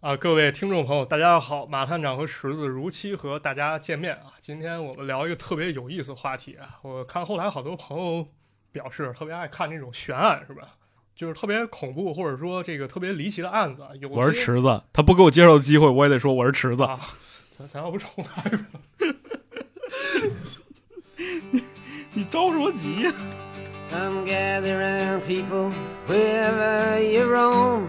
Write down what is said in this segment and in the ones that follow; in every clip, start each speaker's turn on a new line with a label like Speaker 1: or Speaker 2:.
Speaker 1: 啊，各位听众朋友，大家好！马探长和池子如期和大家见面啊。今天我们聊一个特别有意思的话题啊。我看后台好多朋友表示特别爱看那种悬案，是吧？就是特别恐怖或者说这个特别离奇的案子。啊有
Speaker 2: 我是
Speaker 1: 些
Speaker 2: 池子，他不给我介绍的机会，我也得说我是池子。
Speaker 1: 啊，咱咱要不重来吧？
Speaker 2: 你着什么急呀、
Speaker 3: Come gather round, people, wherever you roam,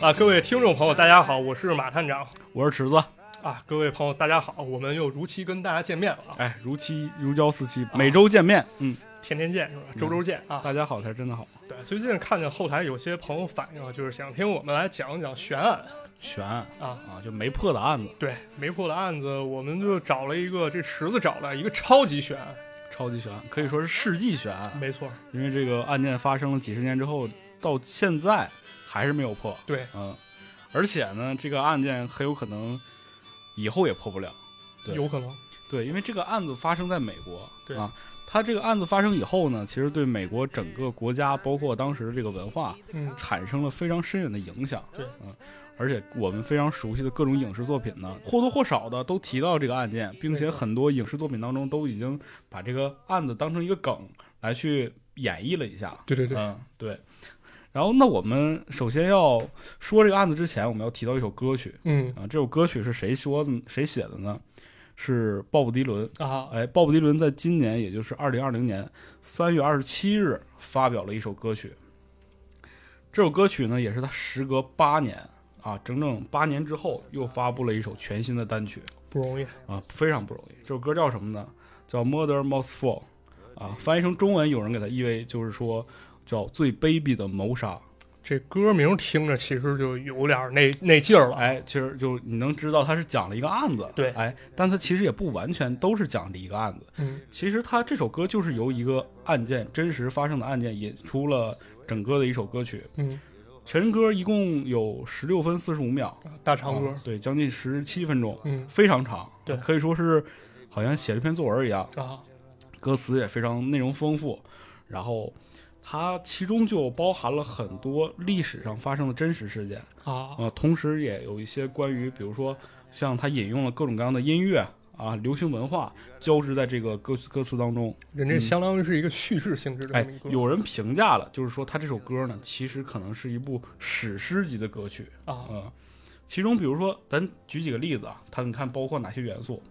Speaker 1: 啊，各位听众朋友，大家好，我是马探长
Speaker 2: 我是池子，
Speaker 1: 啊。各位朋友，大家好，我们又如期跟大家见面了啊，
Speaker 2: 哎，如期如胶似漆，每周见面。嗯，
Speaker 1: 天天见是吧？周周见啊。
Speaker 2: 大家好才是真的好。
Speaker 1: 对，最近看见后台有些朋友反映啊，就是想听我们来讲一讲悬案。
Speaker 2: 悬案
Speaker 1: 啊
Speaker 2: 啊，就没破的案子，
Speaker 1: 对，没破的案子，我们就找了一个这池子找了一个超级悬案，
Speaker 2: 超级悬案，可以说是世纪悬案，
Speaker 1: 没错，
Speaker 2: 因为这个案件发生了几十年之后，到现在还是没有破。
Speaker 1: 对，
Speaker 2: 嗯，而且呢，这个案件很有可能以后也破不了。对
Speaker 1: 有可能，
Speaker 2: 对，因为这个案子发生在美国，
Speaker 1: 对
Speaker 2: 啊，它这个案子发生以后呢，其实对美国整个国家，包括当时的这个文化，
Speaker 1: 嗯，
Speaker 2: 产生了非常深远的影响。
Speaker 1: 对
Speaker 2: 嗯，而且我们非常熟悉的各种影视作品呢，或多或少的都提到这个案件，并且
Speaker 1: 没错
Speaker 2: 很多影视作品当中都已经把这个案子当成一个梗来去演绎了一下。
Speaker 1: 对对对，
Speaker 2: 嗯，对。然后，那我们首先要说这个案子之前，我们要提到一首歌曲
Speaker 1: 嗯
Speaker 2: 啊，这首歌曲是谁说的？谁写的呢？是鲍勃迪伦。
Speaker 1: 啊，
Speaker 2: 哎，鲍勃迪伦在今年，也就是二零二零年三月二十七日发表了一首歌曲。这首歌曲呢，也是他时隔八年啊，整整八年之后又发布了一首全新的单曲
Speaker 1: 不容易，
Speaker 2: 啊，非常不容易。这首歌叫什么呢？叫《Murder Most Fall》啊，翻译成中文，有人给它译为就是说叫最卑鄙的谋杀。
Speaker 1: 这歌名听着其实就有点那那劲儿了，
Speaker 2: 哎，其实就你能知道他是讲了一个案子，
Speaker 1: 对
Speaker 2: 哎，但他其实也不完全都是讲的一个案子。
Speaker 1: 嗯，
Speaker 2: 其实他这首歌就是由一个案件真实发生的案件引出了整个的一首歌曲，
Speaker 1: 嗯，
Speaker 2: 全歌一共有十六分四十五秒，
Speaker 1: 大长歌
Speaker 2: 啊，对，将近十七分钟，
Speaker 1: 嗯
Speaker 2: 非常长，啊
Speaker 1: 对
Speaker 2: 可以说是好像写了篇作文一样，
Speaker 1: 啊，
Speaker 2: 歌词也非常内容丰富，然后它其中就包含了很多历史上发生的真实事件。
Speaker 1: 啊，
Speaker 2: 呃，同时也有一些关于，比如说像他引用了各种各样的音乐啊、流行文化交织在这个歌歌词当中。
Speaker 1: 人这相当于是一个叙事性质的
Speaker 2: 嗯哎
Speaker 1: 这么一个，
Speaker 2: 有人评价了，就是说他这首歌呢，其实可能是一部史诗级的歌曲。
Speaker 1: 啊，
Speaker 2: 嗯，其中比如说，咱举几个例子啊，它你看包括哪些元素？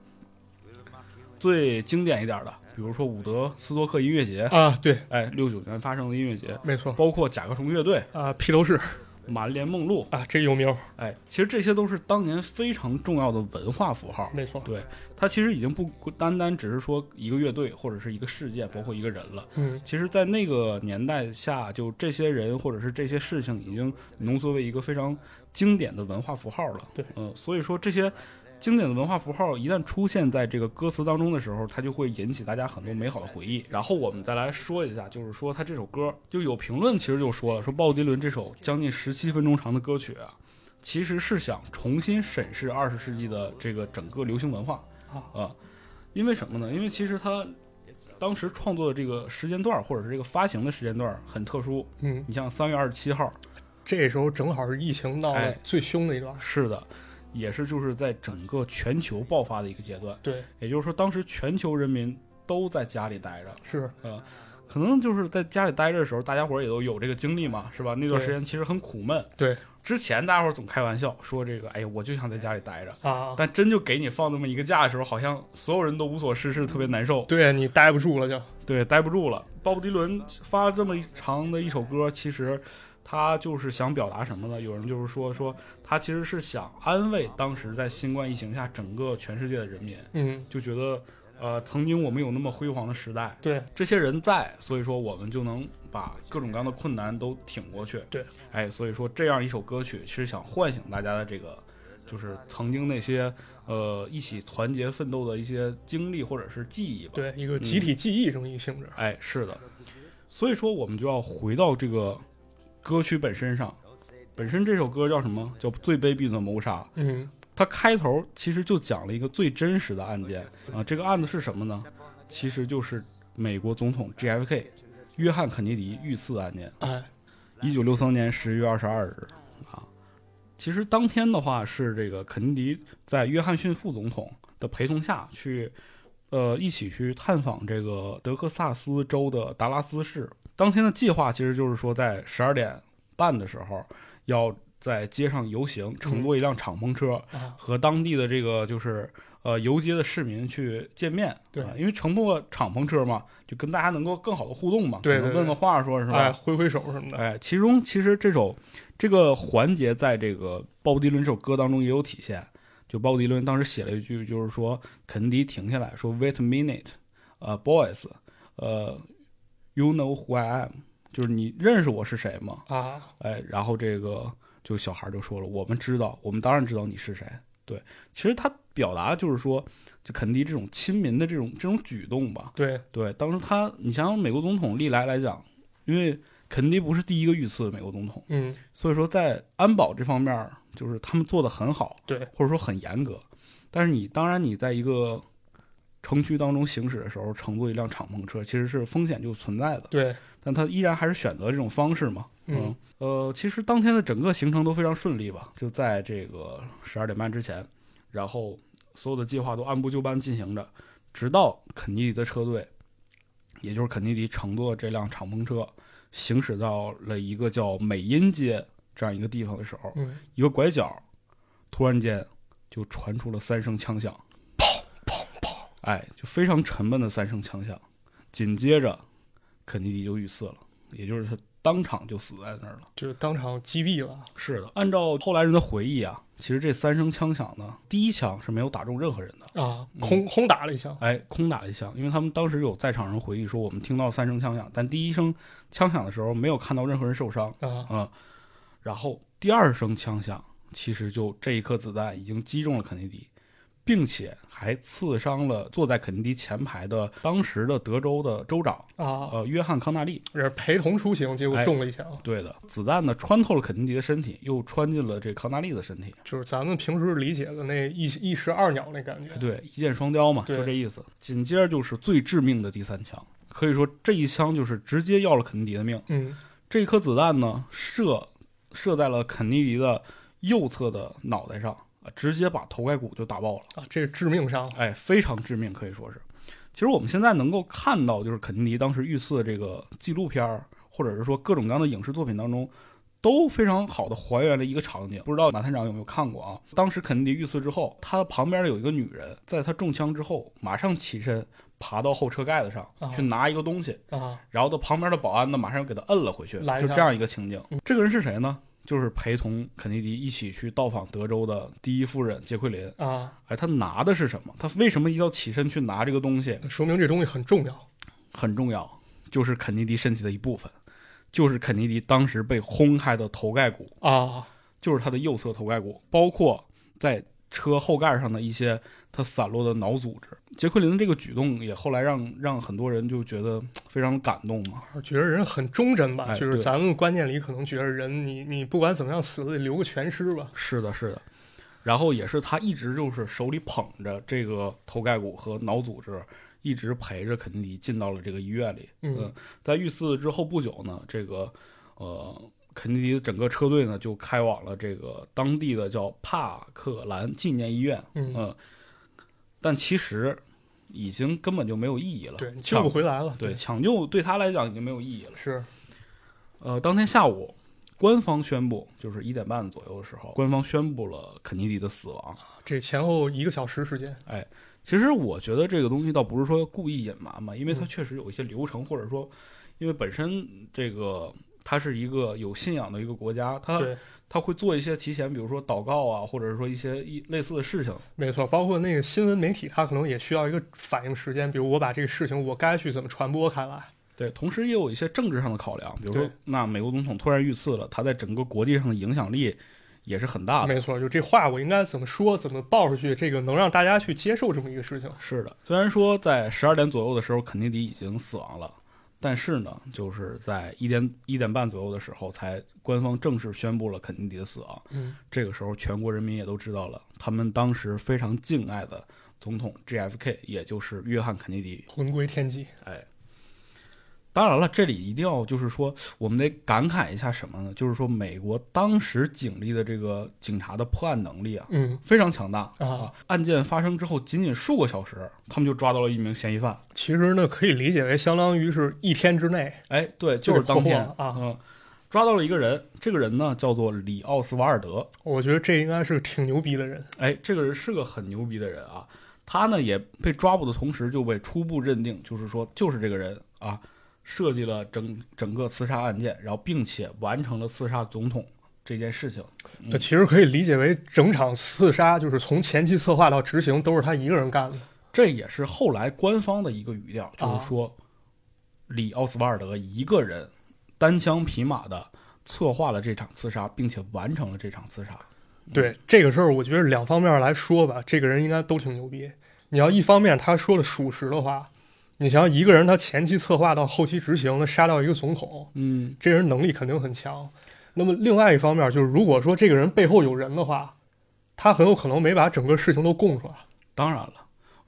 Speaker 2: 最经典一点的，比如说伍德斯托克音乐节，
Speaker 1: 啊，对，
Speaker 2: 哎，六九年发生的音乐节，
Speaker 1: 没错，
Speaker 2: 包括甲壳虫乐队、
Speaker 1: 啊，披头士
Speaker 2: 玛丽莲梦露，
Speaker 1: 啊，这有名儿，
Speaker 2: 哎，其实这些都是当年非常重要的文化符号。
Speaker 1: 没错，
Speaker 2: 对，它其实已经不单单只是说一个乐队或者是一个事件，包括一个人了。
Speaker 1: 嗯，
Speaker 2: 其实，在那个年代下，就这些人或者是这些事情已经浓缩为一个非常经典的文化符号了。
Speaker 1: 对
Speaker 2: 嗯、所以说这些经典的文化符号一旦出现在这个歌词当中的时候，它就会引起大家很多美好的回忆。然后我们再来说一下，就是说他这首歌，就有评论其实就说了，说鲍勃迪伦这首将近十七分钟长的歌曲啊，其实是想重新审视二十世纪的这个整个流行文化
Speaker 1: 啊
Speaker 2: 啊，因为什么呢？因为其实他当时创作的这个时间段儿，或者是这个发行的时间段儿很特殊。
Speaker 1: 嗯，
Speaker 2: 你像三月二十七号，
Speaker 1: 这时候正好是疫情闹得
Speaker 2: 哎
Speaker 1: 最凶的一段，
Speaker 2: 是的，也是就是在整个全球爆发的一个阶段。
Speaker 1: 对，
Speaker 2: 也就是说，当时全球人民都在家里待着，
Speaker 1: 是，
Speaker 2: 可能就是在家里待着的时候，大家伙儿也都有这个经历嘛，是吧？那段时间其实很苦闷。
Speaker 1: 对，
Speaker 2: 之前大家伙儿总开玩笑说这个，哎，我就想在家里待着。
Speaker 1: 啊，
Speaker 2: 但真就给你放那么一个假的时候，好像所有人都无所事事，特别难受。
Speaker 1: 对啊你待不住了就。
Speaker 2: 对，待不住了。鲍勃迪伦发这么一长的一首歌，其实他就是想表达什么呢？有人就是说，说他其实是想安慰当时在新冠疫情下整个全世界的人民，
Speaker 1: 嗯，
Speaker 2: 就觉得呃，曾经我们有那么辉煌的时代，
Speaker 1: 对，
Speaker 2: 这些人在，所以说我们就能把各种各样的困难都挺过去。
Speaker 1: 对，
Speaker 2: 哎，所以说这样一首歌曲，其实想唤醒大家的这个，就是曾经那些呃一起团结奋斗的一些经历或者是记忆吧。，
Speaker 1: 对，一个集体记忆这么一性质。
Speaker 2: 哎，是的，所以说我们就要回到这个歌曲本身上。本身这首歌叫什么？叫《最卑鄙的谋杀》。
Speaker 1: 嗯，
Speaker 2: 它开头其实就讲了一个最真实的案件啊，这个案子是什么呢？其实就是美国总统 JFK 约翰肯尼迪遇刺案件，
Speaker 1: 哎，
Speaker 2: 一九六三年十一月二十二日啊。其实当天的话是这个肯尼迪在约翰逊副总统的陪同下去，呃，一起去探访这个德克萨斯州的达拉斯市。当天的计划其实就是说，在十二点半的时候要在街上游行，乘坐一辆敞篷车，
Speaker 1: 啊，
Speaker 2: 和当地的这个就是呃游街的市民去见面，
Speaker 1: 对
Speaker 2: 啊因为乘坐敞篷车嘛，就跟大家能够更好的互动嘛，
Speaker 1: 对
Speaker 2: 可能
Speaker 1: 对
Speaker 2: 问个话说是
Speaker 1: 哎，
Speaker 2: 吧？
Speaker 1: 挥挥手什么的。
Speaker 2: 哎，其中其实这首这个环节在这个鲍勃迪伦这首歌当中也有体现，就鲍勃迪伦当时写了一句，就是说肯尼迪停下来说 “Wait a minute，呃，boys，呃，you know who I am，就是你认识我是谁吗？
Speaker 1: 啊，
Speaker 2: 哎，然后这个就小孩就说了，我们知道，我们当然知道你是谁。对，其实他表达的就是说，就肯迪这种亲民的这种这种举动吧。
Speaker 1: 对，
Speaker 2: 对，当时他，你想想美国总统历来来讲，因为肯迪不是第一个遇刺的美国总统，
Speaker 1: 嗯，
Speaker 2: 所以说在安保这方面儿，就是他们做的很好，
Speaker 1: 对，
Speaker 2: 或者说很严格。但是你当然你在一个城区当中行驶的时候，乘坐一辆敞篷车，其实是风险就存在的。
Speaker 1: 对，
Speaker 2: 但他依然还是选择这种方式嘛。
Speaker 1: 嗯，
Speaker 2: 呃，其实当天的整个行程都非常顺利吧，就在这个十二点半之前，然后所有的计划都按部就班进行着，直到肯尼迪的车队，也就是肯尼迪乘坐这辆敞篷车行驶到了一个叫美因街这样一个地方的时候，
Speaker 1: 嗯，
Speaker 2: 一个拐角，突然间就传出了三声枪响，砰砰砰！哎，就非常沉闷的三声枪响。紧接着，肯尼迪就遇刺了，也就是他当场就死在那儿了。
Speaker 1: 就当场击毙了。
Speaker 2: 是的，按照后来人的回忆啊，其实这三声枪响呢，第一枪是没有打中任何人的，
Speaker 1: 啊，空空打了一枪。
Speaker 2: 哎，空打了一枪，因为他们当时有在场人回忆说，我们听到三声枪响，但第一声枪响的时候没有看到任何人受伤。
Speaker 1: 啊，
Speaker 2: 嗯，然后第二声枪响，其实就这一颗子弹已经击中了肯尼迪，并且还刺伤了坐在肯尼迪前排的当时的德州的州长
Speaker 1: 啊，
Speaker 2: 呃约翰康纳利。
Speaker 1: 也是陪同出行，结果
Speaker 2: 哎
Speaker 1: 中了一枪。
Speaker 2: 对的，子弹呢穿透了肯尼迪的身体，又穿进了这康纳利的身体。
Speaker 1: 就是咱们平时理解的那一一石二鸟那感觉。
Speaker 2: 哎对，一箭双雕嘛，
Speaker 1: 对
Speaker 2: 就这意思。紧接着就是最致命的第三枪，可以说这一枪就是直接要了肯尼迪的命。
Speaker 1: 嗯，
Speaker 2: 这颗子弹呢，射射在了肯尼迪的右侧的脑袋上，啊直接把头盖骨就打爆了，
Speaker 1: 啊，这是致命伤。
Speaker 2: 哎，非常致命，可以说是。其实我们现在能够看到，就是肯尼迪当时遇刺的这个纪录片儿，或者是说各种各样的影视作品当中，都非常好的还原了一个场景。不知道马探长有没有看过啊？当时肯尼迪遇刺之后，他旁边有一个女人，在他中枪之后，马上起身爬到后车盖子上
Speaker 1: 啊
Speaker 2: 去拿一个东西，
Speaker 1: 啊，
Speaker 2: 然后他旁边的保安呢，马上又给他摁了回去，
Speaker 1: 拦
Speaker 2: 就
Speaker 1: 上
Speaker 2: 这样一个情景
Speaker 1: 嗯。
Speaker 2: 这个人是谁呢？就是陪同肯尼迪一起去到访德州的第一夫人杰奎琳。
Speaker 1: 啊，
Speaker 2: 哎，他拿的是什么？他为什么要起身去拿这个东西？
Speaker 1: 说明这东西很重要。
Speaker 2: 很重要，就是肯尼迪身体的一部分，就是肯尼迪当时被轰开的头盖骨，
Speaker 1: 啊，
Speaker 2: 就是他的右侧头盖骨，包括在车后盖上的一些他散落的脑组织。杰奎琳的这个举动也后来让让很多人就觉得非常感动嘛。
Speaker 1: 我觉得人很忠贞吧，
Speaker 2: 哎
Speaker 1: 就是
Speaker 2: 对
Speaker 1: 咱们观念里可能觉得人你你不管怎么样死了得留个全尸吧。
Speaker 2: 是的，是的。然后也是他一直就是手里捧着这个头盖骨和脑组织，一直陪着肯尼迪进到了这个医院里。
Speaker 1: 嗯
Speaker 2: 在遇刺之后不久呢，这个呃肯尼迪的整个车队呢就开往了这个当地的叫帕克兰纪念医院。
Speaker 1: 嗯
Speaker 2: 嗯，但其实已经根本就没有意义了。
Speaker 1: 对，你救
Speaker 2: 抢
Speaker 1: 不回来了。
Speaker 2: 对，抢救对他来讲已经没有意义了。
Speaker 1: 是
Speaker 2: 呃，当天下午，官方宣布，就是一点半左右的时候，官方宣布了肯尼迪的死亡。
Speaker 1: 这前后一个小时时间。
Speaker 2: 其实我觉得这个东西倒不是说故意隐瞒嘛，因为它
Speaker 1: 嗯
Speaker 2: 确实有一些流程，或者说，因为本身这个它是一个有信仰的一个国家，它
Speaker 1: 对，
Speaker 2: 它会做一些提前，比如说祷告啊，或者是说一些一类似的事情。
Speaker 1: 没错，包括那个新闻媒体，它可能也需要一个反应时间，比如我把这个事情我该去怎么传播开来，
Speaker 2: 对，同时也有一些政治上的考量，比如说
Speaker 1: 对，
Speaker 2: 那美国总统突然遇刺了，他在整个国际上的影响力也是很大的。
Speaker 1: 没错，就这话我应该怎么说，怎么报出去，这个能让大家去接受这么一个事情，
Speaker 2: 是的，虽然说在十二点左右的时候，肯尼迪已经死亡了，但是呢，就是在一点一点半左右的时候，才官方正式宣布了肯尼迪的死亡。
Speaker 1: 嗯，
Speaker 2: 这个时候，全国人民也都知道了，他们当时非常敬爱的总统 JFK，也就是约翰·肯尼迪
Speaker 1: 魂归天际，
Speaker 2: 哎，当然了，这里一定要就是说，我们得感慨一下什么呢？就是说，美国当时警力的这个警察的破案能力啊，
Speaker 1: 嗯
Speaker 2: 非常强大
Speaker 1: 啊，。
Speaker 2: 案件发生之后，仅仅数个小时，他们就抓到了一名嫌疑犯。
Speaker 1: 其实呢，可以理解为相当于是一天之内，
Speaker 2: 哎，对，就是当天
Speaker 1: 就给破获了啊
Speaker 2: 嗯，抓到了一个人，这个人呢叫做里奥斯瓦尔德。
Speaker 1: 我觉得这应该是个挺牛逼的人，
Speaker 2: 哎，这个人是个很牛逼的人啊。他呢也被抓捕的同时就被初步认定，就是说就是这个人啊，设计了整整个刺杀案件，然后并且完成了刺杀总统这件事情。嗯
Speaker 1: 那其实可以理解为整场刺杀就是从前期策划到执行都是他一个人干的，
Speaker 2: 这也是后来官方的一个语调，就是说里奥斯瓦尔德一个人单枪匹马的策划了这场刺杀，并且完成了这场刺杀。嗯
Speaker 1: 对这个事儿，我觉得两方面来说吧，这个人应该都挺牛逼。你要一方面他说了属实的话，你想想一个人他前期策划到后期执行，那杀掉一个总统，
Speaker 2: 嗯，
Speaker 1: 这人能力肯定很强。那么另外一方面就是，如果说这个人背后有人的话，他很有可能没把整个事情都供出来。
Speaker 2: 当然了，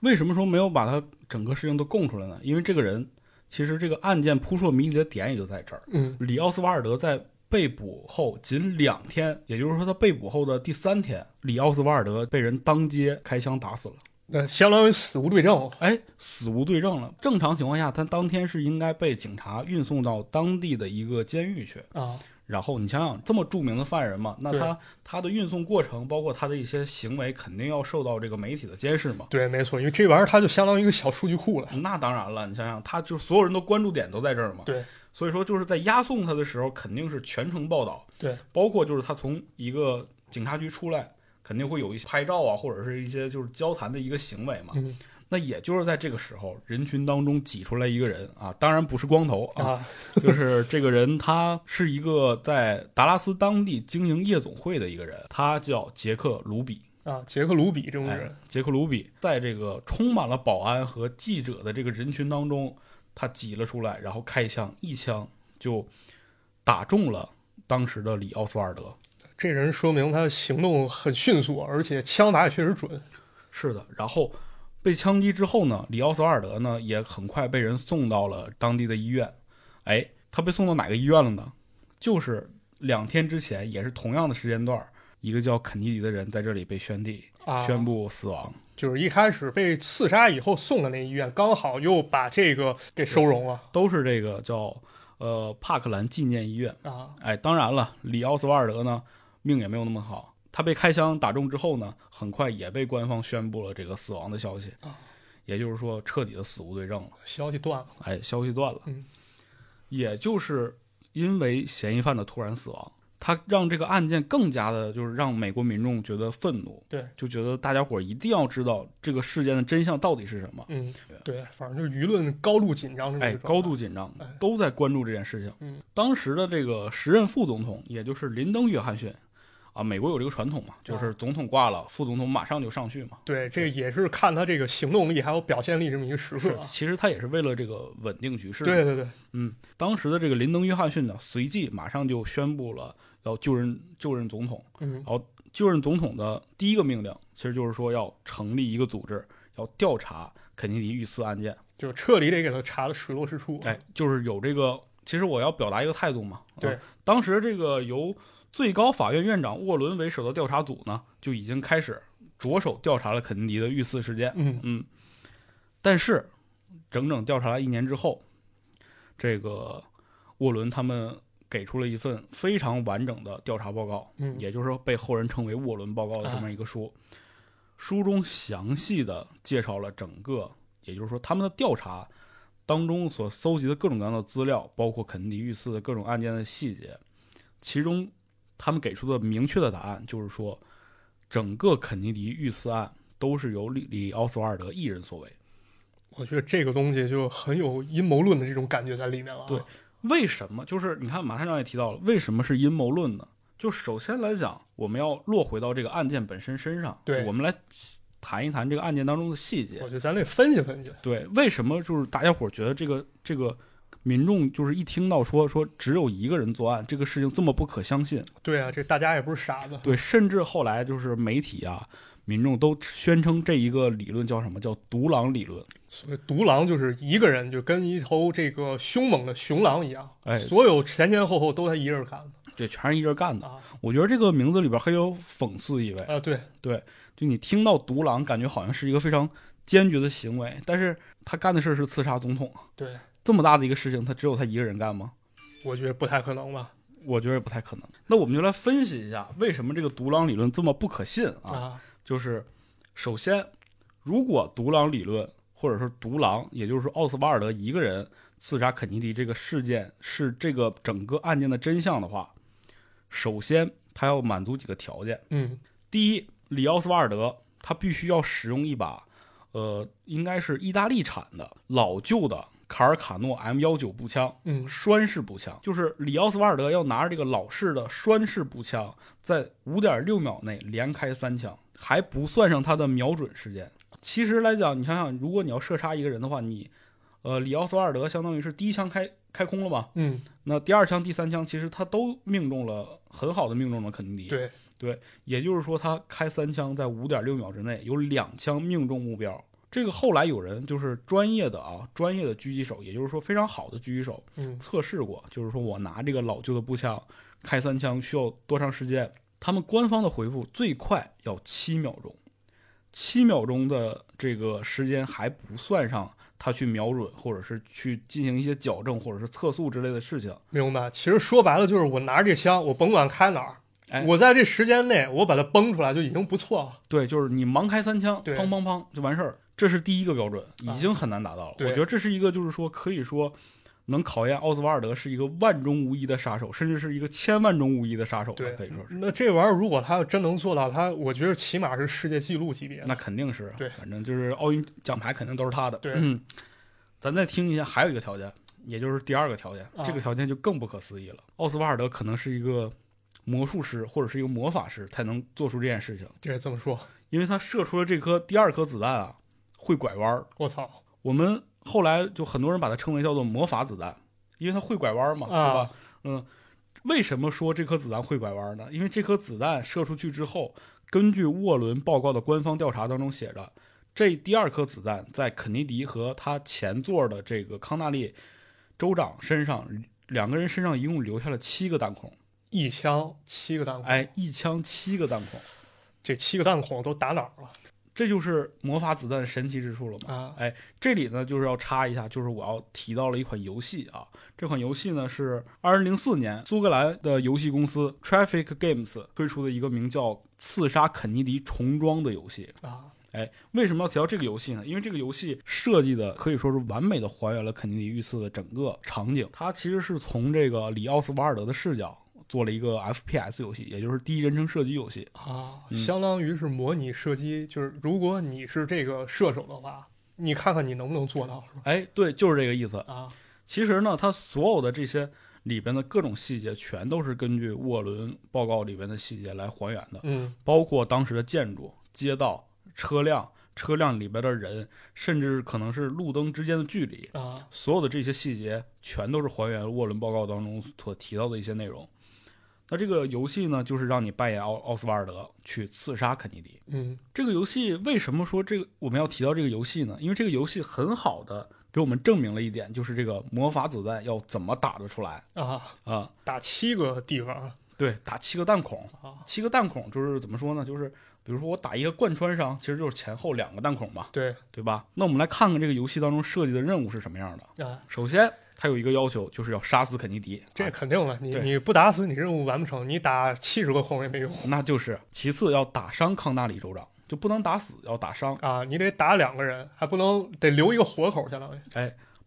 Speaker 2: 为什么说没有把他整个事情都供出来呢？因为这个人其实这个案件扑朔迷离的点也就在这儿。
Speaker 1: 嗯，
Speaker 2: 里奥斯瓦尔德在被捕后仅两天，也就是说他被捕后的第三天，里奥斯瓦尔德被人当街开枪打死了。
Speaker 1: 那相当于死无对证了。
Speaker 2: 哎，死无对证了。正常情况下，他当天是应该被警察运送到当地的一个监狱去。
Speaker 1: 啊，
Speaker 2: 然后你想想，这么著名的犯人嘛，那
Speaker 1: 对
Speaker 2: 他他的运送过程，包括他的一些行为，肯定要受到这个媒体的监视嘛。
Speaker 1: 对，没错，因为这玩意儿它就相当于一个小数据库了。
Speaker 2: 那当然了，你想想，他就是所有人都关注点都在这儿嘛。
Speaker 1: 对，
Speaker 2: 所以说就是在押送他的时候，肯定是全程报道。
Speaker 1: 对，
Speaker 2: 包括就是他从一个警察局出来，肯定会有一些拍照啊，或者是一些就是交谈的一个行为嘛。
Speaker 1: 嗯
Speaker 2: 那也就是在这个时候，人群当中挤出来一个人啊，当然不是光头啊，
Speaker 1: 啊，
Speaker 2: 就是这个人他是一个在达拉斯当地经营夜总会的一个人，他叫杰克·卢比。
Speaker 1: 啊，杰克·卢比这种
Speaker 2: 哎
Speaker 1: 人，
Speaker 2: 杰克·卢比在这个充满了保安和记者的这个人群当中，他挤了出来，然后开枪，一枪就打中了当时的里奥斯瓦尔德。
Speaker 1: 这人说明他行动很迅速，而且枪法也确实准。
Speaker 2: 是的，然后被枪击之后呢，里奥斯瓦尔德呢也很快被人送到了当地的医院。哎，他被送到哪个医院了呢？就是两天之前，也是同样的时间段儿，一个叫肯尼迪的人在这里被宣地、
Speaker 1: 啊，
Speaker 2: 宣布死亡。
Speaker 1: 就是一开始被刺杀以后送的那医院，刚好又把这个给收容了
Speaker 2: 都是这个叫呃帕克兰纪念医院。
Speaker 1: 啊。
Speaker 2: 哎，当然了，里奥斯瓦尔德呢，命也没有那么好。他被开枪打中之后呢，很快也被官方宣布了这个死亡的消息
Speaker 1: 啊，
Speaker 2: 也就是说彻底的死无对证了。
Speaker 1: 消息断了，
Speaker 2: 哎，消息断了。
Speaker 1: 嗯，
Speaker 2: 也就是因为嫌疑犯的突然死亡，他让这个案件更加的，就是让美国民众觉得愤怒，
Speaker 1: 对，
Speaker 2: 就觉得大家伙儿一定要知道这个事件的真相到底是什么。
Speaker 1: 嗯，对，反正就是舆论高度紧张这么一
Speaker 2: 哎，
Speaker 1: 个状态
Speaker 2: 高度紧张
Speaker 1: 哎，
Speaker 2: 都在关注这件事情。
Speaker 1: 嗯，
Speaker 2: 当时的这个时任副总统，也就是林登·约翰逊，啊，美国有这个传统嘛，
Speaker 1: 啊
Speaker 2: 就是总统挂了，副总统马上就上去嘛。
Speaker 1: 对，这也是看他这个行动力还有表现力这么一个时刻
Speaker 2: 是
Speaker 1: 啊。，
Speaker 2: 其实他也是为了这个稳定局势。
Speaker 1: 对，对对，
Speaker 2: 嗯，当时的这个林登·约翰逊呢，随即马上就宣布了要就任就任总统。
Speaker 1: 嗯
Speaker 2: 就任总统的第一个命令，其实就是说要成立一个组织，要调查肯尼迪遇刺案件。
Speaker 1: 就彻底得给他查的水落石出。啊
Speaker 2: 哎，，就是有这个，其实我要表达一个态度嘛。
Speaker 1: 对
Speaker 2: 啊当时这个由最高法院院长沃伦为首的调查组呢，就已经开始着手调查了肯尼迪的遇刺事件。
Speaker 1: 嗯，
Speaker 2: 嗯，但是整整调查了一年之后，这个沃伦他们给出了一份非常完整的调查报告。
Speaker 1: 嗯
Speaker 2: 也就是说被后人称为沃伦报告的这么一个书。书中详细的介绍了整个，也就是说他们的调查当中所搜集的各种各样的资料，包括肯尼迪遇刺的各种案件的细节，其中他们给出的明确的答案就是说，整个肯尼迪遇刺案都是由里里奥斯瓦尔德一人所为。
Speaker 1: 我觉得这个东西就很有阴谋论的这种感觉在里面了、啊。
Speaker 2: 对，为什么？就是你看马探长也提到了，为什么是阴谋论呢？就首先来讲，我们要落回到这个案件本身身上，
Speaker 1: 对
Speaker 2: 就我们来谈一谈这个案件当中的细节
Speaker 1: 我。觉得咱得分析分析。
Speaker 2: 对，为什么就是大家伙儿觉得这个这个民众就是一听到说说只有一个人作案这个事情这么不可相信？
Speaker 1: 对啊，这大家也不是傻子。
Speaker 2: 对，甚至后来就是媒体啊、民众都宣称这一个理论叫什么叫独狼理论。
Speaker 1: 所以独狼就是一个人，就跟一头这个凶猛的雄狼一样，
Speaker 2: 哎
Speaker 1: 所有前前后后都他一人干的
Speaker 2: 这全是一人干的，
Speaker 1: 啊
Speaker 2: 我觉得这个名字里边很有讽刺意味。
Speaker 1: 啊！对，
Speaker 2: 就你听到“独狼”，感觉好像是一个非常坚决的行为，但是他干的事儿是刺杀总统。啊
Speaker 1: 对，
Speaker 2: 这么大的一个事情，他只有他一个人干吗？
Speaker 1: 我觉得不太可能吧？
Speaker 2: 我觉得也不太可能。那我们就来分析一下，为什么这个独狼理论这么不可信啊？
Speaker 1: 啊，
Speaker 2: 就是首先，如果独狼理论或者说独狼，也就是说奥斯瓦尔德一个人刺杀肯尼迪这个事件是这个整个案件的真相的话，首先他要满足几个条件。
Speaker 1: 嗯，
Speaker 2: 第一，里奥斯瓦尔德他必须要使用一把，呃，应该是意大利产的老旧的卡尔卡诺 M 幺九步枪，
Speaker 1: 嗯
Speaker 2: 栓式步枪，就是里奥斯瓦尔德要拿着这个老式的栓式步枪，在五点六秒内连开三枪，还不算上他的瞄准时间。其实来讲，你想想，如果你要射杀一个人的话，你，呃，里奥斯瓦尔德相当于是第一枪开开空了嘛，
Speaker 1: 嗯，
Speaker 2: 那第二枪、第三枪其实他都命中了，很好的命中了肯尼迪。
Speaker 1: 对，
Speaker 2: 也就是说，他开三枪，在五点六秒之内有两枪命中目标。这个后来有人就是专业的啊，专业的狙击手，也就是说非常好的狙击手
Speaker 1: 嗯
Speaker 2: 测试过，就是说我拿这个老旧的步枪开三枪需要多长时间？他们官方的回复最快要七秒钟，七秒钟的这个时间还不算上他去瞄准或者是去进行一些矫正或者是测速之类的事情。
Speaker 1: 明白。其实说白了就是我拿着这枪，我甭管开哪儿，
Speaker 2: 哎哦
Speaker 1: 我在这时间内我把它崩出来就已经不错了。
Speaker 2: 对，就是你盲开三枪，
Speaker 1: 对
Speaker 2: 砰砰砰就完事儿，这是第一个标准，
Speaker 1: 啊
Speaker 2: 已经很难达到了。
Speaker 1: 对
Speaker 2: 我觉得这是一个，就是说可以说能考验奥斯瓦尔德是一个万中无一的杀手，甚至是一个千万中无一的杀手吧，
Speaker 1: 对
Speaker 2: 可以说是。
Speaker 1: 那这玩意儿如果他要真能做到，他我觉得起码是世界纪录级别的。
Speaker 2: 那肯定是，啊
Speaker 1: 对
Speaker 2: 反正就是奥运奖牌肯定都是他的。
Speaker 1: 对
Speaker 2: 嗯，咱再听一下，还有一个条件，也就是第二个条件，
Speaker 1: 啊
Speaker 2: 这个条件就更不可思议了。奥斯瓦尔德可能是一个魔术师或者是一个魔法师才能做出这件事情，
Speaker 1: 这这么说，
Speaker 2: 因为他射出了这颗第二颗子弹啊，会拐弯儿。
Speaker 1: 我操，
Speaker 2: 我们后来就很多人把它称为叫做魔法子弹，因为它会拐弯嘛，
Speaker 1: 啊
Speaker 2: 对吧？嗯，为什么说这颗子弹会拐弯呢？因为这颗子弹射出去之后，根据沃伦报告的官方调查当中写着，这第二颗子弹在肯尼迪和他前座的这个康纳利州长身上，两个人身上一共留下了七个弹孔，
Speaker 1: 一枪七个弹孔，
Speaker 2: 哎，一枪七个弹孔，
Speaker 1: 这七个弹孔都打哪儿了
Speaker 2: 这就是魔法子弹神奇之处了嘛。
Speaker 1: 啊？
Speaker 2: 这里呢，就是要插一下，就是我要提到了一款游戏啊。这款游戏呢是二零零四年苏格兰的游戏公司 Traffic Games 推出的一个名叫《刺杀肯尼迪》重装的游戏。
Speaker 1: 啊，
Speaker 2: 为什么要提到这个游戏呢？因为这个游戏设计的可以说是完美的还原了肯尼迪遇刺的整个场景。它其实是从这个里奥斯瓦尔德的视角做了一个 FPS 游戏，也就是第一人称射击游戏。
Speaker 1: 啊，
Speaker 2: 嗯
Speaker 1: 相当于是模拟射击，就是如果你是这个射手的话，你看看你能不能做到，是吧？
Speaker 2: 哎，对，就是这个意思。
Speaker 1: 啊，
Speaker 2: 其实呢，它所有的这些里边的各种细节，全都是根据沃伦报告里边的细节来还原的，
Speaker 1: 嗯，
Speaker 2: 包括当时的建筑、街道、车辆、车辆里边的人，甚至可能是路灯之间的距离，
Speaker 1: 啊，
Speaker 2: 所有的这些细节全都是还原沃伦报告当中所提到的一些内容。那这个游戏呢，就是让你扮演奥奥斯瓦尔德去刺杀肯尼迪。
Speaker 1: 嗯，
Speaker 2: 这个游戏为什么说这个我们要提到这个游戏呢？因为这个游戏很好的给我们证明了一点，就是这个魔法子弹要怎么打得出来
Speaker 1: 啊，
Speaker 2: 啊、
Speaker 1: 打七个地方
Speaker 2: 对，打七个弹孔，
Speaker 1: 啊，
Speaker 2: 七个弹孔就是怎么说呢？就是比如说我打一个贯穿伤，其实就是前后两个弹孔嘛，
Speaker 1: 对啊
Speaker 2: 对吧？那我们来看看这个游戏当中设计的任务是什么样的。
Speaker 1: 啊，
Speaker 2: 首先，它有一个要求，就是要杀死肯尼迪，
Speaker 1: 这
Speaker 2: 啊
Speaker 1: 肯定了，你
Speaker 2: 对
Speaker 1: 你不打死你任务完不成，你打七十个空也没用
Speaker 2: 那就是其次要打伤康纳里州长，就不能打死，要打伤。
Speaker 1: 啊，你得打两个人，还不能得留一个活口，相当于，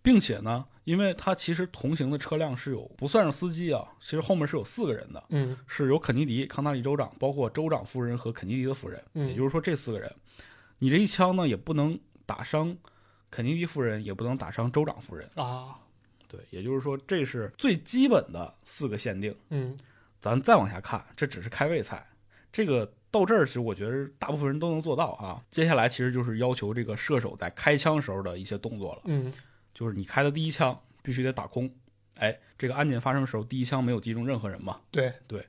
Speaker 2: 并且呢，因为它其实同行的车辆是有不算上司机啊，其实后面是有四个人的，
Speaker 1: 嗯
Speaker 2: 是由肯尼迪、康纳利州长，包括州长夫人和肯尼迪的夫人，
Speaker 1: 嗯
Speaker 2: 也就是说这四个人，你这一枪呢也不能打伤肯尼迪夫人，也不能打伤州长夫人，
Speaker 1: 啊，
Speaker 2: 对，也就是说这是最基本的四个限定。
Speaker 1: 嗯
Speaker 2: 咱再往下看，这只是开胃菜，这个到这儿其实我觉得大部分人都能做到啊。接下来其实就是要求这个射手在开枪时候的一些动作了，
Speaker 1: 嗯
Speaker 2: 就是你开的第一枪必须得打空，哎，这个案件发生的时候第一枪没有击中任何人嘛，
Speaker 1: 对
Speaker 2: 对，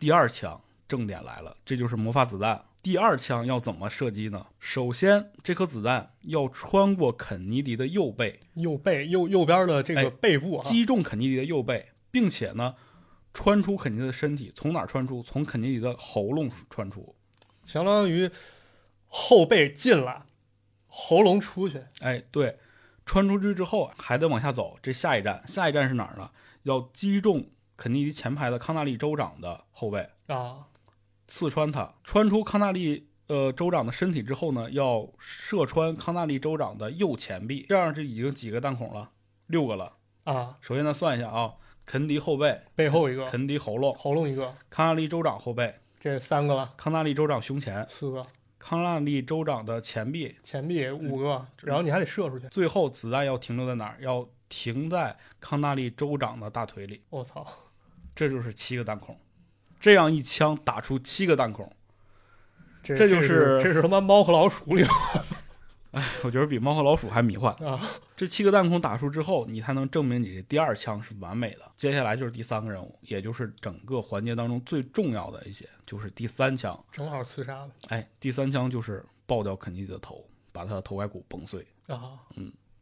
Speaker 2: 第二枪正点来了，这就是魔法子弹。第二枪要怎么射击呢？首先，这颗子弹要穿过肯尼迪的右背，
Speaker 1: 右背右右边的这
Speaker 2: 哎
Speaker 1: 个背部啊，
Speaker 2: 击中肯尼迪的右背，并且呢，穿出肯尼迪的身体。从哪儿穿出？从肯尼迪的喉咙穿出。
Speaker 1: 相当于后背进来，喉咙出去，
Speaker 2: 哎，对，穿出去之后啊还得往下走。这下一站，下一站是哪儿呢？要击中肯尼迪前排的康纳利州长的后背，
Speaker 1: 啊，
Speaker 2: 刺穿他。穿出康纳利呃州长的身体之后呢，要射穿康纳利州长的右前臂。这样就已经几个弹孔了，六个了。
Speaker 1: 啊，
Speaker 2: 首先呢，算一下啊，肯尼迪后背，
Speaker 1: 背后一个，
Speaker 2: 肯尼迪喉咙，
Speaker 1: 喉咙一个，
Speaker 2: 康纳利州长后背，
Speaker 1: 这三个了，
Speaker 2: 康纳利州长胸前。
Speaker 1: 四个，
Speaker 2: 康纳利州长的前臂，
Speaker 1: 前臂五个，
Speaker 2: 嗯
Speaker 1: 然后你还得射出去，
Speaker 2: 最后子弹要停留在哪儿？要停在康纳利州长的大腿里，
Speaker 1: 我操，
Speaker 2: 这就是七个弹孔。这样一枪打出七个弹孔，
Speaker 1: 这
Speaker 2: 这
Speaker 1: 这
Speaker 2: 就是
Speaker 1: 这是他妈猫和老鼠里头
Speaker 2: 我觉得比猫和老鼠还迷幻。
Speaker 1: 啊，
Speaker 2: 这七个弹孔打出之后，你才能证明你这第二枪是完美的。接下来就是第三个任务，也就是整个环节当中最重要的一些，就是第三枪。
Speaker 1: 正好刺杀了
Speaker 2: 哎，第三枪就是爆掉肯尼迪的头，把他的头盖骨崩碎。
Speaker 1: 啊，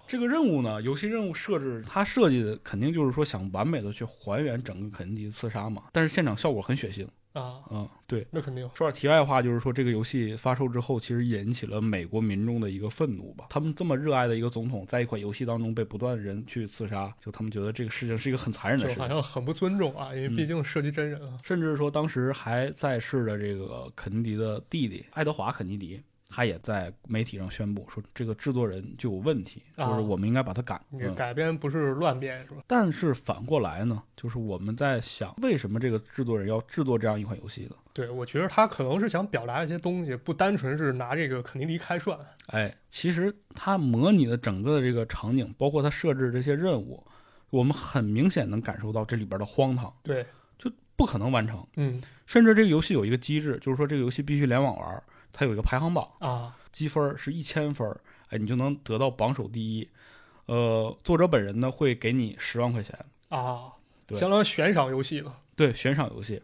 Speaker 2: 这个任务呢，游戏任务设置它设计的肯定就是说想完美的去还原整个肯尼迪刺杀嘛，但是现场效果很血腥，
Speaker 1: 啊，
Speaker 2: 嗯，对。
Speaker 1: 那肯定
Speaker 2: 说点题外话，就是说这个游戏发售之后，其实引起了美国民众的一个愤怒吧。他们这么热爱的一个总统，在一款游戏当中被不断的人去刺杀，就他们觉得这个事情是一个很残忍的
Speaker 1: 就
Speaker 2: 事
Speaker 1: 好
Speaker 2: 情。
Speaker 1: 像很不尊重啊，因为
Speaker 2: 嗯
Speaker 1: 毕竟涉及真人啊，
Speaker 2: 甚至说，当时还在世的这个肯尼迪的弟弟爱德华·肯尼迪，他也在媒体上宣布说，这个制作人就有问题，就
Speaker 1: 啊
Speaker 2: 是我们应该把他赶。
Speaker 1: 你
Speaker 2: 嗯
Speaker 1: 改编不是乱编是吧？
Speaker 2: 但是反过来呢，就是我们在想，为什么这个制作人要制作这样一款游戏呢？
Speaker 1: 对，我觉得他可能是想表达一些东西，不单纯是拿这个肯尼迪开涮。
Speaker 2: 哎，其实它模拟的整个的这个场景，包括它设置这些任务，我们很明显能感受到这里边的荒唐，
Speaker 1: 对，
Speaker 2: 不可能完成。
Speaker 1: 嗯
Speaker 2: 甚至这个游戏有一个机制，就是说这个游戏必须联网玩儿，它有一个排行榜，
Speaker 1: 啊，
Speaker 2: 积分儿是一千分儿，哎，你就能得到榜首第一。呃，作者本人呢会给你十万块钱，
Speaker 1: 啊，
Speaker 2: 对
Speaker 1: 相当于悬赏游戏了。
Speaker 2: 对，悬赏游戏。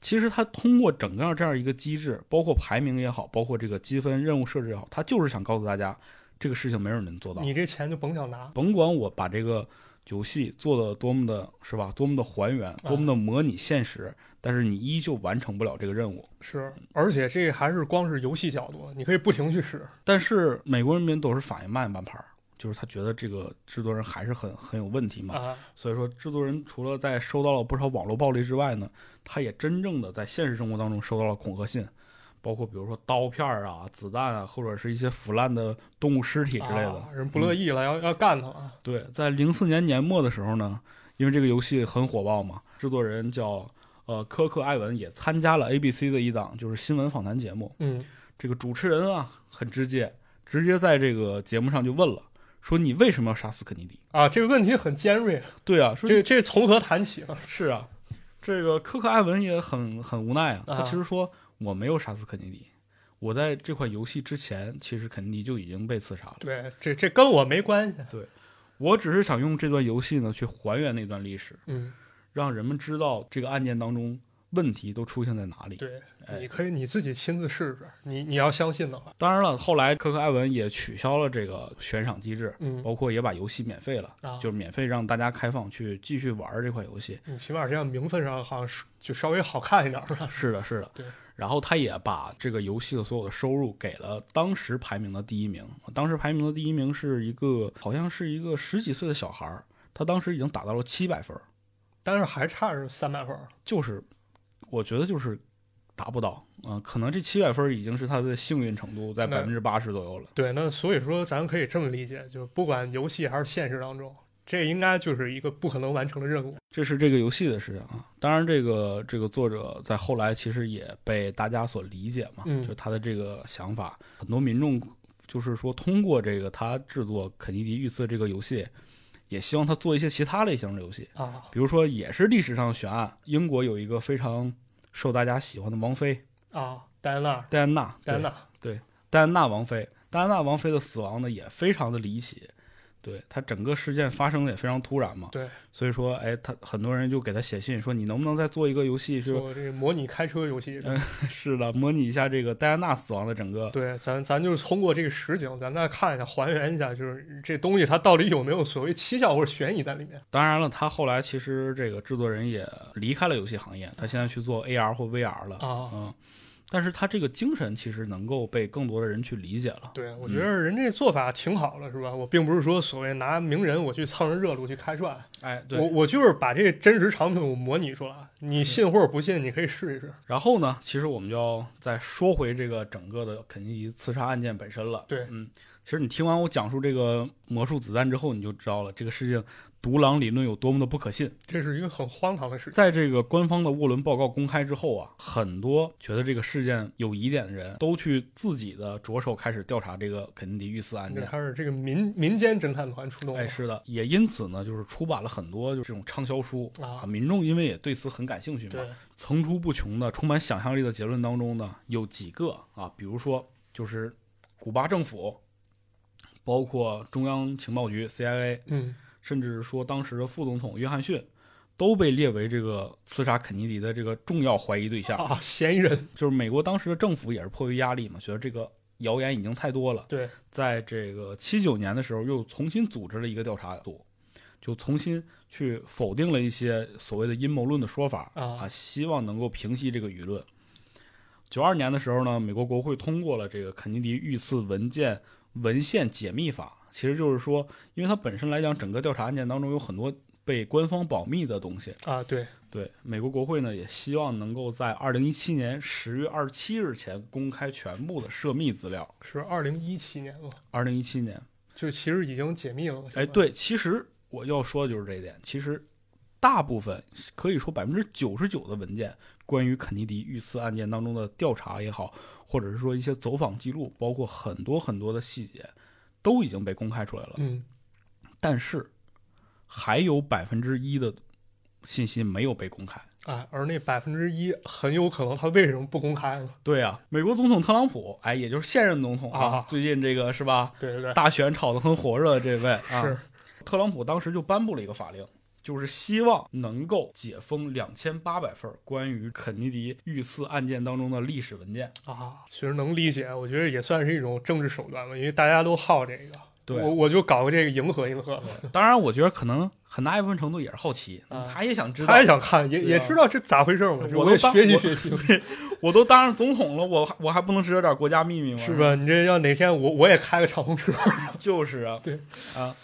Speaker 2: 其实它通过整个这样一个机制，包括排名也好，包括这个积分任务设置也好，它就是想告诉大家，这个事情没有人能做到。
Speaker 1: 你这钱就甭想拿。
Speaker 2: 甭管我把这个游戏做的多么的，是吧？多么的还原，多
Speaker 1: 嗯
Speaker 2: 么的模拟现实，但是你依旧完成不了这个任务。
Speaker 1: 是，而且这还是光是游戏角度，你可以不停去使。
Speaker 2: 但是美国人民都是反应慢半拍儿，就是他觉得这个制作人还是很很有问题嘛。
Speaker 1: 啊，
Speaker 2: 所以说，制作人除了在收到了不少网络暴力之外呢，他也真正的在现实生活当中收到了恐吓信，包括比如说刀片儿啊、子弹啊，或者是一些腐烂的动物尸体之类的。嗯
Speaker 1: 啊人不乐意了，要要干他啊。
Speaker 2: 对，在零四年年末的时候呢，因为这个游戏很火爆嘛，制作人叫呃科克·艾文也参加了 ABC 的一档就是新闻访谈节目。
Speaker 1: 嗯
Speaker 2: 这个主持人啊很直接，直接在这个节目上就问了，说你为什么要杀死肯尼迪？
Speaker 1: 啊，这个问题很尖锐，
Speaker 2: 对啊，说
Speaker 1: 这这从何谈起啊？
Speaker 2: 是啊，这个科克·艾文也很很无奈啊，他
Speaker 1: 啊
Speaker 2: 其实说我没有杀死肯尼迪。我在这款游戏之前，其实肯尼迪就已经被刺杀了。
Speaker 1: 对，这这跟我没关系。
Speaker 2: 我只是想用这段游戏呢，去还原那段历史。
Speaker 1: 嗯，
Speaker 2: 让人们知道这个案件当中问题都出现在哪里。
Speaker 1: 对，
Speaker 2: 哎
Speaker 1: 你可以你自己亲自试试，你你要相信的话。
Speaker 2: 当然了，后来科克艾文也取消了这个悬赏机制，
Speaker 1: 嗯
Speaker 2: 包括也把游戏免费了，
Speaker 1: 啊，
Speaker 2: 就是免费让大家开放去继续玩这款游戏。
Speaker 1: 你起码这样名分上好像是就稍微好看一点吧。
Speaker 2: 是的，是的。
Speaker 1: 啊对。
Speaker 2: 然后他也把这个游戏的所有的收入给了当时排名的第一名。当时排名的第一名是一个好像是一个十几岁的小孩儿，他当时已经打到了七百分儿，
Speaker 1: 但是还差是三百分儿
Speaker 2: 就是我觉得就是达不到啊、可能这七百分已经是他的幸运程度在
Speaker 1: 那
Speaker 2: 百分之八十左右了。
Speaker 1: 对，那所以说咱可以这么理解，就不管游戏还是现实当中，这应该就是一个不可能完成的任务。
Speaker 2: 这是这个游戏的事情啊。当然，这个这个作者在后来其实也被大家所理解嘛，
Speaker 1: 嗯
Speaker 2: 就他的这个想法，很多民众就是说通过这个他制作肯尼迪遇刺这个游戏，也希望他做一些其他类型的游戏，
Speaker 1: 啊，
Speaker 2: 比如说也是历史上的悬案。英国有一个非常受大家喜欢的王妃
Speaker 1: 啊，戴安娜，
Speaker 2: 戴安娜，
Speaker 1: 戴安
Speaker 2: 对
Speaker 1: 娜，
Speaker 2: 戴安娜王妃，戴安娜王妃的死亡呢也非常的离奇，对她整个事件发生的也非常突然嘛。
Speaker 1: 对，
Speaker 2: 所以说，哎，他很多人就给他写信说，你能不能再做一个游戏，是
Speaker 1: 说这个模拟开车游戏。
Speaker 2: 嗯 是的，模拟一下这个戴安娜死亡的整个。
Speaker 1: 对，咱咱就是通过这个实景，咱再看一下，还原一下，就是这东西它到底有没有所谓蹊跷或者悬疑在里面。
Speaker 2: 当然了，他后来其实这个制作人也离开了游戏行业，他现在去做 AR 或 VR 了。
Speaker 1: 啊
Speaker 2: 嗯，但是他这个精神其实能够被更多的人去理解了。
Speaker 1: 对，我觉得人这做法挺好的，是吧？我并不是说所谓拿名人我去蹭人热度去开涮，
Speaker 2: 哎，对
Speaker 1: 我。我就是把这真实场景我模拟出来，你信或者不信，你可以试一试。
Speaker 2: 然后呢，其实我们就要再说回这个整个的肯尼迪刺杀案件本身了。
Speaker 1: 对
Speaker 2: 嗯，其实你听完我讲述这个魔术子弹之后，你就知道了这个事情独狼理论有多么的不可信。
Speaker 1: 这是一个很荒唐的事情。
Speaker 2: 在这个官方的沃伦报告公开之后啊，很多觉得这个事件有疑点的人都去自己的着手开始调查这个肯尼迪遇刺案
Speaker 1: 这
Speaker 2: 件。
Speaker 1: 还是这个民民间侦探团出动了、
Speaker 2: 啊哎，是的，也因此呢，就是出版了很多就是这种畅销书
Speaker 1: 啊，
Speaker 2: 民众因为也对此很感兴趣嘛，
Speaker 1: 对，
Speaker 2: 层出不穷的、充满想象力的结论当中呢，有几个啊，比如说就是古巴政府，包括中央情报局 CIA，
Speaker 1: 嗯，
Speaker 2: 甚至说当时的副总统约翰逊，都被列为这个刺杀肯尼迪的这个重要怀疑对象。
Speaker 1: 啊，嫌疑人，
Speaker 2: 就是美国当时的政府也是迫于压力嘛，觉得这个谣言已经太多了，
Speaker 1: 对，
Speaker 2: 在这个七九年的时候又重新组织了一个调查组，就重新去否定了一些所谓的阴谋论的说法
Speaker 1: 啊
Speaker 2: 希望能够平息这个舆论。九二年的时候呢，美国国会通过了这个肯尼迪遇刺文件文献解密法，其实就是说，因为它本身来讲，整个调查案件当中有很多被官方保密的东西，
Speaker 1: 啊，对，
Speaker 2: 对，美国国会呢也希望能够在二零一七年十月二十七日前公开全部的涉密资料。
Speaker 1: 是二零一七年嘛，
Speaker 2: 二零一七年，
Speaker 1: 就其实已经解密了。
Speaker 2: 哎，对，其实我要说的就是这一点。其实大部分可以说百分之九十九的文件，关于肯尼迪遇刺案件当中的调查也好，或者是说一些走访记录，包括很多很多的细节，都已经被公开出来了。
Speaker 1: 嗯，
Speaker 2: 但是还有百分之一的信息没有被公开。
Speaker 1: 哎，而那百分之一很有可能他为什么不公开呢？
Speaker 2: 对啊，美国总统特朗普，哎，也就是现任总统啊，
Speaker 1: 啊
Speaker 2: 最近这个是吧，
Speaker 1: 对对对，
Speaker 2: 大选炒得很火热，这位、啊、
Speaker 1: 是
Speaker 2: 特朗普当时就颁布了一个法令，就是希望能够解封两千八百份关于肯尼迪遇刺案件当中的历史文件。
Speaker 1: 啊，其实能理解，我觉得也算是一种政治手段吧，因为大家都好这个。
Speaker 2: 对
Speaker 1: 我我就搞个这个迎合迎合，
Speaker 2: 当然，我觉得可能很大一部分程度也是好奇，
Speaker 1: 啊
Speaker 2: 他也想知道
Speaker 1: 他也，想看，也、
Speaker 2: 对啊
Speaker 1: 也知道这咋回事嘛，
Speaker 2: 我
Speaker 1: 也
Speaker 2: 都当
Speaker 1: 学习
Speaker 2: 我
Speaker 1: 学习，
Speaker 2: 我都当上总统了，我还我还不能知道点国家秘密吗？
Speaker 1: 是吧？你这要哪天我我也开个敞篷 车，
Speaker 2: 就是啊，
Speaker 1: 对
Speaker 2: 啊，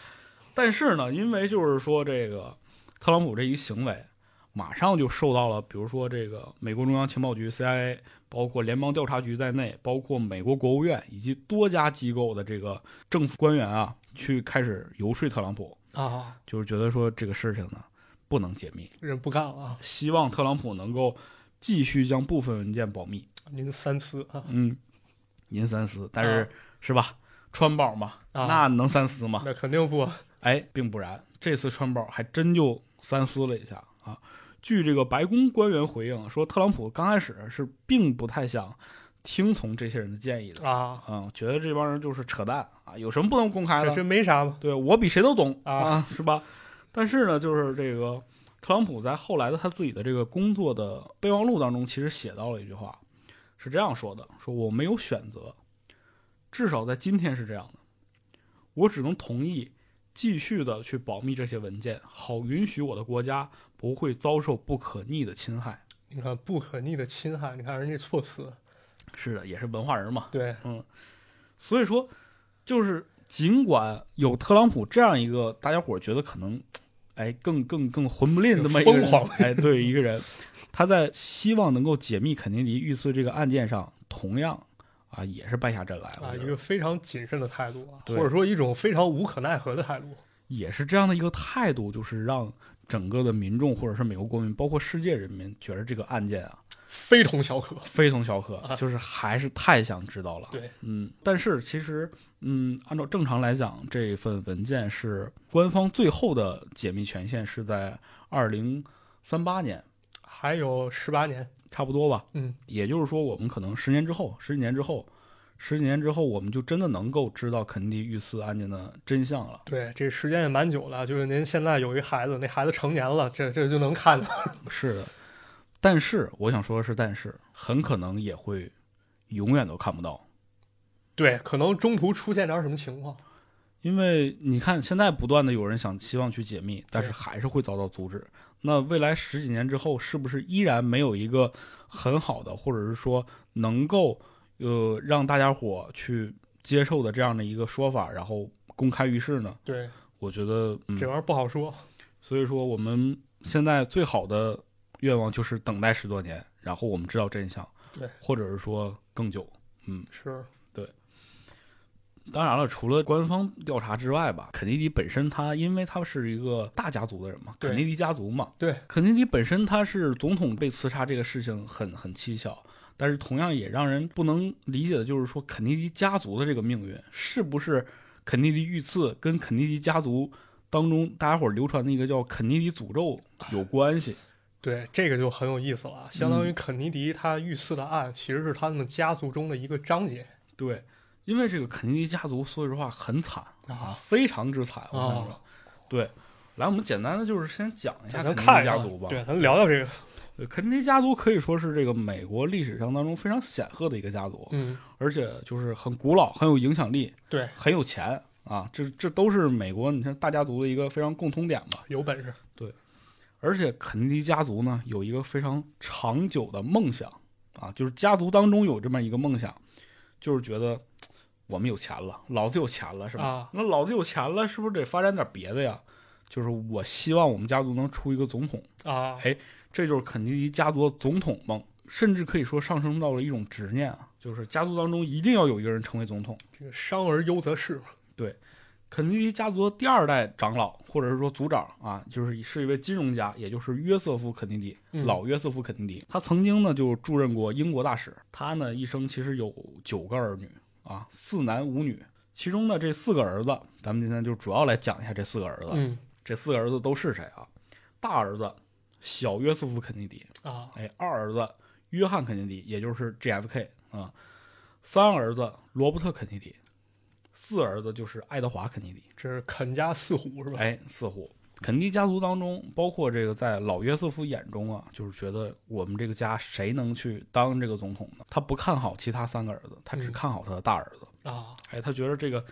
Speaker 2: 但是呢，因为就是说这个特朗普这一行为，马上就受到了，比如说这个美国中央情报局 CIA，包括联邦调查局在内，包括美国国务院以及多家机构的这个政府官员啊，去开始游说特朗普，
Speaker 1: 啊，
Speaker 2: 就是觉得说这个事情呢不能解密，
Speaker 1: 人不干了啊，
Speaker 2: 希望特朗普能够继续将部分文件保密。
Speaker 1: 您三思啊
Speaker 2: 嗯，您三思，但是、
Speaker 1: 啊
Speaker 2: 是吧？川宝嘛，
Speaker 1: 啊
Speaker 2: 那能三思吗？
Speaker 1: 那肯定不
Speaker 2: 哎，并不然，这次川宝还真就三思了一下啊。据这个白宫官员回应说，特朗普刚开始是并不太想听从这些人的建议的，
Speaker 1: 啊，
Speaker 2: 嗯，觉得这帮人就是扯淡啊，有什么不能公开
Speaker 1: 这
Speaker 2: 的？
Speaker 1: 真没啥嘛。
Speaker 2: 对我比谁都懂
Speaker 1: 啊
Speaker 2: 是吧？但是呢，就是这个特朗普在后来的他自己的这个工作的备忘录当中，其实写到了一句话，是这样说的：说我没有选择，至少在今天是这样的，我只能同意继续的去保密这些文件，好允许我的国家不会遭受不可逆的侵害。
Speaker 1: 你看不可逆的侵害，你看人家措辞，
Speaker 2: 是的，也是文化人嘛，
Speaker 1: 对
Speaker 2: 嗯所以说，就是尽管有特朗普这样一个大家伙儿觉得可能，哎更更更混不吝这么一个人
Speaker 1: 疯狂
Speaker 2: 哎对一个人，他在希望能够解密肯尼迪遇刺这个案件上，同样啊也是败下阵来
Speaker 1: 啊，
Speaker 2: 了，
Speaker 1: 一个非常谨慎的态度啊，或
Speaker 2: 对
Speaker 1: 者说一种非常无可奈何的态度。
Speaker 2: 也是这样的一个态度，就是让整个的民众或者是美国国民，包括世界人民，觉得这个案件啊
Speaker 1: 非同小可。
Speaker 2: 非同小可
Speaker 1: 啊，
Speaker 2: 就是还是太想知道了。
Speaker 1: 对，
Speaker 2: 嗯，但是其实，嗯，按照正常来讲，这份文件是官方最后的解密权限是在二零三八年，
Speaker 1: 还有十八年，
Speaker 2: 差不多吧。
Speaker 1: 嗯，
Speaker 2: 也就是说，我们可能十年之后、十几年之后、十几年之后，我们就真的能够知道肯尼迪遇刺案件的真相了。
Speaker 1: 对，这时间也蛮久了。就是您现在有一孩子，那孩子成年了，这这就能看见。
Speaker 2: 是的，但是我想说的是，但是很可能也会永远都看不到。
Speaker 1: 对，可能中途出现点什么情况。
Speaker 2: 因为你看，现在不断的有人想希望去解密，但是
Speaker 1: 对
Speaker 2: 还是会遭到阻止。那未来十几年之后，是不是依然没有一个很好的，或者是说能够呃让大家伙去接受的这样的一个说法，然后公开于世呢？
Speaker 1: 对，
Speaker 2: 我觉得，嗯
Speaker 1: 这、玩意儿不好说。
Speaker 2: 所以说我们现在最好的愿望就是等待十多年，然后我们知道真相，
Speaker 1: 对，
Speaker 2: 或者是说更久。
Speaker 1: 是，
Speaker 2: 当然了，除了官方调查之外吧，肯尼迪本身他因为他是一个大家族的人嘛，
Speaker 1: 对
Speaker 2: 肯尼迪家族嘛，
Speaker 1: 对，
Speaker 2: 肯尼迪本身他是总统被刺杀这个事情很很蹊跷，但是同样也让人不能理解的就是说，肯尼迪家族的这个命运是不是肯尼迪遇刺跟肯尼迪家族当中大家伙儿流传的一个叫肯尼迪诅咒有关系？
Speaker 1: 对，这个就很有意思了啊。相
Speaker 2: 嗯
Speaker 1: 当于肯尼迪他遇刺的案，其实是他们家族中的一个章节
Speaker 2: 对，因为这个肯尼迪家族说实话很惨啊，
Speaker 1: 啊。
Speaker 2: 非常之惨，我跟你说。
Speaker 1: 啊，
Speaker 2: 对，来，我们简单的就是先讲一下
Speaker 1: 咱
Speaker 2: 肯尼
Speaker 1: 看
Speaker 2: 迪
Speaker 1: 一
Speaker 2: 家
Speaker 1: 下
Speaker 2: 族吧。
Speaker 1: 对，咱聊聊这个。
Speaker 2: 对，肯尼迪家族可以说是这个美国历史上当中非常显赫的一个家族，
Speaker 1: 嗯，
Speaker 2: 而且就是很古老、很有影响力、
Speaker 1: 对，
Speaker 2: 很有钱啊，这这都是美国你看大家族的一个非常共通点吧。
Speaker 1: 有本事。
Speaker 2: 而且肯尼迪家族呢有一个非常长久的梦想啊，就是家族当中有这么一个梦想，就是觉得我们有钱了，老子有钱了是吧？
Speaker 1: 啊
Speaker 2: 那老子有钱了，是不是得发展点别的呀？就是我希望我们家族能出一个总统，
Speaker 1: 啊，
Speaker 2: 这就是肯尼迪家族的总统梦，甚至可以说上升到了一种执念啊，就是家族当中一定要有一个人成为总统。
Speaker 1: 这个商而优则仕嘛。
Speaker 2: 肯尼迪家族的第二代长老，或者是说族长啊，就是是一位金融家，也就是约瑟夫·肯尼迪，
Speaker 1: 嗯
Speaker 2: 老约瑟夫·肯尼迪。他曾经呢就驻任过英国大使。他呢一生其实有九个儿女啊，四男五女，其中呢这四个儿子，咱们今天就主要来讲一下这四个儿子。
Speaker 1: 嗯
Speaker 2: 这四个儿子都是谁啊？大儿子小约瑟夫·肯尼迪，
Speaker 1: 啊，
Speaker 2: 哎，二儿子约翰·肯尼迪，也就是 JFK 啊、三儿子罗伯特·肯尼迪，四儿子就是爱德华·肯尼迪。
Speaker 1: 这是肯家四虎是吧？
Speaker 2: 哎，似乎肯尼迪家族当中，包括这个在老约瑟夫眼中啊，就是觉得我们这个家谁能去当这个总统呢？他不看好其他三个儿子，他只
Speaker 1: 嗯
Speaker 2: 看好他的大儿子。
Speaker 1: 啊，
Speaker 2: 哎，他觉得这个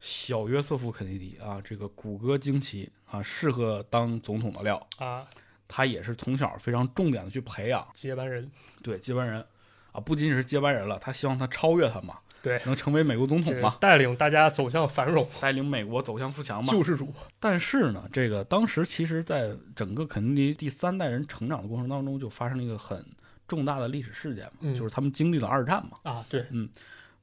Speaker 2: 小约瑟夫·肯尼迪啊，这个骨骼惊奇啊，适合当总统的料。
Speaker 1: 啊，
Speaker 2: 他也是从小非常重点的去培养，
Speaker 1: 接班人，
Speaker 2: 对接班人啊，不仅仅是接班人了，他希望他超越他嘛，
Speaker 1: 对
Speaker 2: 能成为美国总
Speaker 1: 这
Speaker 2: 统
Speaker 1: 个
Speaker 2: 嘛，
Speaker 1: 带领大家走向繁荣，
Speaker 2: 带领美国走向富强嘛。
Speaker 1: 救世主。
Speaker 2: 但是呢，这个当时其实，在整个肯尼迪第三代人成长的过程当中，就发生了一个很重大的历史事件嘛，
Speaker 1: 嗯
Speaker 2: 就是他们经历了二战嘛。
Speaker 1: 啊，对，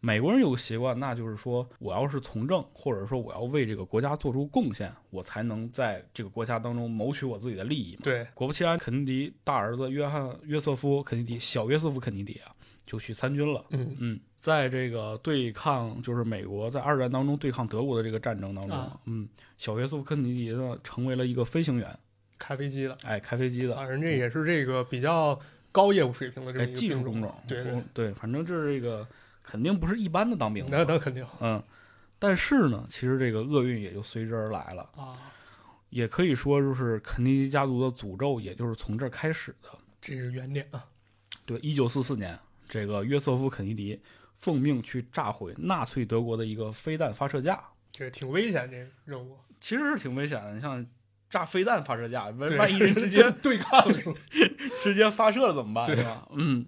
Speaker 2: 美国人有个习惯，那就是说，我要是从政，或者说我要为这个国家做出贡献，我才能在这个国家当中谋取我自己的利益嘛。
Speaker 1: 对，
Speaker 2: 果不其然，肯尼迪大儿子约翰·约瑟夫·肯尼迪，小约瑟夫·肯尼迪啊，就去参军了。
Speaker 1: 嗯，
Speaker 2: 嗯，在这个对抗，就是美国在二战当中对抗德国的这个战争当中，
Speaker 1: 啊
Speaker 2: 嗯，小约瑟夫·肯尼迪呢成为了一个飞行员，
Speaker 1: 开飞机的
Speaker 2: 哎，开飞机的，
Speaker 1: 啊，人家也是这个比较高业务水平的这么
Speaker 2: 哎，
Speaker 1: 一个
Speaker 2: 技术
Speaker 1: 兵
Speaker 2: 工
Speaker 1: 种。
Speaker 2: 种，
Speaker 1: 对对
Speaker 2: 我对，反正就是这个肯定不是一般的当兵的
Speaker 1: 那那肯定
Speaker 2: 嗯，但是呢，其实这个厄运也就随之而来了，
Speaker 1: 啊，
Speaker 2: 也可以说就是肯尼迪家族的诅咒，也就是从这儿开始的。
Speaker 1: 这是原点啊，
Speaker 2: 对，一九四四年，这个约瑟夫·肯尼迪奉命去炸毁纳粹德国的一个飞弹发射架。
Speaker 1: 这挺危险这任务，
Speaker 2: 其实是挺危险的。你像炸飞弹发射架，万
Speaker 1: 对
Speaker 2: 哎万一
Speaker 1: 这
Speaker 2: 人
Speaker 1: 是
Speaker 2: 直 接
Speaker 1: 对抗是吧
Speaker 2: 直接发射了怎么办？
Speaker 1: 对
Speaker 2: 是吧？嗯，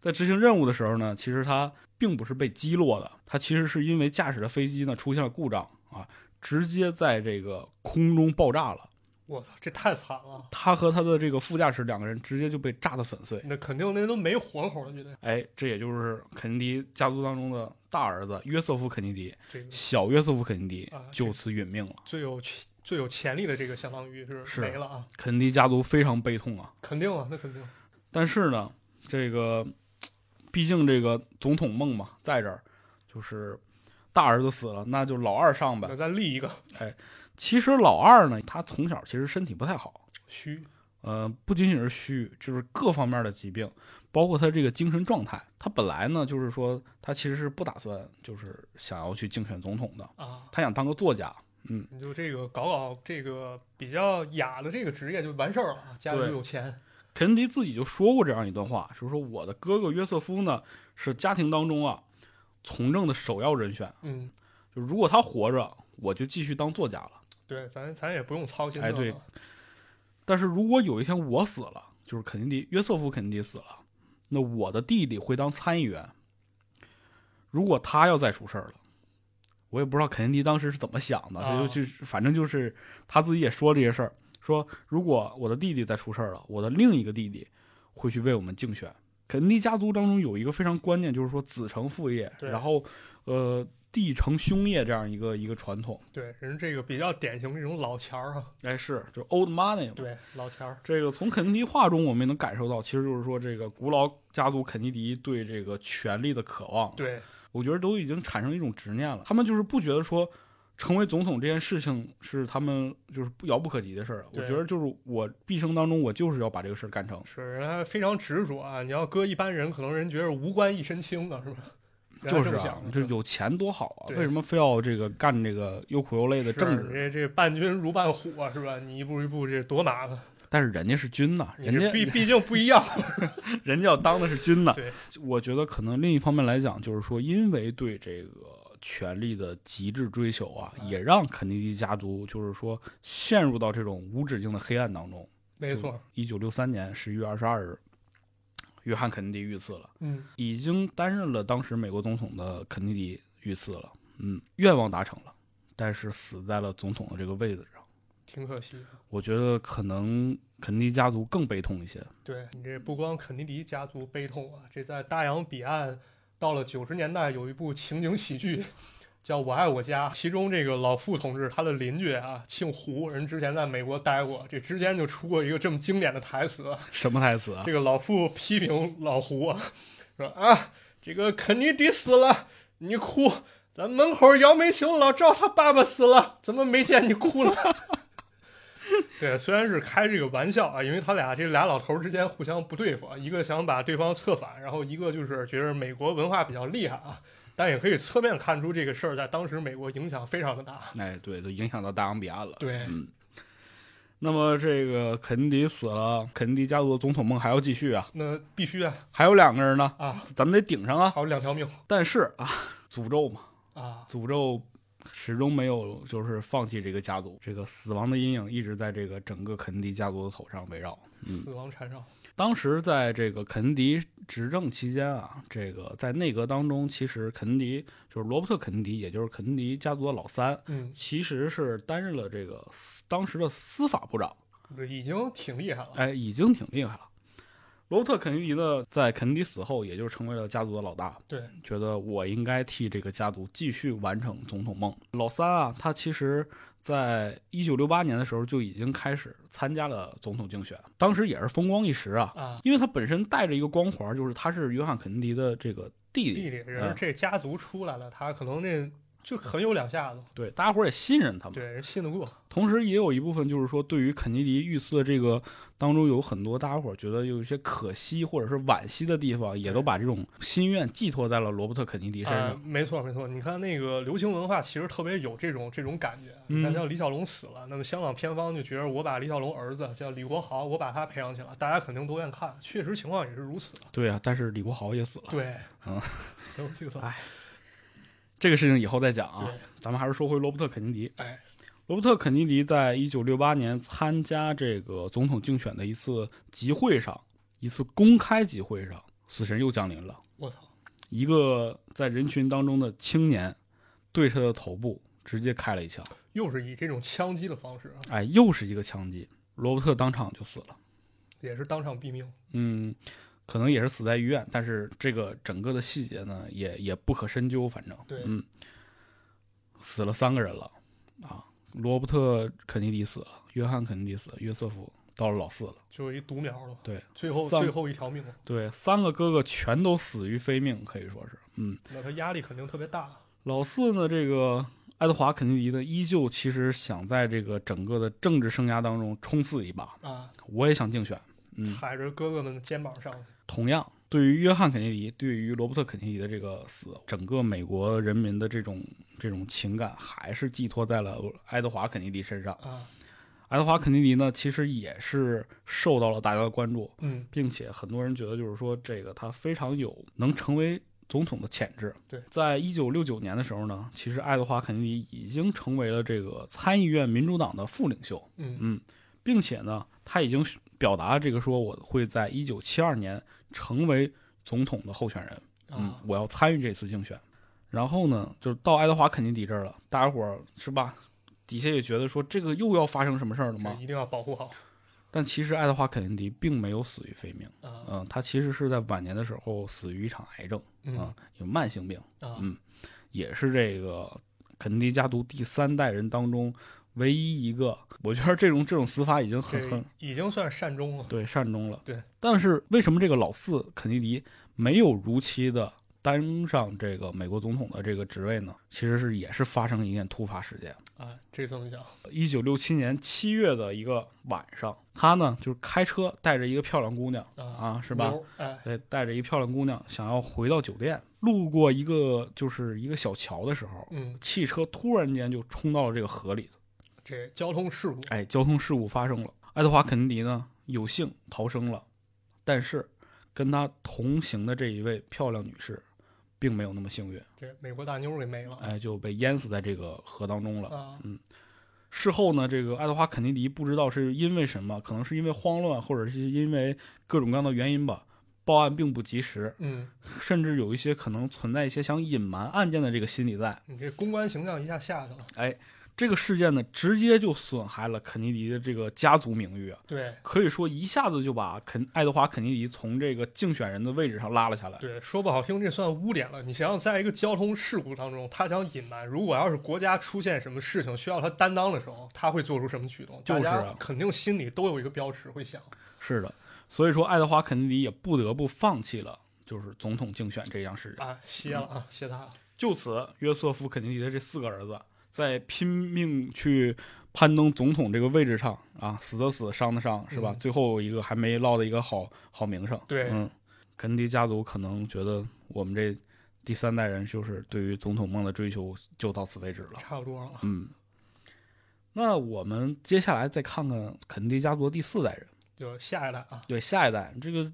Speaker 2: 在执行任务的时候呢，其实它并不是被击落的，它其实是因为驾驶的飞机呢出现了故障啊，直接在这个空中爆炸了。
Speaker 1: 我操，这太惨了，
Speaker 2: 他和他的这个副驾驶两个人直接就被炸得粉碎。
Speaker 1: 那肯定那都没活口了，绝对
Speaker 2: 哎，这也就是肯尼迪家族当中的大儿子约瑟夫·肯尼迪，
Speaker 1: 这个
Speaker 2: 小约瑟夫·肯尼迪
Speaker 1: 啊这
Speaker 2: 就此殒命了。
Speaker 1: 最有潜最有潜力的这个，相当于是
Speaker 2: 是
Speaker 1: 没了啊，
Speaker 2: 肯尼迪家族非常悲痛啊，
Speaker 1: 肯定啊，那肯定，
Speaker 2: 但是呢，这个毕竟这个总统梦嘛，在这儿就是大儿子死了，那就老二上呗
Speaker 1: 那。再立一个
Speaker 2: 其实老二呢，他从小其实身体不太好，
Speaker 1: 虚，
Speaker 2: 呃，不仅仅是虚，就是各方面的疾病，包括他这个精神状态。他本来呢，就是说他其实是不打算就是想要去竞选总统的，
Speaker 1: 啊，
Speaker 2: 他想当个作家。嗯，
Speaker 1: 你就这个搞搞这个比较雅的这个职业就完事儿了啊，家里又
Speaker 2: 对
Speaker 1: 有钱，
Speaker 2: 肯尼迪自己就说过这样一段话，就是说我的哥哥约瑟夫呢是家庭当中啊从政的首要人选。
Speaker 1: 嗯，
Speaker 2: 就如果他活着，我就继续当作家了；
Speaker 1: 对，咱咱也不用操心这
Speaker 2: 哎
Speaker 1: 个
Speaker 2: 对但是如果有一天我死了，就是肯尼迪约瑟夫肯尼迪死了，那我的弟弟会当参议员。如果他要再出事儿了，我也不知道肯尼迪当时是怎么想的，
Speaker 1: 啊
Speaker 2: 他就去，反正就是他自己也说这些事儿，说如果我的弟弟再出事儿了，我的另一个弟弟会去为我们竞选。肯尼迪家族当中有一个非常关键，就是说子承父业，
Speaker 1: 对
Speaker 2: 然后呃弟承兄业这样一个一个传统。
Speaker 1: 对，人这个比较典型的这种老钱儿啊，
Speaker 2: 哎，是就 old money 嘛。
Speaker 1: 对，老钱儿，
Speaker 2: 这个从肯尼迪话中，我们也能感受到，其实就是说，这个古老家族肯尼迪对这个权力的渴望，
Speaker 1: 对，
Speaker 2: 我觉得都已经产生一种执念了。他们就是不觉得说成为总统这件事情是他们就是不遥不可及的事儿了。我
Speaker 1: 对
Speaker 2: 觉得就是我毕生当中，我就是要把这个事儿干成。
Speaker 1: 是人还非常执着啊，你要搁一般人，可能人觉得无官一身轻啊，是吧？人还
Speaker 2: 就
Speaker 1: 这
Speaker 2: 是
Speaker 1: 么
Speaker 2: 啊
Speaker 1: 想，的，
Speaker 2: 这有钱多好啊！
Speaker 1: 对
Speaker 2: 为什么非要这个干这个又苦又累的政治？
Speaker 1: 啊这这伴君如伴虎啊，是吧？你一步一步这多麻烦，
Speaker 2: 但是人家是军呐，
Speaker 1: 你
Speaker 2: 人
Speaker 1: 这
Speaker 2: 家
Speaker 1: 毕毕竟不一样，
Speaker 2: 人家要当的是军呢。
Speaker 1: 对，
Speaker 2: 我觉得可能另一方面来讲，就是说，因为对这个权力的极致追求啊，
Speaker 1: 嗯
Speaker 2: 也让肯尼迪家族就是说陷入到这种无止境的黑暗当中。
Speaker 1: 没错，
Speaker 2: 一九六三年十一月二十二日，约翰·肯尼迪遇刺了，
Speaker 1: 嗯，
Speaker 2: 已经担任了当时美国总统的肯尼迪遇刺了，嗯，愿望达成了，但是死在了总统的这个位子上。
Speaker 1: 挺可惜的。
Speaker 2: 我觉得可能肯尼迪家族更悲痛一些。
Speaker 1: 对你这不光肯尼迪家族悲痛啊，这在大洋彼岸，到了九十年代有一部情景喜剧，叫《我爱我家》，其中这个老傅同志他的邻居啊，姓胡，人之前在美国待过，这之间就出过一个这么经典的台词啊，
Speaker 2: 什么台词啊
Speaker 1: 这？个老傅批评老胡啊，说啊，这个肯尼迪死了，你哭。咱门口杨梅球老赵他爸爸死了，怎么没见你哭了？ 对，虽然是开这个玩笑啊，因为他俩这俩老头儿之间互相不对付啊，一个想把对方策反，然后一个就是觉得美国文化比较厉害啊，但也可以侧面看出这个事儿在当时美国影响非常的大。啊
Speaker 2: 哎，对，都影响到大洋彼岸了。
Speaker 1: 对，
Speaker 2: 嗯，那么这个肯尼迪死了，肯尼迪家族的总统梦还要继续啊，
Speaker 1: 那必须啊
Speaker 2: 还有两个人呢，
Speaker 1: 啊，
Speaker 2: 咱们得顶上啊。
Speaker 1: 还有两条命
Speaker 2: 但是啊，诅咒嘛，
Speaker 1: 啊，
Speaker 2: 诅咒始终没有就是放弃这个家族，这个死亡的阴影一直在这个整个肯尼迪家族的头上围绕。
Speaker 1: 死亡缠绕，
Speaker 2: 当时在这个肯尼迪执政期间啊，这个在内阁当中，其实肯尼迪就是罗伯特肯尼迪，也就是肯尼迪家族的老三，
Speaker 1: 嗯，
Speaker 2: 其实是担任了这个司当时的司法部长。
Speaker 1: 这已经挺厉害了。
Speaker 2: 哎，已经挺厉害了。罗伯特·肯尼迪呢，在肯尼迪死后，也就成为了家族的老大。
Speaker 1: 对，
Speaker 2: 觉得我应该替这个家族继续完成总统梦。老三啊，他其实在一九六八年的时候就已经开始参加了总统竞选，当时也是风光一时啊，
Speaker 1: 啊，
Speaker 2: 因为他本身带着一个光环，就是他是约翰·肯尼迪的这个弟弟。嗯
Speaker 1: 弟弟，人家这家族出来了，他可能这就很有两下子，
Speaker 2: 对，大家伙儿也信任他嘛。
Speaker 1: 对，人信得过，
Speaker 2: 同时也有一部分就是说，对于肯尼迪遇刺的这个当中，有很多大家伙儿觉得有一些可惜或者是惋惜的地方，也都把这种心愿寄托在了罗伯特·肯尼迪身
Speaker 1: 啊，
Speaker 2: 上。
Speaker 1: 没错没错，你看那个流行文化其实特别有这种这种感觉。
Speaker 2: 嗯
Speaker 1: 你看像李小龙死了，那么香港片方就觉得我把李小龙儿子叫李国豪，我把他培养起来，大家肯定都愿看。确实情况也是如此。
Speaker 2: 对啊，但是李国豪也死了，
Speaker 1: 对，
Speaker 2: 嗯，
Speaker 1: 有这个词儿
Speaker 2: 哎这个事情以后再讲啊
Speaker 1: 对。
Speaker 2: 咱们还是说回罗伯特·肯尼迪。
Speaker 1: 哎，
Speaker 2: 罗伯特·肯尼迪在一九六八年参加这个总统竞选的一次集会上，一次公开集会上，死神又降临了。
Speaker 1: 我操，
Speaker 2: 一个在人群当中的青年对着他的头部直接开了一枪，
Speaker 1: 又是以这种枪击的方式啊，
Speaker 2: 哎，又是一个枪击，罗伯特当场就死了。
Speaker 1: 也是当场毙命。
Speaker 2: 嗯，可能也是死在医院，但是这个整个的细节呢，也也不可深究，反正
Speaker 1: 对
Speaker 2: 嗯，死了三个人了啊，罗伯特肯尼迪死了，约翰肯尼迪死了，约瑟夫到了老四了，
Speaker 1: 就一独苗了，
Speaker 2: 对，
Speaker 1: 最后
Speaker 2: 三
Speaker 1: 最后一条命了，
Speaker 2: 对三个哥哥全都死于非命，可以说是嗯。
Speaker 1: 那他压力肯定特别大。
Speaker 2: 老四呢，这个爱德华·肯尼迪呢，依旧其实想在这个整个的政治生涯当中冲刺一把，
Speaker 1: 啊，
Speaker 2: 我也想竞选。嗯，
Speaker 1: 踩着哥哥们的肩膀上，
Speaker 2: 同样，对于约翰·肯尼迪，对于罗伯特·肯尼迪的这个死，整个美国人民的这种这种情感还是寄托在了爱德华·肯尼迪身上。
Speaker 1: 啊，
Speaker 2: 爱德华·肯尼迪呢，其实也是受到了大家的关注，
Speaker 1: 嗯，
Speaker 2: 并且很多人觉得就是说，这个他非常有能成为总统的潜质。
Speaker 1: 对，
Speaker 2: 在一九六九年的时候呢，其实爱德华·肯尼迪已经成为了这个参议院民主党的副领袖，
Speaker 1: 嗯
Speaker 2: 嗯，并且呢，他已经表达这个说我会在一九七二年成为总统的候选人，嗯
Speaker 1: 啊，，
Speaker 2: 我要参与这次竞选。然后呢，就是到爱德华·肯尼迪这儿了，大家伙儿是吧？底下也觉得说这个又要发生什么事儿了
Speaker 1: 这
Speaker 2: 吗？
Speaker 1: 一定要保护好
Speaker 2: 但其实爱德华·肯尼迪并没有死于非命。
Speaker 1: 啊，
Speaker 2: 嗯，他其实是在晚年的时候死于一场癌症
Speaker 1: 嗯
Speaker 2: 啊，有慢性病，
Speaker 1: 啊
Speaker 2: 嗯也是这个肯尼迪家族第三代人当中唯一一个。我觉得这种这种死法已经很
Speaker 1: 这
Speaker 2: 很
Speaker 1: 已经算善终了。
Speaker 2: 对善终了。
Speaker 1: 对，
Speaker 2: 但是为什么这个老四肯尼迪没有如期的担上这个美国总统的这个职位呢？其实是也是发生一件突发事件。
Speaker 1: 啊，这怎么讲？
Speaker 2: 一九六七年七月的一个晚上，他呢就是开车带着一个漂亮姑娘
Speaker 1: 啊，
Speaker 2: 啊，是吧？
Speaker 1: 牛？哎，
Speaker 2: 对，带着一漂亮姑娘想要回到酒店，路过一个就是一个小桥的时候，
Speaker 1: 嗯，
Speaker 2: 汽车突然间就冲到了这个河里，
Speaker 1: 这交通事故，
Speaker 2: 哎，交通事故发生了。爱德华·肯尼迪呢有幸逃生了，但是跟他同行的这一位漂亮女士并没有那么幸运，
Speaker 1: 这美国大妞儿给没了。
Speaker 2: 哎，就被淹死在这个河当中了。
Speaker 1: 啊，
Speaker 2: 事后呢，这个爱德华·肯尼迪不知道是因为什么，可能是因为慌乱，或者是因为各种各样的原因吧，报案并不及时，
Speaker 1: 嗯，
Speaker 2: 甚至有一些可能存在一些想隐瞒案件的这个心理在。
Speaker 1: 你这公关形象一下下去了。
Speaker 2: 哎，这个事件呢，直接就损害了肯尼迪的这个家族名誉啊，
Speaker 1: 对
Speaker 2: 可以说一下子就把肯爱德华·肯尼迪从这个竞选人的位置上拉了下来。
Speaker 1: 对，说不好听，这算污点了。你想想，在一个交通事故当中，他想隐瞒，如果要是国家出现什么事情需要他担当的时候，他会做出什么举动？
Speaker 2: 就是啊
Speaker 1: 大家肯定心里都有一个标尺，会想
Speaker 2: 是的，所以说爱德华·肯尼迪也不得不放弃了就是总统竞选这样事情。
Speaker 1: 啊，歇了啊，歇他了。
Speaker 2: 就此，约瑟夫·肯尼迪的这四个儿子在拼命去攀登总统这个位置上啊，死的死，伤的伤，是吧？
Speaker 1: 嗯
Speaker 2: 最后一个还没落得一个好好名声。
Speaker 1: 对
Speaker 2: 嗯，肯尼迪家族可能觉得我们这第三代人就是对于总统梦的追求就到此为止了。
Speaker 1: 差不多了。
Speaker 2: 嗯，那我们接下来再看看肯尼迪家族的第四代人，
Speaker 1: 就下一代啊，
Speaker 2: 对下一代这个，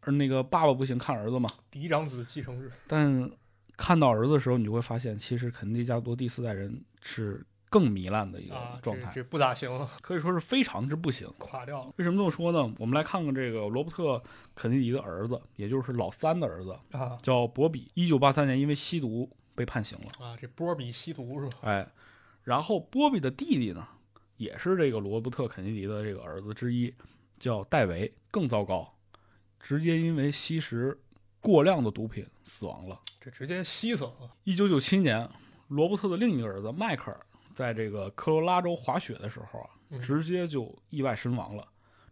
Speaker 2: 而那个爸爸不行，看儿子嘛。
Speaker 1: 嫡长子继承制，
Speaker 2: 但看到儿子的时候，你就会发现，其实肯尼迪家族第四代人是更糜烂的一个
Speaker 1: 啊，
Speaker 2: 状态，
Speaker 1: 这这不咋行了，
Speaker 2: 可以说是非常之不行。
Speaker 1: 垮掉了
Speaker 2: 为什么这么说呢？我们来看看这个罗伯特·肯尼迪的儿子，也就是老三的儿子，
Speaker 1: 啊
Speaker 2: 叫博比。一九八三年因为吸毒被判刑了，
Speaker 1: 啊！这波比吸毒是吧？
Speaker 2: 哎，然后波比的弟弟呢，也是这个罗伯特·肯尼迪的这个儿子之一，叫戴维，更糟糕，直接因为吸食过量的毒品死亡了。
Speaker 1: 这直接吸死了
Speaker 2: 一九九七年，罗伯特的另一个儿子迈克尔在这个科罗拉州滑雪的时候啊，
Speaker 1: 嗯
Speaker 2: 直接就意外身亡了，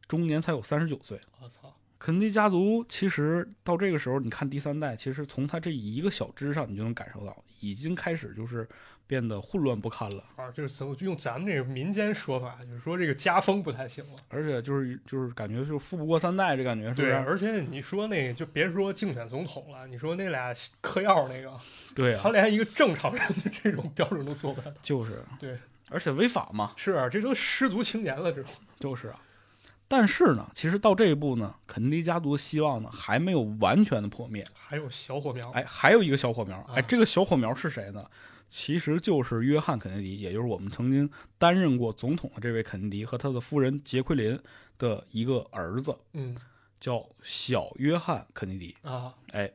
Speaker 2: 终年才有三十九岁。
Speaker 1: 我操！
Speaker 2: 肯尼迪家族其实到这个时候，你看第三代，其实从他这一个小枝上，你就能感受到已经开始就是变得混乱不堪了，
Speaker 1: 啊，就是怎么就用咱们这个民间说法，就是说这个家风不太行了。
Speaker 2: 而且就是就是感觉就是富不过三代，这感觉是不
Speaker 1: 对，
Speaker 2: 是？
Speaker 1: 而且你说那就别说竞选总统了，你说那俩嗑药那个，
Speaker 2: 对
Speaker 1: 他
Speaker 2: 啊，
Speaker 1: 连一个正常人的这种标准都做不到。
Speaker 2: 就是
Speaker 1: 对，
Speaker 2: 而且违法嘛，
Speaker 1: 是啊，这都失足青年了，这种
Speaker 2: 就是啊。但是呢，其实到这一步呢，肯尼迪家族的希望呢还没有完全的破灭。
Speaker 1: 还有小火苗，
Speaker 2: 哎，还有一个小火苗，哎，
Speaker 1: 啊
Speaker 2: 这个小火苗是谁呢？其实就是约翰·肯尼迪，也就是我们曾经担任过总统的这位肯尼迪和他的夫人杰奎琳的一个儿子，
Speaker 1: 嗯
Speaker 2: 叫小约翰·肯尼迪。
Speaker 1: 啊，
Speaker 2: 哎，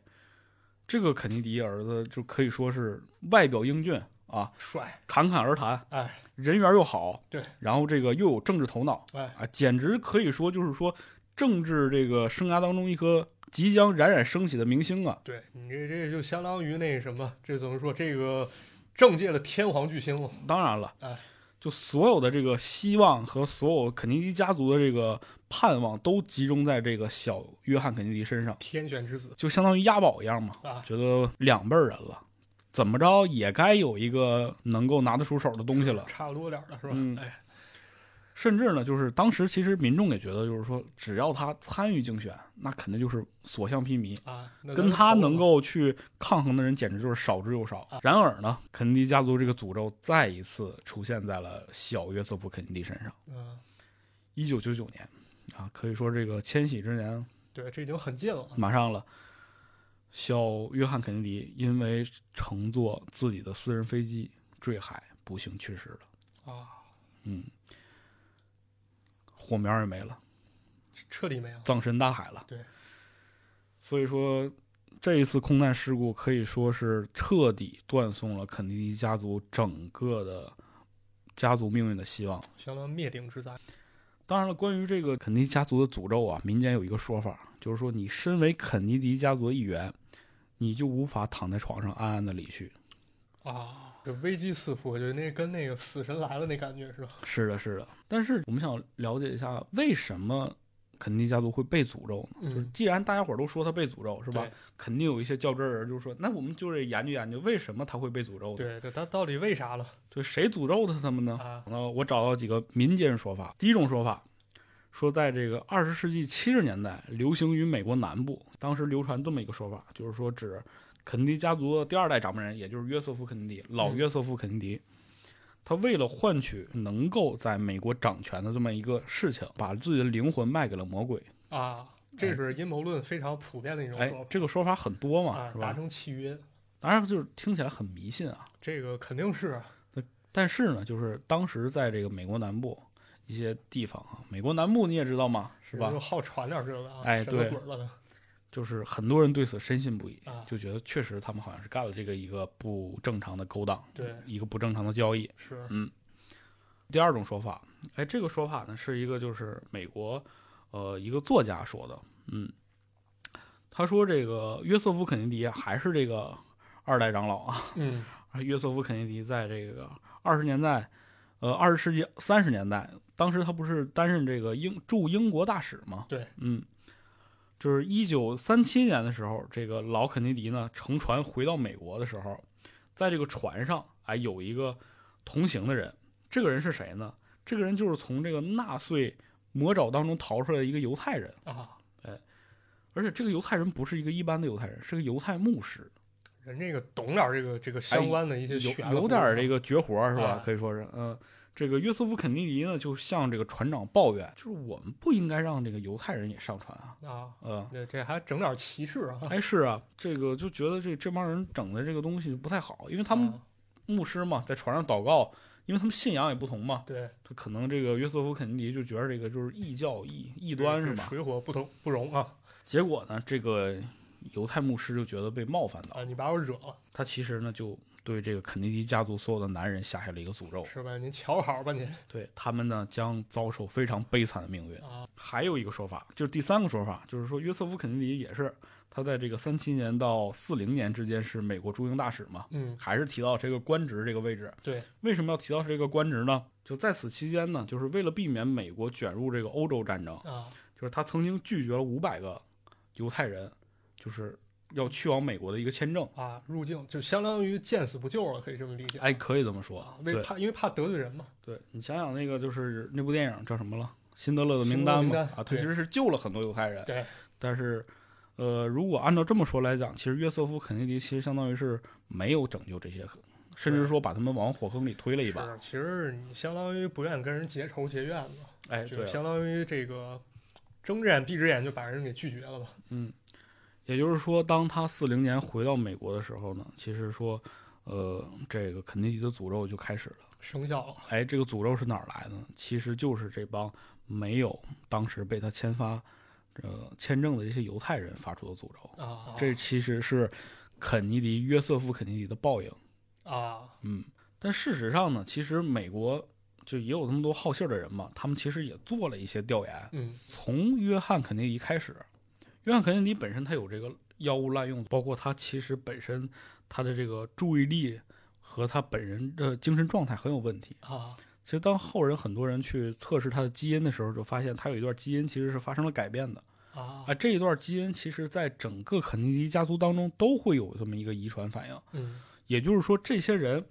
Speaker 2: 这个肯尼迪儿子就可以说是外表英俊啊，
Speaker 1: 帅，
Speaker 2: 侃侃而谈，
Speaker 1: 哎，
Speaker 2: 人缘又好，
Speaker 1: 对，
Speaker 2: 然后这个又有政治头脑，
Speaker 1: 哎
Speaker 2: 啊，简直可以说就是说政治这个生涯当中一颗即将冉冉升起的明星啊。
Speaker 1: 对你这这就相当于那什么，这怎么说？这个政界的天皇巨星了。
Speaker 2: 当然了
Speaker 1: 哎，
Speaker 2: 就所有的这个希望和所有肯尼迪家族的这个盼望都集中在这个小约翰肯尼迪身上，
Speaker 1: 天选之子
Speaker 2: 就相当于押宝一样嘛。
Speaker 1: 啊，
Speaker 2: 觉得两辈儿人了，怎么着也该有一个能够拿得出手的东西了。
Speaker 1: 差不多点儿了，是吧？
Speaker 2: 嗯
Speaker 1: 哎，
Speaker 2: 甚至呢，就是当时其实民众也觉得，就是说，只要他参与竞选，那肯定就是所向披靡，
Speaker 1: 啊，那
Speaker 2: 跟
Speaker 1: 咱
Speaker 2: 他
Speaker 1: 们
Speaker 2: 能够去抗衡的人简直就是少之又少。然而呢，肯尼迪家族这个诅咒再一次出现在了小约瑟夫·肯尼迪身上。
Speaker 1: 嗯，
Speaker 2: 一九九九年，啊，可以说这个千禧之年
Speaker 1: 对，这已经很近了。
Speaker 2: 马上了。小约翰·肯尼迪因为乘坐自己的私人飞机坠海，不幸去世了。
Speaker 1: 啊，
Speaker 2: 嗯，火苗也没了。
Speaker 1: 彻底没有。
Speaker 2: 葬身大海了。
Speaker 1: 对，
Speaker 2: 所以说这一次空难事故可以说是彻底断送了肯尼迪家族整个的家族命运的希望。
Speaker 1: 相当于灭顶之灾。
Speaker 2: 当然了，关于这个肯尼迪家族的诅咒啊，民间有一个说法，就是说你身为肯尼迪家族的一员，你就无法躺在床上安安的离去。
Speaker 1: 啊，这危机四伏，我觉得那跟那个死神来了那感觉是吧？
Speaker 2: 是的，是的。但是我们想了解一下，为什么肯尼迪家族会被诅咒呢？就是
Speaker 1: 嗯，
Speaker 2: 既然大家伙儿都说他被诅咒，是吧
Speaker 1: 对？
Speaker 2: 肯定有一些较真儿人就说，那我们就得研究研究为什么他会被诅咒呢？
Speaker 1: 对对，他到底为啥了
Speaker 2: 对，谁诅咒的他们呢？
Speaker 1: 啊？
Speaker 2: 那我找到几个民间说法。第一种说法说，在这个二十世纪七十年代流行于美国南部，当时流传这么一个说法，就是说指肯尼迪家族的第二代掌门人，也就是约瑟夫·肯尼迪，老
Speaker 1: 嗯
Speaker 2: 约瑟夫·肯尼迪。他为了换取能够在美国掌权的这么一个事情，把自己的灵魂卖给了魔鬼。
Speaker 1: 啊，这是阴谋论非常普遍的一种
Speaker 2: 哎
Speaker 1: 说，
Speaker 2: 这个说法很多
Speaker 1: 法
Speaker 2: 嘛，
Speaker 1: 啊，
Speaker 2: 是
Speaker 1: 达
Speaker 2: 吧？
Speaker 1: 成契约，
Speaker 2: 当然就是听起来很迷信啊，
Speaker 1: 这个肯定是啊
Speaker 2: 但是呢，就是当时在这个美国南部一些地方啊，美国南部你也知道嘛，是吧
Speaker 1: 就？好传点这个啊，
Speaker 2: 哎
Speaker 1: 什么
Speaker 2: 对
Speaker 1: 鬼了呢？
Speaker 2: 就是很多人对此深信不疑，
Speaker 1: 啊，
Speaker 2: 就觉得确实他们好像是干了这个一个不正常的勾当，
Speaker 1: 对，
Speaker 2: 一个不正常的交易。
Speaker 1: 是
Speaker 2: 第二种说法，哎，这个说法呢是一个就是美国呃一个作家说的，嗯，他说这个约瑟夫肯尼迪啊还是这个二代长老啊，
Speaker 1: 嗯
Speaker 2: 而约瑟夫·肯尼迪在这个二十年代，呃，二十世纪三十年代，当时他不是担任这个英驻英国大使吗？
Speaker 1: 对，
Speaker 2: 嗯，就是一九三七年的时候，这个老肯尼迪呢乘船回到美国的时候，在这个船上，哎，有一个同行的人，这个人是谁呢？这个人就是从这个纳粹魔爪当中逃出来的一个犹太人，
Speaker 1: 啊，
Speaker 2: 而且这个犹太人不是一个一般的犹太人，是个犹太牧师。
Speaker 1: 人这个懂点儿这个这个相关的一些玄
Speaker 2: 哎有有点儿这
Speaker 1: 个
Speaker 2: 个绝活儿是吧
Speaker 1: 啊？
Speaker 2: 可以说是，嗯，这个约瑟夫·肯尼迪呢，就向这个船长抱怨，就是我们不应该让这个犹太人也上船啊，
Speaker 1: 啊，
Speaker 2: 嗯，
Speaker 1: 这这还整点儿歧视啊，
Speaker 2: 哎是啊，这个就觉得这这帮人整的这个东西不太好，因为他们
Speaker 1: 啊
Speaker 2: 牧师嘛，在船上祷告，因为他们信仰也不同嘛，
Speaker 1: 对
Speaker 2: 他可能这个约瑟夫·肯尼迪就觉得这个就是异教异异端
Speaker 1: 这
Speaker 2: 是
Speaker 1: 这
Speaker 2: 吧？
Speaker 1: 水火不同不容啊
Speaker 2: 结果呢，这个犹太牧师就觉得被冒犯到，
Speaker 1: 啊，你把我惹了
Speaker 2: 他其实呢就对这个肯尼迪家族所有的男人下下了一个诅咒。
Speaker 1: 是吧？您瞧好吧您
Speaker 2: 对他们呢将遭受非常悲惨的命运。
Speaker 1: 啊，
Speaker 2: 还有一个说法，就是第三个说法，就是说约瑟夫·肯尼迪也是他在这个三七年到四零年之间是美国驻英大使嘛，
Speaker 1: 嗯
Speaker 2: 还是提到这个官职这个位置。
Speaker 1: 对，
Speaker 2: 为什么要提到这个官职呢？就在此期间呢，就是为了避免美国卷入这个欧洲战争，
Speaker 1: 啊
Speaker 2: 就是他曾经拒绝了五百个犹太人，就是要去往美国的一个签证。
Speaker 1: 啊，入境就相当于见死不救了，可以这么理解。
Speaker 2: 哎，可以这么说
Speaker 1: 啊，。为
Speaker 2: 对，
Speaker 1: 怕因为怕得罪人嘛，
Speaker 2: 对你想想那个就是那部电影叫什么了，《辛德勒的
Speaker 1: 辛
Speaker 2: 名
Speaker 1: 德勒
Speaker 2: 单》
Speaker 1: 名
Speaker 2: 嘛，
Speaker 1: 单
Speaker 2: 啊，他
Speaker 1: 对
Speaker 2: 其实是救了很多犹太人。
Speaker 1: 对，
Speaker 2: 但是，呃，如果按照这么说来讲，其实约瑟夫·肯尼迪其实相当于是没有拯救这些，甚至说把他们往火坑里推了一把。
Speaker 1: 是，其实你相当于不愿意跟人结仇结怨了，
Speaker 2: 哎，
Speaker 1: 就
Speaker 2: 对
Speaker 1: 是
Speaker 2: 了，
Speaker 1: 相当于这个睁只眼闭只眼就把人给拒绝了吧？
Speaker 2: 嗯，也就是说，当他四零年回到美国的时候呢，其实说，呃，这个肯尼迪的诅咒就开始了。
Speaker 1: 生效了
Speaker 2: 哎，这个诅咒是哪儿来的呢？其实就是这帮没有当时被他签发。呃，签证的这些犹太人发出的诅咒，
Speaker 1: 啊，
Speaker 2: 这其实是肯尼迪约瑟夫·肯尼迪的报应。
Speaker 1: 啊
Speaker 2: 嗯，但事实上呢，其实美国就也有这么多好信儿的人嘛，他们其实也做了一些调研。
Speaker 1: 嗯
Speaker 2: 从约翰肯尼迪开始，约翰肯尼迪本身他有这个药物滥用，包括他其实本身他的这个注意力和他本人的精神状态很有问题。
Speaker 1: 啊，
Speaker 2: 其实当后人很多人去测试他的基因的时候，就发现他有一段基因其实是发生了改变的。
Speaker 1: 啊
Speaker 2: 啊，，这一段基因其实在整个肯尼迪家族当中都会有这么一个遗传反应。
Speaker 1: 嗯
Speaker 2: 也就是说，这些人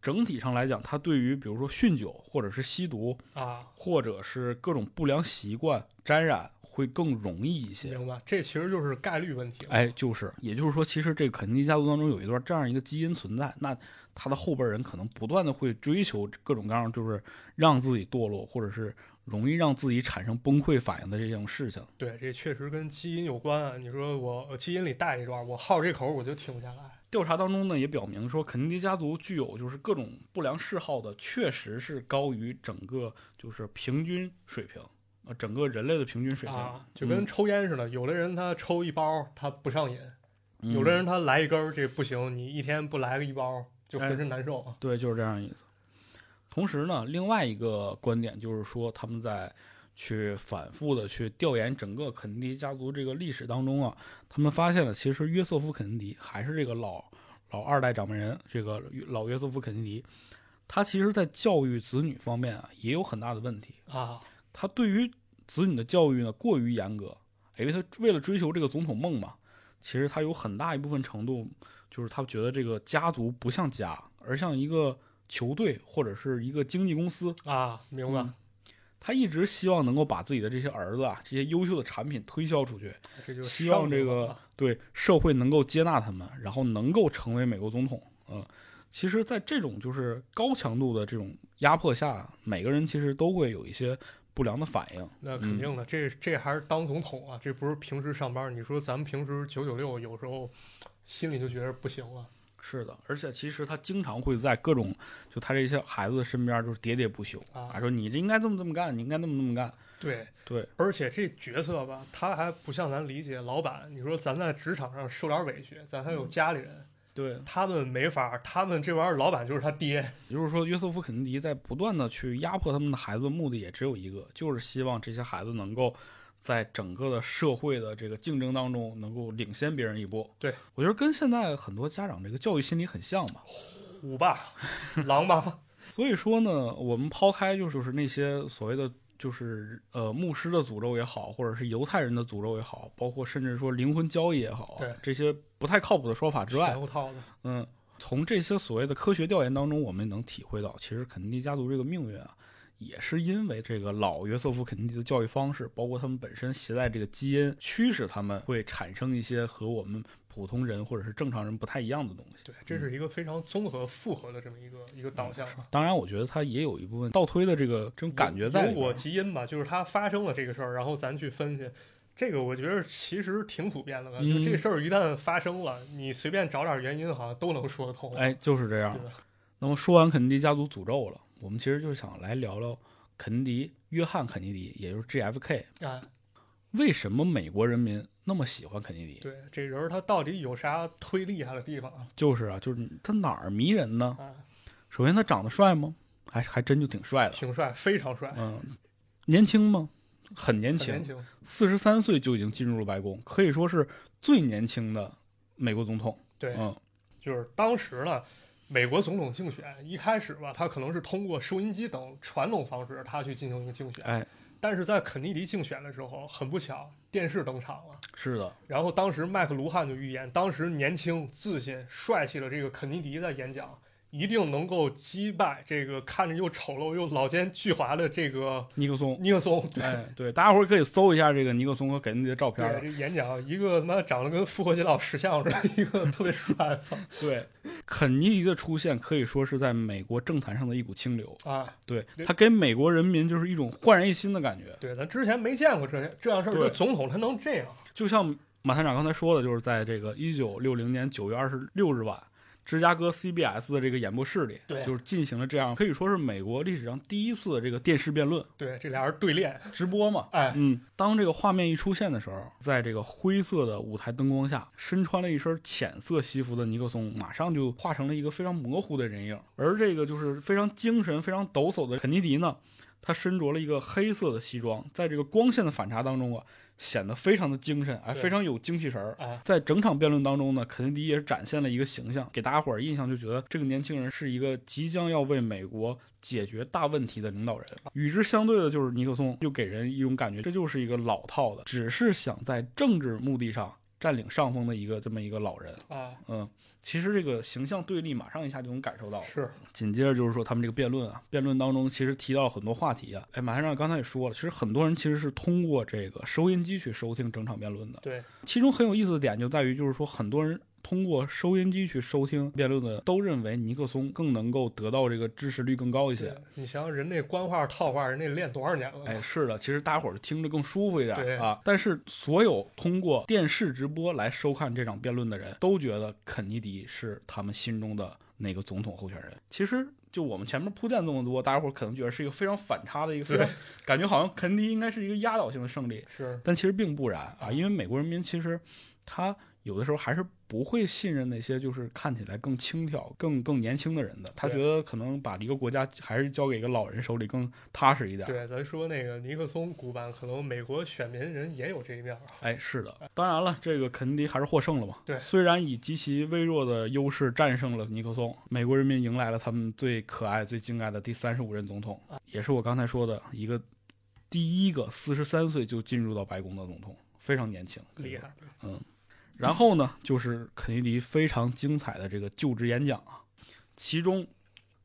Speaker 2: 整体上来讲，他对于比如说酗酒或者是吸毒，
Speaker 1: 啊，
Speaker 2: 或者是各种不良习惯沾染，会更容易一些。
Speaker 1: 明白，这其实就是概率问题了。啊
Speaker 2: 哎，就是，也就是说，其实这个肯尼迪家族当中有一段这样一个基因存在，那他的后辈人可能不断的会追求各种各样，就是让自己堕落，或者是容易让自己产生崩溃反应的这种事情。
Speaker 1: 对，这确实跟基因有关啊。你说我我基因里带一段，我好这口我就停不下来。
Speaker 2: 调查当中呢，也表明说，肯尼迪家族具有就是各种不良嗜好的，确实是高于整个就是平均水平，呃，整个人类的平均水平。
Speaker 1: 啊，就跟
Speaker 2: 嗯
Speaker 1: 抽烟似的，有的人他抽一包他不上瘾，
Speaker 2: 嗯
Speaker 1: 有的人他来一根儿这不行，你一天不来个一包就
Speaker 2: 哎
Speaker 1: 浑身难受啊。
Speaker 2: 对，就是这样意思。同时呢，另外一个观点就是说，他们在去反复的去调研整个肯尼迪家族这个历史当中啊，他们发现了，其实约瑟夫·肯尼迪还是这个老老二代掌门人，这个老约瑟夫·肯尼迪，他其实在教育子女方面啊，也有很大的问题。
Speaker 1: 啊，
Speaker 2: 他对于子女的教育呢过于严格，因为他为了追求这个总统梦嘛，其实他有很大一部分程度就是他觉得这个家族不像家，而像一个球队或者是一个经纪公司。
Speaker 1: 啊，明白，
Speaker 2: 嗯他一直希望能够把自己的这些儿子啊，这些优秀的产品推销出去，
Speaker 1: 这就是
Speaker 2: 希望
Speaker 1: 上
Speaker 2: 这
Speaker 1: 去
Speaker 2: 个
Speaker 1: 了
Speaker 2: 对社会能够接纳他们，然后能够成为美国总统。嗯，其实，在这种就是高强度的这种压迫下，每个人其实都会有一些不良的反应。
Speaker 1: 那肯定的，这这还是当总统啊，这不是平时上班。你说咱们平时九九六，有时候心里就觉得不行了。
Speaker 2: 是的，而且其实他经常会在各种就他这些孩子的身边就是喋喋不休
Speaker 1: 啊
Speaker 2: 说你这应该这么这么干，你应该那么那么干。
Speaker 1: 对
Speaker 2: 对，
Speaker 1: 而且这角色吧，他还不像咱理解老板。你说咱在职场上受点委屈，咱还有家里
Speaker 2: 嗯
Speaker 1: 人，
Speaker 2: 对，
Speaker 1: 他们没法儿，他们这玩意儿老板就是他 爹。
Speaker 2: 也就是说，约瑟夫肯尼迪在不断的去压迫他们的孩子，目的也只有一个，就是希望这些孩子能够在整个的社会的这个竞争当中能够领先别人一步。
Speaker 1: 对
Speaker 2: 我觉得跟现在很多家长这个教育心理很像吧。
Speaker 1: 虎爸，狼 爸，
Speaker 2: 所以说呢，我们抛开就是就是那些所谓的就是呃牧师的诅咒也好，或者是犹太人的诅咒也好，包括甚至说灵魂交易也好啊，
Speaker 1: 对
Speaker 2: 这些不太靠谱的说法之外
Speaker 1: 前，后套的。
Speaker 2: 嗯，从这些所谓的科学调研当中，我们也能体会到，其实肯尼迪家族这个命运啊，也是因为这个老约瑟夫·肯尼迪的教育方式，包括他们本身携带这个基因，驱使他们会产生一些和我们普通人或者是正常人不太一样的东西。
Speaker 1: 对，这是一个非常综合复合的这么一个一个导向啊。
Speaker 2: 当然，我觉得它也有一部分倒推的这个这种感觉在
Speaker 1: 有
Speaker 2: 里边
Speaker 1: 我基因吧，就是它发生了这个事儿，然后咱去分析。这个我觉得其实挺普遍的吧，
Speaker 2: 嗯
Speaker 1: 就这事儿一旦发生了，你随便找点原因，好像都能说得通。
Speaker 2: 哎，就是这样
Speaker 1: 哦对吧。
Speaker 2: 那么说完肯尼迪家族诅咒了，我们其实就是想来聊聊肯尼迪，约翰·肯尼迪，也就是 JFK，
Speaker 1: 哎，
Speaker 2: 为什么美国人民那么喜欢肯尼迪？
Speaker 1: 对，这人儿他到底有啥忒厉害的地方啊？
Speaker 2: 就是啊，就是他哪儿迷人呢？
Speaker 1: 啊，
Speaker 2: 首先他长得帅吗？还还真就挺帅的。
Speaker 1: 挺帅，非常帅，
Speaker 2: 嗯，年轻吗？很年
Speaker 1: 哎很年
Speaker 2: 轻，
Speaker 1: 轻。
Speaker 2: 四十三岁就已经进入了白宫，可以说是最年轻的美国总统。
Speaker 1: 对，
Speaker 2: 嗯，
Speaker 1: 就是当时呢，美国总统竞选一开始吧，他可能是通过收音机等传统方式，他去进行一个竞选。
Speaker 2: 哎，
Speaker 1: 但是在肯尼迪竞选的时候，很不巧，电视登场了。
Speaker 2: 是的，
Speaker 1: 然后当时麦克卢汉就预言，当时年轻、自信、帅气的这个肯尼迪在演讲，一定能够击败这个看着又丑陋又老奸巨猾的这个
Speaker 2: 尼克松。
Speaker 1: 尼克松。对，
Speaker 2: 哎，对，大家伙儿可以搜一下这个尼克松和肯尼迪的照片
Speaker 1: 对
Speaker 2: 儿。
Speaker 1: 这演讲，一个他妈长得跟复活节岛石像似的，一个特别帅，操
Speaker 2: 对，肯尼迪的出现可以说是在美国政坛上的一股清流，
Speaker 1: 啊！
Speaker 2: 对
Speaker 1: 对
Speaker 2: 他给美国人民就是一种焕然一新的感觉。
Speaker 1: 对，咱之前没见过这这样事儿，就
Speaker 2: 对
Speaker 1: 总统他能这样
Speaker 2: 就像马探长刚才说的，就是在这个一九六零年九月二十六日晚，芝加哥 CBS 的这个演播室里，
Speaker 1: 对
Speaker 2: 就是进行了这样可以说是美国历史上第一次这个电视辩论
Speaker 1: 对，这俩人对练，
Speaker 2: 直播嘛。
Speaker 1: 哎，
Speaker 2: 嗯，当这个画面一出现的时候，在这个灰色的舞台灯光下，身穿了一身浅色西服的尼克松，马上就化成了一个非常模糊的人影。而这个就是非常精神、非常抖擞的肯尼迪呢，他身着了一个黑色的西装，在这个光线的反差当中啊，显得非常的精神，哎，
Speaker 1: 对
Speaker 2: 非常有精气神儿。
Speaker 1: 哎，
Speaker 2: 在整场辩论当中呢，肯尼迪也展现了一个形象，给大家伙儿印象就觉得这个年轻人是一个即将要为美国解决大问题的领导人。与之相对的就是尼克松，又给人一种感觉，这就是一个老套的，只是想在政治目的上占领上风的一个这么一个老人。
Speaker 1: 哎，
Speaker 2: 嗯，其实这个形象对立马上一下就能感受到了。
Speaker 1: 是，
Speaker 2: 紧接着就是说他们这个辩论啊，辩论当中其实提到了很多话题啊。哎，马先生刚才也说了，其实很多人其实是通过这个收音机去收听整场辩论的。
Speaker 1: 对，
Speaker 2: 其中很有意思的点就在于，就是说很多人通过收音机去收听辩论的，都认为尼克松更能够得到这个支持率更高一些
Speaker 1: 对。你想想人那官话套话，人那练多少年了？
Speaker 2: 哎，是的，其实大家伙儿听着更舒服一
Speaker 1: 对
Speaker 2: 点啊。但是所有通过电视直播来收看这场辩论的人都觉得肯尼迪是他们心中的那个总统候选人。其实就我们前面铺垫这么多，大家伙儿可能觉得是一个非常反差的一个，非常感觉好像肯尼迪应该是一个压倒性的胜利，
Speaker 1: 是，
Speaker 2: 但其实并不然啊，因为美国人民其实他有的时候还是不会信任那些就是看起来更轻佻、更更年轻的人的，他
Speaker 1: 对
Speaker 2: 觉得可能把一个国家还是交给一个老人手里更踏实一点。
Speaker 1: 对，咱说那个尼克松古板，可能美国选民人也有这一面啊。
Speaker 2: 哎，是的，当然了，这个肯尼迪还是获胜了嘛。
Speaker 1: 对
Speaker 2: 虽然以极其微弱的优势战胜了尼克松，美国人民迎来了他们最可爱、最敬爱的第三十五任总统，
Speaker 1: 啊
Speaker 2: 也是我刚才说的一个第一个四十三岁就进入到白宫的总统，非常年轻，
Speaker 1: 厉害，
Speaker 2: 然后呢，就是肯尼迪非常精彩的这个就职演讲啊，其中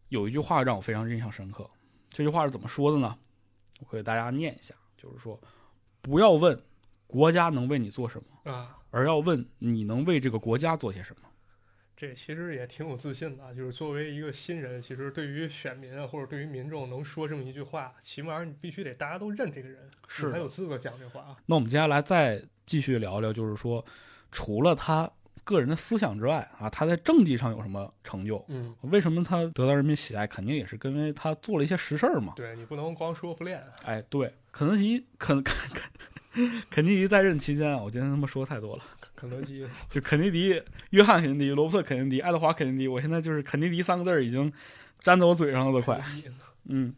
Speaker 2: 有一句话让我非常印象深刻。这句话是怎么说的呢？我给大家念一下，就是说，不要问国家能为你做什么，
Speaker 1: 啊！
Speaker 2: 而要问你能为这个国家做些什么。
Speaker 1: 这其实也挺有自信的啊，就是作为一个新人，其实对于选民啊，或者对于民众能说这么一句话，起码你必须得大家都认这个人，
Speaker 2: 是
Speaker 1: 你才
Speaker 2: 的
Speaker 1: 有资格讲这话啊。
Speaker 2: 那我们接下来再继续聊聊，就是说，除了他个人的思想之外啊，他在政绩上有什么成就？
Speaker 1: 嗯，
Speaker 2: 为什么他得到人民喜爱？肯定也是因为他做了一些实事儿嘛。
Speaker 1: 对你不能光说不练啊，
Speaker 2: 哎，对，肯德基肯肯肯肯尼迪在任期间啊，我今天他妈说太多了，
Speaker 1: 肯德基
Speaker 2: 就肯尼迪、约翰肯尼迪、罗伯特肯尼迪、爱德华肯尼迪，我现在就是肯尼迪三个字儿已经粘在我嘴上了，都快。
Speaker 1: 肯德基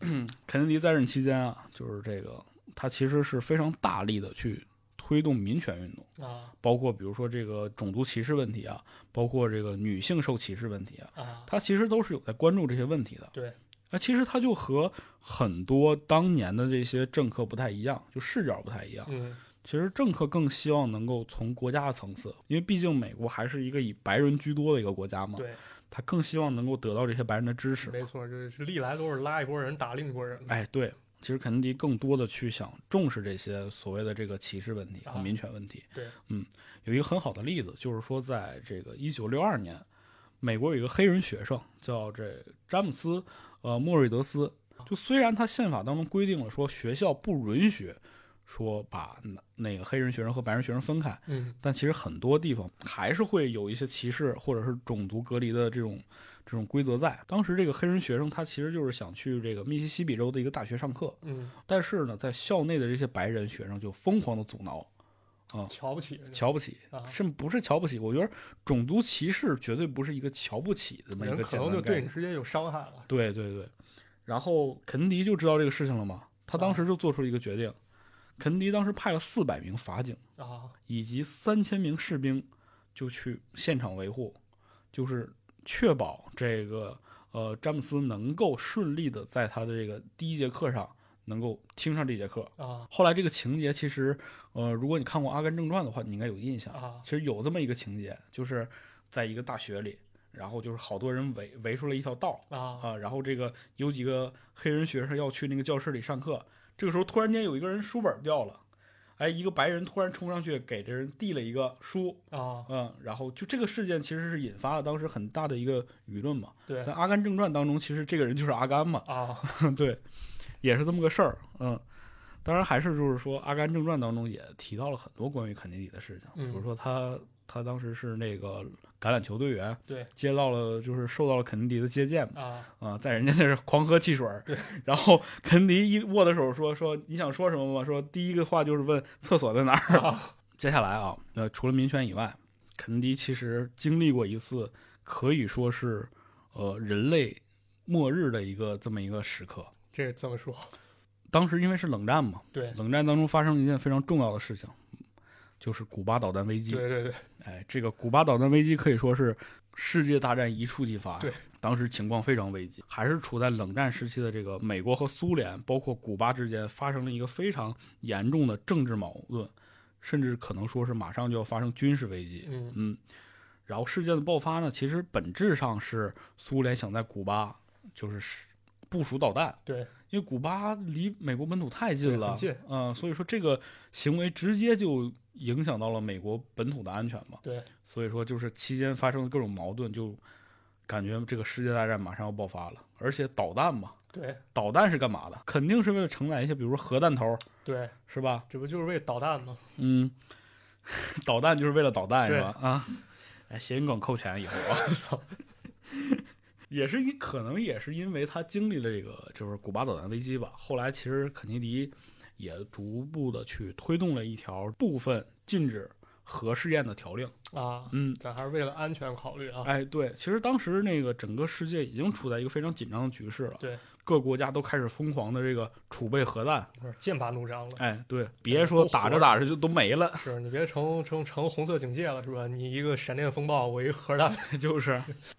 Speaker 2: 嗯， 肯尼迪在任期间啊，就是这个，他其实是非常大力的去推动民权运动，
Speaker 1: 啊
Speaker 2: 包括比如说这个种族歧视问题啊，包括这个女性受歧视问题啊，
Speaker 1: 啊，
Speaker 2: 他其实都是有在关注这些问题的。
Speaker 1: 对，
Speaker 2: 那其实他就和很多当年的这些政客不太一样，就视角不太一样。
Speaker 1: 嗯，
Speaker 2: 其实政客更希望能够从国家层次，因为毕竟美国还是一个以白人居多的一个国家嘛，
Speaker 1: 对，
Speaker 2: 他更希望能够得到这些白人的支持。
Speaker 1: 没错，就是历来都是拉一拨人打另一拨人嘛。
Speaker 2: 哎，对，其实肯尼迪更多的去想重视这些所谓的这个歧视问题和
Speaker 1: 啊
Speaker 2: 民权问题。
Speaker 1: 对，
Speaker 2: 嗯，有一个很好的例子，就是说在这个一九六二年，美国有一个黑人学生叫这詹姆斯，呃，莫瑞德斯。
Speaker 1: 啊
Speaker 2: 就虽然他宪法当中规定了说学校不允许说把那那个黑人学生和白人学生分开，
Speaker 1: 嗯，
Speaker 2: 但其实很多地方还是会有一些歧视或者是种族隔离的这种这种规则在。当时这个黑人学生他其实就是想去这个密西西比州的一个大学上课，
Speaker 1: 嗯，
Speaker 2: 但是呢，在校内的这些白人学生就疯狂的阻挠，
Speaker 1: 瞧不起人家
Speaker 2: 瞧不起，
Speaker 1: 啊，
Speaker 2: 甚至不是瞧不起，我觉得种族歧视绝对不是一个瞧不起这么一
Speaker 1: 人
Speaker 2: 个
Speaker 1: 可
Speaker 2: 简
Speaker 1: 能
Speaker 2: 单
Speaker 1: 就
Speaker 2: 的概
Speaker 1: 对
Speaker 2: 念
Speaker 1: 你。直接有伤害了。
Speaker 2: 对对对，然后肯尼迪就知道这个事情了嘛，他当时就做出了一个决定，肯尼迪当时派了四百名法警。
Speaker 1: 啊，
Speaker 2: 以及三千名士兵就去现场维护，就是确保这个呃詹姆斯能够顺利的在他的这个第一节课上能够听上这节课。
Speaker 1: 啊
Speaker 2: 后来这个情节其实，呃，如果你看过《阿甘正传》的话，你应该有印象。
Speaker 1: 啊
Speaker 2: 其实有这么一个情节，就是在一个大学里，然后就是好多人围围出了一条道
Speaker 1: 啊
Speaker 2: 啊，然后这个有几个黑人学生要去那个教室里上课，这个时候突然间有一个人书本掉了，哎，一个白人突然冲上去给这人递了一个书，
Speaker 1: 啊！
Speaker 2: 嗯，然后就这个事件其实是引发了当时很大的一个舆论嘛。
Speaker 1: 对
Speaker 2: 在《阿甘正传》当中，其实这个人就是阿甘嘛，
Speaker 1: 啊，
Speaker 2: 对，也是这么个事儿，嗯。当然，还是就是说，《阿甘正传》当中也提到了很多关于肯尼迪的事情，比如
Speaker 1: 嗯
Speaker 2: 说他他当时是那个橄榄球队员，
Speaker 1: 对
Speaker 2: 接到了就是受到了肯尼迪的接见嘛，
Speaker 1: 啊，
Speaker 2: 啊、在人家那是狂喝汽水儿
Speaker 1: 对，
Speaker 2: 然后肯尼迪一握着手说说你想说什么吗？说第一个话就是问厕所在哪儿。
Speaker 1: 啊
Speaker 2: 接下来啊，呃，除了民选以外，肯尼迪其实经历过一次可以说是呃人类末日的一个这么一个时刻。
Speaker 1: 这怎么说？
Speaker 2: 当时因为是冷战嘛，
Speaker 1: 对
Speaker 2: 冷战当中发生了一件非常重要的事情，就是古巴导弹危机。
Speaker 1: 对对对，
Speaker 2: 哎，这个古巴导弹危机可以说是世界大战一触即发。
Speaker 1: 对，
Speaker 2: 当时情况非常危急，还是处在冷战时期的这个美国和苏联，包括古巴之间发生了一个非常严重的政治矛盾，甚至可能说是马上就要发生军事危机。
Speaker 1: 嗯
Speaker 2: 嗯，然后事件的爆发呢，其实本质上是苏联想在古巴就是是部署导弹。
Speaker 1: 对，
Speaker 2: 因为古巴离美国本土太
Speaker 1: 对
Speaker 2: 近
Speaker 1: 很
Speaker 2: 了，
Speaker 1: 近
Speaker 2: 嗯、所以说这个行为直接就影响到了美国本土的安全嘛。
Speaker 1: 对，
Speaker 2: 所以说就是期间发生的各种矛盾，就感觉这个世界大战马上要爆发了。而且导弹嘛，
Speaker 1: 对
Speaker 2: 导弹是干嘛的？肯定是为了承载一些，比如说核弹头，
Speaker 1: 对，
Speaker 2: 是吧？
Speaker 1: 这不就是为导弹吗？
Speaker 2: 嗯， 导弹就是为了导弹
Speaker 1: 对
Speaker 2: 是吧？啊，哎，谐音梗扣钱以后啊， 操，也是因可能也是因为他经历了这个就是古巴导弹危机吧。后来其实肯尼迪也逐步的去推动了一条部分禁止核试验的条令。
Speaker 1: 啊，
Speaker 2: 嗯，
Speaker 1: 咱还是为了安全考虑啊。
Speaker 2: 哎，对，其实当时那个整个世界已经处在一个非常紧张的局势了。
Speaker 1: 对，
Speaker 2: 各国家都开始疯狂的这个储备核弹。
Speaker 1: 不是剑拔弩张了，
Speaker 2: 哎，对，别说
Speaker 1: 都
Speaker 2: 打
Speaker 1: 活
Speaker 2: 着
Speaker 1: 着
Speaker 2: 打着就都没了。
Speaker 1: 是你别成成成红色警戒了，是吧？你一个闪电风暴，我一核弹，
Speaker 2: 就是，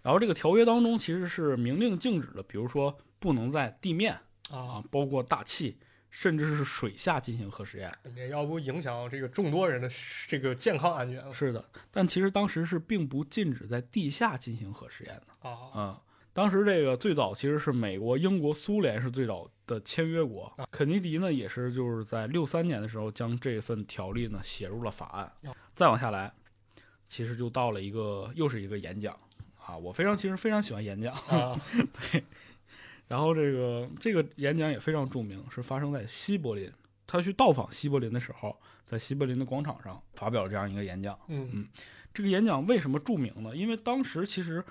Speaker 2: 然后这个条约当中其实是明令禁止的，比如说不能在地面啊
Speaker 1: 啊，，
Speaker 2: 包括大气，甚至是水下进行核实验。
Speaker 1: 你要不影响这个众多人的这个健康安全了
Speaker 2: 是的，但其实当时是并不禁止在地下进行核实验的
Speaker 1: 啊。
Speaker 2: 啊。当时这个最早其实是美国、英国、苏联是最早的签约国，肯尼迪呢也是就是在六三年的时候将这份条例呢写入了法案。再往下来，其实就到了一个又是一个演讲啊，我非常其实非常喜欢演讲。
Speaker 1: 啊，
Speaker 2: 然后这个这个演讲也非常著名，是发生在西柏林。他去到访西柏林的时候，在西柏林的广场上发表了这样一个演讲。
Speaker 1: 嗯
Speaker 2: 这个演讲为什么著名呢？因为当时其实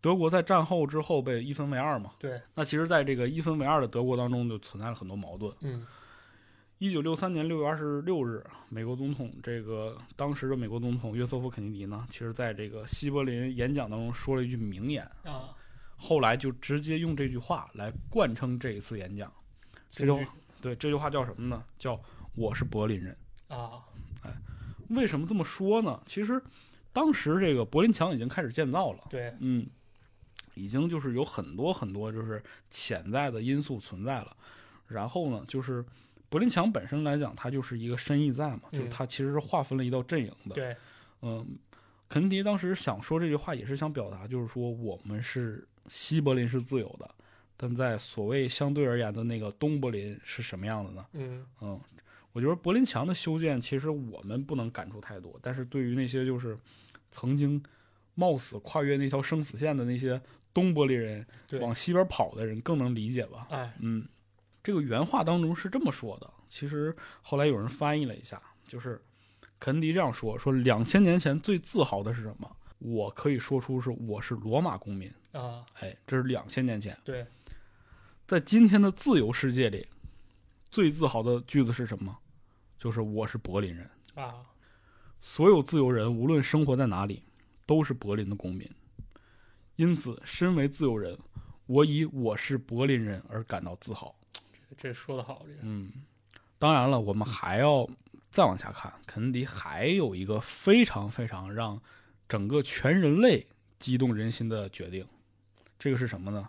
Speaker 2: 德国在战后之后被一分为二嘛。
Speaker 1: 对。
Speaker 2: 那其实，在这个一分为二的德国当中，就存在了很多矛盾。
Speaker 1: 嗯
Speaker 2: 一九六三年六月二十六日，美国总统这个当时的美国总统约瑟夫·肯尼迪呢，其实在这个西柏林演讲当中说了一句名言，
Speaker 1: 啊，
Speaker 2: 后来就直接用这句话来贯彻这一次演讲。这
Speaker 1: 种
Speaker 2: 句对这句话叫什么呢？叫“我是柏林人
Speaker 1: 啊，”。
Speaker 2: 为什么这么说呢？其实当时这个柏林墙已经开始建造了，
Speaker 1: 对
Speaker 2: 嗯，已经就是有很多很多就是潜在的因素存在了。然后呢，就是柏林墙本身来讲，它就是一个深意在嘛，
Speaker 1: 嗯
Speaker 2: 就是它其实是划分了一道阵营的。
Speaker 1: 对
Speaker 2: 嗯，肯尼迪当时想说这句话，也是想表达，就是说我们是西柏林是自由的，但在所谓相对而言的那个东柏林是什么样的呢？
Speaker 1: 嗯
Speaker 2: 嗯，我觉得柏林墙的修建，其实我们不能感触太多，但是对于那些就是曾经冒死跨越那条生死线的那些东柏林人
Speaker 1: 对，
Speaker 2: 往西边跑的人，更能理解吧？
Speaker 1: 哎
Speaker 2: 嗯，这个原话当中是这么说的，其实后来有人翻译了一下，就是肯尼迪这样说：说两千年前最自豪的是什么？我可以说出是我是罗马公民，
Speaker 1: 啊，
Speaker 2: 哎，这是两千年前。
Speaker 1: 对
Speaker 2: 在今天的自由世界里，最自豪的句子是什么？就是我是柏林人。
Speaker 1: 啊，
Speaker 2: 所有自由人无论生活在哪里，都是柏林的公民。因此，身为自由人，我以我是柏林人而感到自豪。
Speaker 1: 这说的好，这个
Speaker 2: 嗯，当然了，我们还要再往下看，肯尼迪还有一个非常非常让整个全人类激动人心的决定，这个是什么呢？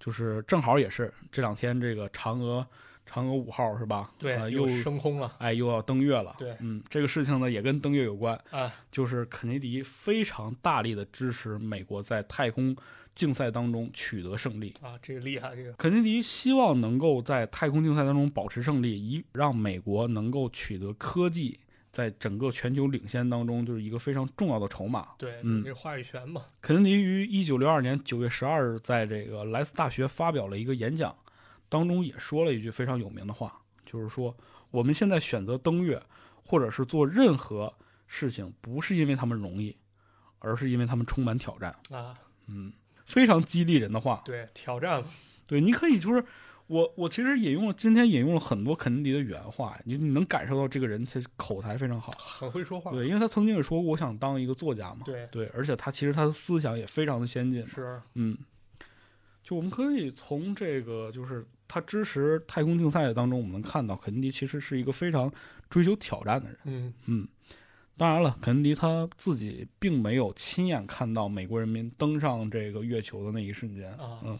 Speaker 2: 就是正好也是这两天这个嫦娥嫦娥五号是吧？呃
Speaker 1: 对
Speaker 2: 又
Speaker 1: 啊又升空了
Speaker 2: 哎又要登月了。
Speaker 1: 对
Speaker 2: 嗯，这个事情呢也跟登月有关，
Speaker 1: 啊，
Speaker 2: 就是肯尼迪非常大力的支持美国在太空竞赛当中取得胜利。
Speaker 1: 啊，这个厉害，这个
Speaker 2: 肯尼迪希望能够在太空竞赛当中保持胜利，以让美国能够取得科技在整个全球领先当中就是一个非常重要的筹码。
Speaker 1: 对，
Speaker 2: 嗯
Speaker 1: 你这话语权嘛，
Speaker 2: 肯尼迪于一九六二年九月十二日在这个莱斯大学发表了一个演讲，当中也说了一句非常有名的话，就是说我们现在选择登月，或者是做任何事情，不是因为他们容易，而是因为他们充满挑战。
Speaker 1: 啊，
Speaker 2: 嗯，非常激励人的话。
Speaker 1: 对，挑战嘛
Speaker 2: 对，你可以就是我，我其实引用了今天引用了很多肯尼迪的原话，你你能感受到这个人其实口才非常好。
Speaker 1: 很会说话，
Speaker 2: 对，因为他曾经也说过，我想当一个作家嘛。
Speaker 1: 对
Speaker 2: 而且他其实他的思想也非常的先进嘛。
Speaker 1: 是
Speaker 2: 嗯，就我们可以从这个就是他支持太空竞赛当中，我们能看到肯尼迪其实是一个非常追求挑战的人。
Speaker 1: 嗯
Speaker 2: 嗯，当然了，肯尼迪他自己并没有亲眼看到美国人民登上这个月球的那一瞬间。
Speaker 1: 啊
Speaker 2: 嗯，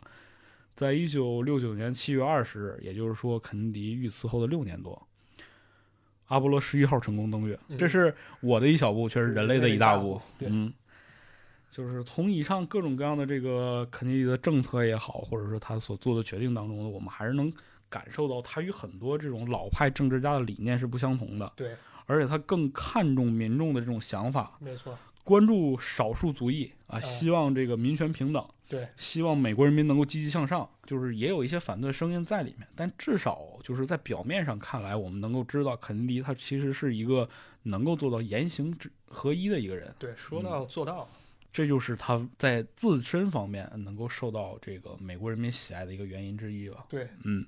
Speaker 2: 在一九六九年七月二十日，也就是说肯尼迪遇刺后的六年多，阿波罗十一号成功登月。
Speaker 1: 嗯
Speaker 2: 这是我的一小步，却是人类的一大步。
Speaker 1: 对
Speaker 2: 嗯，就是从以上各种各样的这个肯尼迪的政策也好，或者说他所做的决定当中呢，我们还是能感受到他与很多这种老派政治家的理念是不相同的。
Speaker 1: 对，
Speaker 2: 而且他更看重民众的这种想法，
Speaker 1: 没错，
Speaker 2: 关注少数族裔啊，希望这个民权平等。
Speaker 1: 嗯对，
Speaker 2: 希望美国人民能够积极向上，就是也有一些反对声音在里面，但至少就是在表面上看来，我们能够知道肯尼迪他其实是一个能够做到言行之合一的一个人，
Speaker 1: 对，说到做到，
Speaker 2: 这就是他在自身方面能够受到这个美国人民喜爱的一个原因之一吧。
Speaker 1: 对，
Speaker 2: 嗯，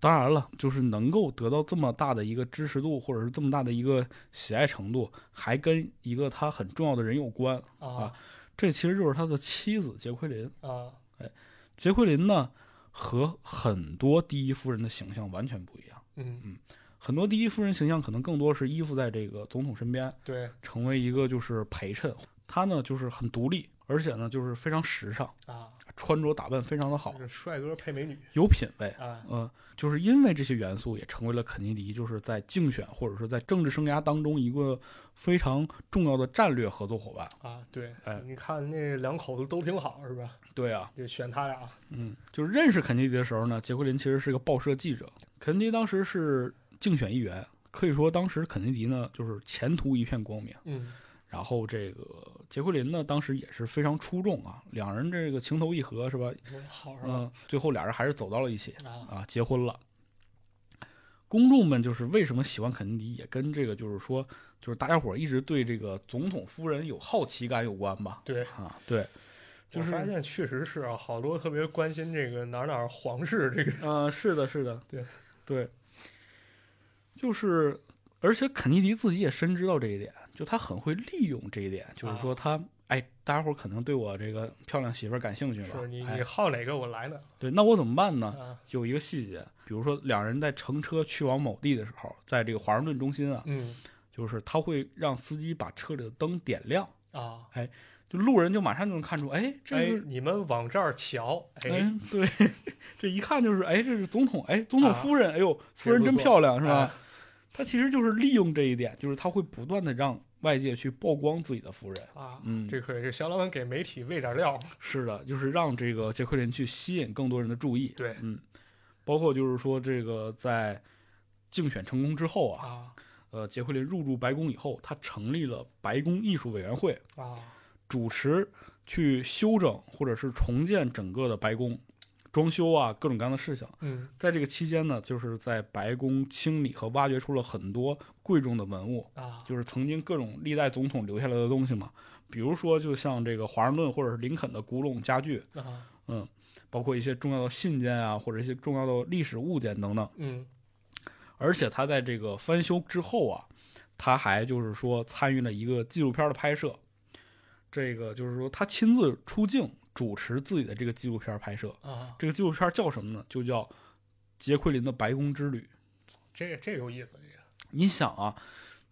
Speaker 2: 当然了，就是能够得到这么大的一个支持度，或者是这么大的一个喜爱程度，还跟一个他很重要的人有关，
Speaker 1: 啊
Speaker 2: 这其实就是他的妻子杰奎琳。
Speaker 1: 啊，
Speaker 2: 杰奎琳呢，和很多第一夫人的形象完全不一样。
Speaker 1: 嗯，
Speaker 2: 很多第一夫人形象可能更多是依附在这个总统身边，
Speaker 1: 对
Speaker 2: 成为一个就是陪衬。她呢，就是很独立，而且呢，就是非常时尚，
Speaker 1: 啊，
Speaker 2: 穿着打扮非常的好
Speaker 1: 这，个帅哥配美女
Speaker 2: 有品位。
Speaker 1: 啊，
Speaker 2: 嗯、就是因为这些元素，也成为了肯尼迪就是在竞选或者说在政治生涯当中一个非常重要的战略合作伙伴。
Speaker 1: 啊，对
Speaker 2: 哎，
Speaker 1: 你看那两口子都挺好，是吧？
Speaker 2: 对啊，
Speaker 1: 就选他俩，
Speaker 2: 嗯，就是认识肯尼迪的时候呢，杰奎琳其实是个报社记者。肯尼迪当时是竞选议员，可以说当时肯尼迪呢就是前途一片光明。
Speaker 1: 嗯，
Speaker 2: 然后这个杰奎琳呢，当时也是非常出众啊，两人这个情投意合是吧？
Speaker 1: 好是吧？
Speaker 2: 嗯，最后俩人还是走到了一起
Speaker 1: 啊，
Speaker 2: 啊，结婚了。公众们就是为什么喜欢肯尼迪，也跟这个就是说，就是大家伙儿一直对这个总统夫人有好奇感有关吧？
Speaker 1: 对
Speaker 2: 啊，对，就
Speaker 1: 我
Speaker 2: 是
Speaker 1: 发现确实是啊，好多特别关心这个哪儿哪儿皇室这个，
Speaker 2: 呃，是的，是的，
Speaker 1: 对，
Speaker 2: 对，就是，而且肯尼迪自己也深知到这一点，就他很会利用这一点，就是
Speaker 1: 啊
Speaker 2: 说他，哎，大家伙儿可能对我这个漂亮媳妇儿感兴趣吧
Speaker 1: 是？你你
Speaker 2: 哎，
Speaker 1: 好哪个我来哪儿
Speaker 2: 对，那我怎么办呢？
Speaker 1: 啊，
Speaker 2: 有一个细节，比如说两人在乘车去往某地的时候，在这个华盛顿中心啊，
Speaker 1: 嗯
Speaker 2: 就是他会让司机把车里的灯点亮，
Speaker 1: 啊，
Speaker 2: 就路人就马上就能看出，哎，这
Speaker 1: 哎
Speaker 2: 是，
Speaker 1: 你们往这儿瞧，哎
Speaker 2: 哎，，对， 这一看就是，哎，这是总统，哎，总统
Speaker 1: 啊
Speaker 2: 夫人，哎呦，夫人
Speaker 1: 不
Speaker 2: 真
Speaker 1: 错
Speaker 2: 漂亮，是吧
Speaker 1: 哎？
Speaker 2: 他其实就是利用这一点，就是他会不断的让外界去曝光自己的夫人。
Speaker 1: 啊，
Speaker 2: 嗯
Speaker 1: 这可以是小老板给媒体喂点料，
Speaker 2: 是的，就是让这个杰奎琳去吸引更多人的注意。
Speaker 1: 对
Speaker 2: 嗯，包括就是说这个在竞选成功之后啊，
Speaker 1: 啊
Speaker 2: 呃，杰奎琳入驻白宫以后，他成立了白宫艺术委员会，
Speaker 1: 啊
Speaker 2: 主持去修整或者是重建整个的白宫装修啊，各种各样的事情。
Speaker 1: 嗯
Speaker 2: 在这个期间呢，就是在白宫清理和挖掘出了很多贵重的文物，
Speaker 1: 啊，
Speaker 2: 就是曾经各种历代总统留下来的东西嘛。比如说，就像这个华盛顿或者是林肯的古董家具，
Speaker 1: 啊
Speaker 2: 嗯，包括一些重要的信件啊，或者一些重要的历史物件等等。
Speaker 1: 嗯
Speaker 2: 而且他在这个翻修之后啊，他还就是说参与了一个纪录片的拍摄，这个就是说他亲自出镜主持自己的这个纪录片拍摄。
Speaker 1: 啊，
Speaker 2: 这个纪录片叫什么呢？就叫《杰奎琳的白宫之旅》。
Speaker 1: 这这有意思，这个
Speaker 2: 你想啊，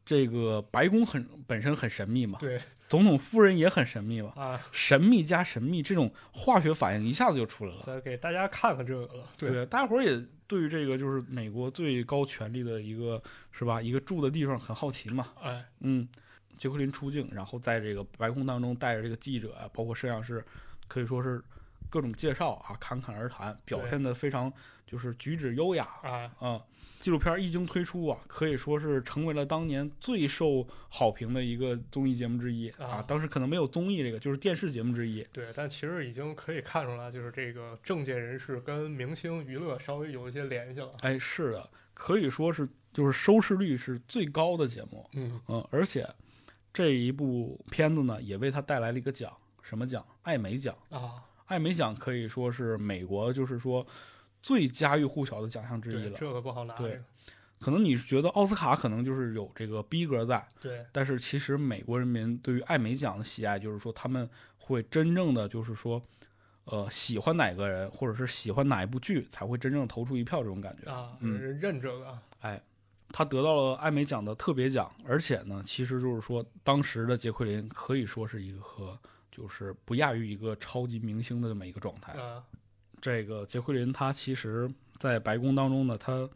Speaker 2: 这个白宫很本身很神秘嘛，
Speaker 1: 对
Speaker 2: 总统夫人也很神秘嘛，
Speaker 1: 啊，
Speaker 2: 神秘加神秘，这种化学反应一下子就出来了。
Speaker 1: 再给大家看看这个了，对
Speaker 2: 大家伙儿也对于这个就是美国最高权力的一个是吧，一个住的地方很好奇嘛。
Speaker 1: 哎
Speaker 2: 嗯，杰奎琳出镜，然后在这个白宫当中带着这个记者啊，包括摄像师，可以说是各种介绍啊，侃侃而谈，表
Speaker 1: 对
Speaker 2: 现的非常就是举止优雅
Speaker 1: 啊
Speaker 2: 啊。纪录片一经推出啊，可以说是成为了当年最受好评的一个综艺节目之一啊
Speaker 1: 啊。
Speaker 2: 当时可能没有综艺这个，就是电视节目之一。
Speaker 1: 对，但其实已经可以看出来，就是这个政界人士跟明星娱乐稍微有一些联系了，
Speaker 2: 哎，是的，可以说是就是收视率是最高的节目，
Speaker 1: 嗯
Speaker 2: 嗯，而且这一部片子呢，也为他带来了一个奖，什么奖？艾美奖。
Speaker 1: 啊，
Speaker 2: 艾美奖可以说是美国就是说最家喻户晓的奖项之一
Speaker 1: 对，
Speaker 2: 了。
Speaker 1: 这个不好拿。
Speaker 2: 对
Speaker 1: 这个
Speaker 2: 可能你是觉得奥斯卡可能就是有这个逼格在，
Speaker 1: 对，
Speaker 2: 但是其实美国人民对于艾美奖的喜爱，就是说他们会真正的就是说，呃，喜欢哪个人或者是喜欢哪一部剧，才会真正投出一票这种感觉。
Speaker 1: 啊，
Speaker 2: 嗯
Speaker 1: 人认这个啊
Speaker 2: 他得到了艾美奖的特别奖，而且呢，其实就是说，当时的杰奎琳可以说是一个就是不亚于一个超级明星的这么一个状态。
Speaker 1: 啊，
Speaker 2: 这个杰奎琳她其实，在白宫当中呢，她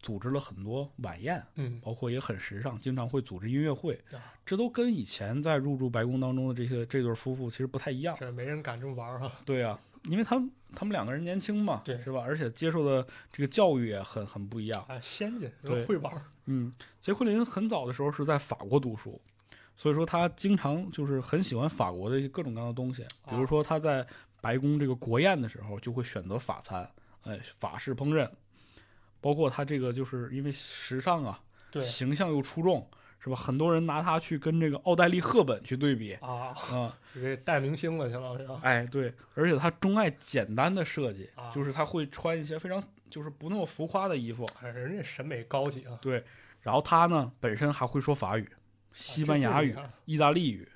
Speaker 2: 组织了很多晚宴，
Speaker 1: 嗯
Speaker 2: 包括也很时尚，经常会组织音乐会
Speaker 1: 啊，
Speaker 2: 这都跟以前在入住白宫当中的这些这对夫妇其实不太一样。
Speaker 1: 这没人敢这么玩儿啊。
Speaker 2: 对啊，因为他们他们两个人年轻嘛，
Speaker 1: 对
Speaker 2: 是吧？而且接受的这个教育也很很不一样。
Speaker 1: 啊，先进，
Speaker 2: 对
Speaker 1: 会玩儿
Speaker 2: 嗯，杰奎琳很早的时候是在法国读书，所以说他经常就是很喜欢法国的各种各样的东西，比
Speaker 1: 哦
Speaker 2: 如说他在白宫这个国宴的时候就会选择法餐，哎，法式烹饪，包括他这个就是因为时尚啊，
Speaker 1: 对
Speaker 2: 形象又出众，是吧？很多人拿他去跟这个奥黛丽·赫本去 对比，
Speaker 1: 啊，
Speaker 2: 嗯，
Speaker 1: 这带明星了，相当于啊
Speaker 2: 哎，对，而且他钟爱简单的设计，
Speaker 1: 啊
Speaker 2: 就是他会穿一些非常就是不那么浮夸的衣服，
Speaker 1: 哎人家审美高级啊，
Speaker 2: 然后他呢本身还会说法语、西班牙语
Speaker 1: 啊，这这厉害
Speaker 2: 意大利语，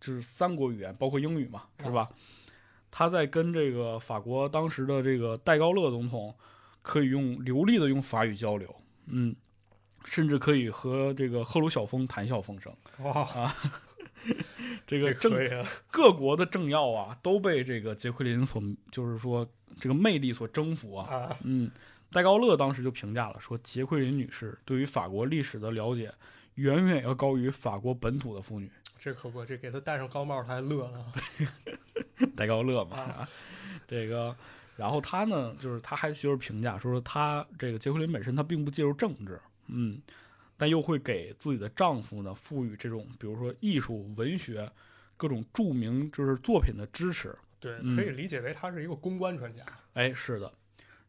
Speaker 2: 这是三国语言，包括英语嘛，
Speaker 1: 啊
Speaker 2: 是吧？他在跟这个法国当时的这个戴高乐总统，可以用流利的用法语交流，嗯，甚至可以和这个赫鲁晓夫谈笑风生。
Speaker 1: 哇，
Speaker 2: 这个
Speaker 1: 啊这
Speaker 2: 政
Speaker 1: 可以啊，
Speaker 2: 各国的政要啊，都被这个杰奎琳所就是说这个魅力所征服啊。
Speaker 1: 啊，
Speaker 2: 嗯，戴高乐当时就评价了，说杰奎琳女士对于法国历史的了解，远远要高于法国本土的妇 女。
Speaker 1: 这可不，这给他戴上高帽，他还乐呢。
Speaker 2: 戴高乐嘛，
Speaker 1: 啊
Speaker 2: 这个，然后他呢，就是他还就是评价说他这个杰奎琳本身他并不介入政治，嗯，但又会给自己的丈夫呢赋予这种比如说艺术、文学各种著名就是作品的支持。
Speaker 1: 对，
Speaker 2: 嗯
Speaker 1: 可以理解为他是一个公关专家。
Speaker 2: 哎，是的。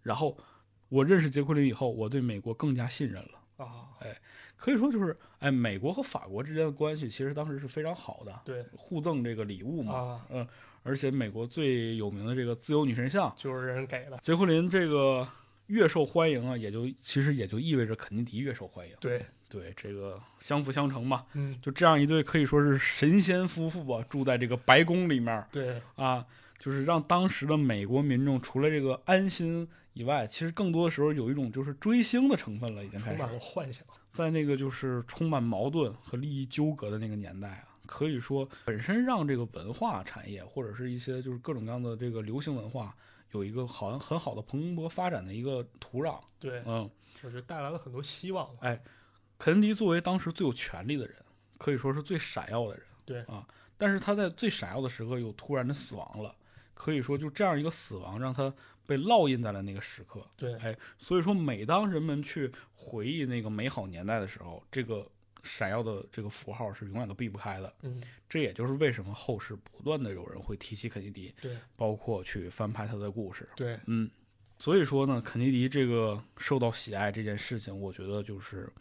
Speaker 2: 然后我认识杰奎琳以后，我对美国更加信任了。
Speaker 1: 啊，
Speaker 2: 可以说就是，哎，美国和法国之间的关系其实当时是非常好的，
Speaker 1: 对
Speaker 2: 互赠这个礼物嘛。
Speaker 1: 啊，
Speaker 2: 而且美国最有名的这个自由女神像
Speaker 1: 就是人给的，
Speaker 2: 杰奎琳，这个越受欢迎啊，也就其实也就意味着肯尼迪越受欢迎。
Speaker 1: 对，
Speaker 2: 对，这个相辅相成嘛。
Speaker 1: 嗯，
Speaker 2: 就这样一对可以说是神仙夫妇啊，住在这个白宫里面
Speaker 1: 对，
Speaker 2: 啊，就是让当时的美国民众除了这个安心以外，其实更多的时候有一种就是追星的成分了，已经开
Speaker 1: 充
Speaker 2: 始
Speaker 1: 满了幻想。
Speaker 2: 在那个就是充满矛盾和利益纠葛的那个年代啊，可以说本身让这个文化产业或者是一些就是各种各样的这个流行文化有一个好像很好的蓬勃发展的一个土壤。
Speaker 1: 对，
Speaker 2: 嗯，
Speaker 1: 我觉得带来了很多希望。
Speaker 2: 肯尼迪作为当时最有权力的人，可以说是最闪耀的人。
Speaker 1: 对
Speaker 2: 啊，但是他在最闪耀的时刻又突然的死亡了，可以说就这样一个死亡让他被烙印在了那个时刻。
Speaker 1: 对，
Speaker 2: 哎，所以说每当人们去回忆那个美好年代的时候，这个闪耀的这个符号是永远都避不开的。
Speaker 1: 嗯，
Speaker 2: 这也就是为什么后世不断的有人会提起肯尼迪，
Speaker 1: 对，
Speaker 2: 包括去翻拍他的故事。
Speaker 1: 对，
Speaker 2: 嗯，所以说呢，肯尼迪这个受到喜爱这件事情，我觉得就是，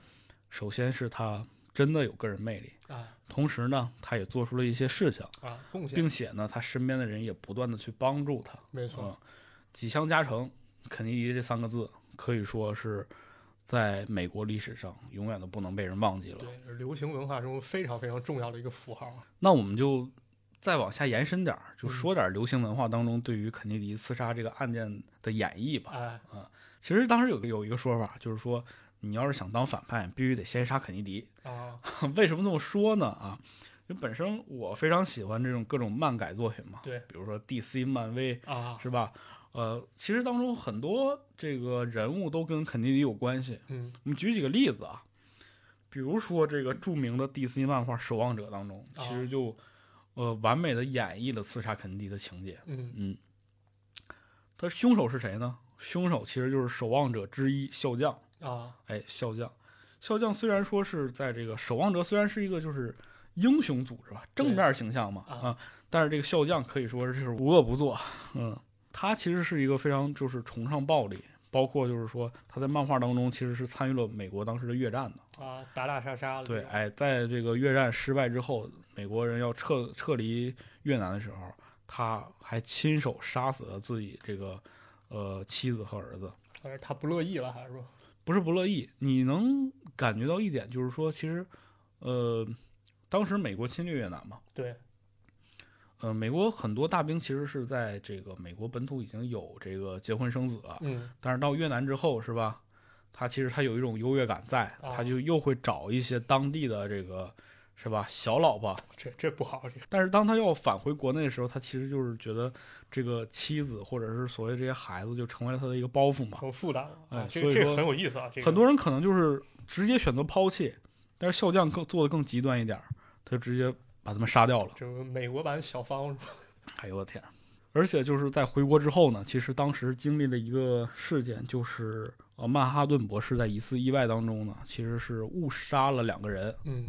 Speaker 2: 首先是他真的有个人魅力，
Speaker 1: 啊
Speaker 2: 同时呢，他也做出了一些事情，
Speaker 1: 啊，贡献，
Speaker 2: 并且呢，他身边的人也不断的去帮助他。
Speaker 1: 没错
Speaker 2: 嗯，几相加成，肯尼迪这三个字可以说是在美国历史上永远都不能被人忘记了。
Speaker 1: 对，是流行文化中非常非常重要的一个符号。
Speaker 2: 那我们就再往下延伸点儿，就
Speaker 1: 嗯
Speaker 2: 说点儿流行文化当中对于肯尼迪刺杀这个案件的演绎吧。
Speaker 1: 哎，
Speaker 2: 其实当时有个有一个说法，就是说你要是想当反派，必须得先杀肯尼迪。
Speaker 1: 啊，
Speaker 2: 为什么这么说呢？啊，因为本身我非常喜欢这种各种漫改作品嘛，
Speaker 1: 对
Speaker 2: 比如说 DC、漫威，
Speaker 1: 啊，
Speaker 2: 是吧？呃，其实当中很多这个人物都跟肯尼迪有关系。
Speaker 1: 嗯，
Speaker 2: 我们举几个例子啊，比如说这个著名的 DC 漫画《守望者》当中，
Speaker 1: 啊
Speaker 2: 其实就、呃完美的演绎了刺杀肯尼迪的情节。
Speaker 1: 嗯，
Speaker 2: 嗯，他凶手是谁呢？凶手其实就是守望者之一笑匠。
Speaker 1: 啊，
Speaker 2: 哎，笑匠，笑匠虽然说是在这个守望者，虽然是一个就是英雄组织吧，正面形象嘛
Speaker 1: 啊
Speaker 2: 但是这个笑匠可以说是就是无恶不作，嗯，他其实是一个非常就是崇尚暴力，包括就是说他在漫画当中其实是参与了美国当时的越战的。
Speaker 1: 啊，打打杀杀的，
Speaker 2: 对，哎，在这个越战失败之后，美国人要撤撤离越南的时候，他还亲手杀死了自己这个呃妻子和儿子。
Speaker 1: 但是他不乐意了，还是说，
Speaker 2: 不是不乐意，你能感觉到一点，就是说，其实，呃，当时美国侵略越南嘛，
Speaker 1: 对，
Speaker 2: 呃，美国很多大兵其实是在这个美国本土已经有这个结婚生子了，
Speaker 1: 嗯，
Speaker 2: 但是到越南之后，是吧？他其实他有一种优越感在，
Speaker 1: 啊
Speaker 2: 他就又会找一些当地的这个，是吧？小老婆，
Speaker 1: 这这不好，这个
Speaker 2: 但是当他要返回国内的时候，他其实就是觉得这个妻子或者是所谓这些孩子就成为了他的一个包袱嘛。
Speaker 1: 有负担了，
Speaker 2: 哎
Speaker 1: 啊这
Speaker 2: 所以
Speaker 1: 这
Speaker 2: 说
Speaker 1: 很有意思啊，这个
Speaker 2: 很多人可能就是直接选择抛弃，但是笑匠更做的更极端一点儿，他就直接把他们杀掉了。
Speaker 1: 这个美国版小芳是吧
Speaker 2: 哎呦我天！而且就是在回国之后呢，其实当时经历了一个事件，就是呃曼哈顿博士在一次意外当中呢，其实是误杀了两个人，
Speaker 1: 嗯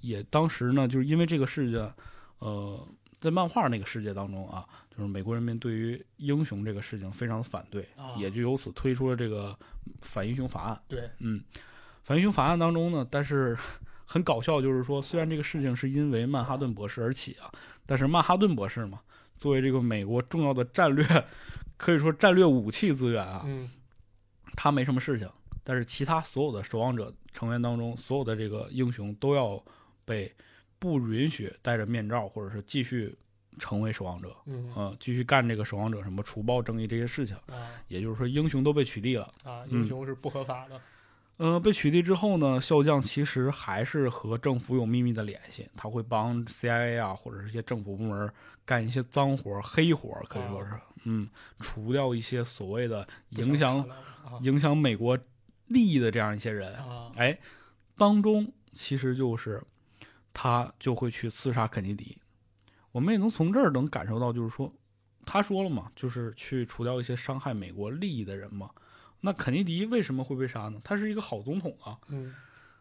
Speaker 2: 也当时呢，就是因为这个事件，呃，在漫画那个世界当中啊，就是美国人民对于英雄这个事情非常反对，
Speaker 1: 啊
Speaker 2: 也就由此推出了这个反英雄法案。
Speaker 1: 对，
Speaker 2: 嗯，反英雄法案当中呢，但是 很搞笑，就是说虽然这个事情是因为曼哈顿博士而起啊，但是曼哈顿博士嘛，作为这个美国重要的战略，可以说战略武器资源啊，
Speaker 1: 嗯
Speaker 2: 他没什么事情，但是其他所有的守望者成员当中，所有的这个英雄都要被不允许戴着面罩，或者是继续成为守望者，
Speaker 1: 嗯
Speaker 2: 嗯、继续干这个守望者什么除暴正义这些事情。
Speaker 1: 啊
Speaker 2: 也就是说，英雄都被取缔了。
Speaker 1: 啊，
Speaker 2: 嗯
Speaker 1: 英雄是不合法的，
Speaker 2: 呃，被取缔之后呢，笑匠其实还是和政府有秘密的联系，他会帮 CIA 啊，或者是一些政府部门干一些脏活儿、黑活儿，可以说是，嗯，除掉一些所谓的
Speaker 1: 哦不
Speaker 2: 影响
Speaker 1: 想说了
Speaker 2: 影响美国利益的这样一些人
Speaker 1: 啊。啊
Speaker 2: 哎，当中其实就是他就会去刺杀肯尼迪。我们也能从这儿能感受到，就是说，他说了嘛，就是去除掉一些伤害美国利益的人嘛。那肯尼迪为什么会被杀呢？他是一个好总统啊，
Speaker 1: 嗯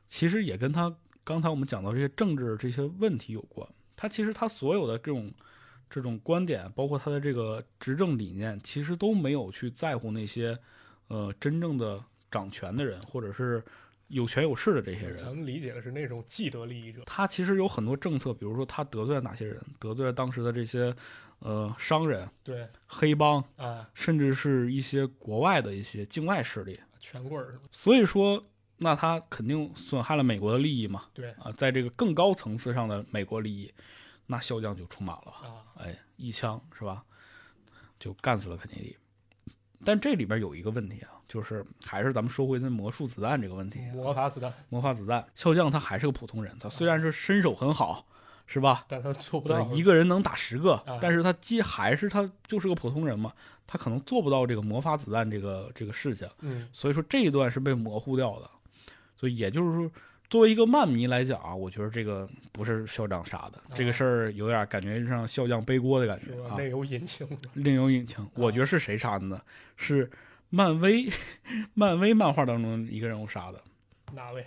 Speaker 2: 其实也跟他刚才我们讲到这些政治这些问题有关。他其实他所有的这种这种观点，包括他的这个执政理念，其实都没有去在乎那些呃真正的掌权的人，或者是有权有势的这些
Speaker 1: 咱
Speaker 2: 人。
Speaker 1: 们理解的是那种既得利益者，
Speaker 2: 他其实有很多政策，比如说他得罪了哪些人，得罪了当时的这些呃商人、
Speaker 1: 对
Speaker 2: 黑帮，
Speaker 1: 啊，
Speaker 2: 甚至是一些国外的一些境外势力。
Speaker 1: 权贵儿是吧
Speaker 2: 所以说，那他肯定损害了美国的利益嘛。
Speaker 1: 对
Speaker 2: 啊，在这个更高层次上的美国利益，那笑匠就出马了吧？
Speaker 1: 啊，
Speaker 2: 哎，一枪是吧，就干死了肯尼迪。但这里边有一个问题啊，就是还是咱们说回那魔术子弹这个问题啊、
Speaker 1: 魔法子弹，
Speaker 2: 魔法子弹，笑匠他还是个普通人，他虽然是身手很好，是吧？
Speaker 1: 但他做不
Speaker 2: 对
Speaker 1: 到，
Speaker 2: 一个人能打十个
Speaker 1: 啊，
Speaker 2: 但是他既还是他就是个普通人嘛，他可能做不到这个魔法子弹这个这个事情。
Speaker 1: 嗯
Speaker 2: 所以说这一段是被模糊掉的。所以也就是说，作为一个漫迷来讲啊，我觉得这个不是校长杀的，这个事儿有点感觉让校长背锅的感
Speaker 1: 哦是
Speaker 2: 觉
Speaker 1: 吧啊
Speaker 2: 啊，
Speaker 1: 内有隐情的，
Speaker 2: 另有隐情。我觉得是谁杀的呢？是漫威， 漫威漫画当中一个人物杀的，
Speaker 1: 哪位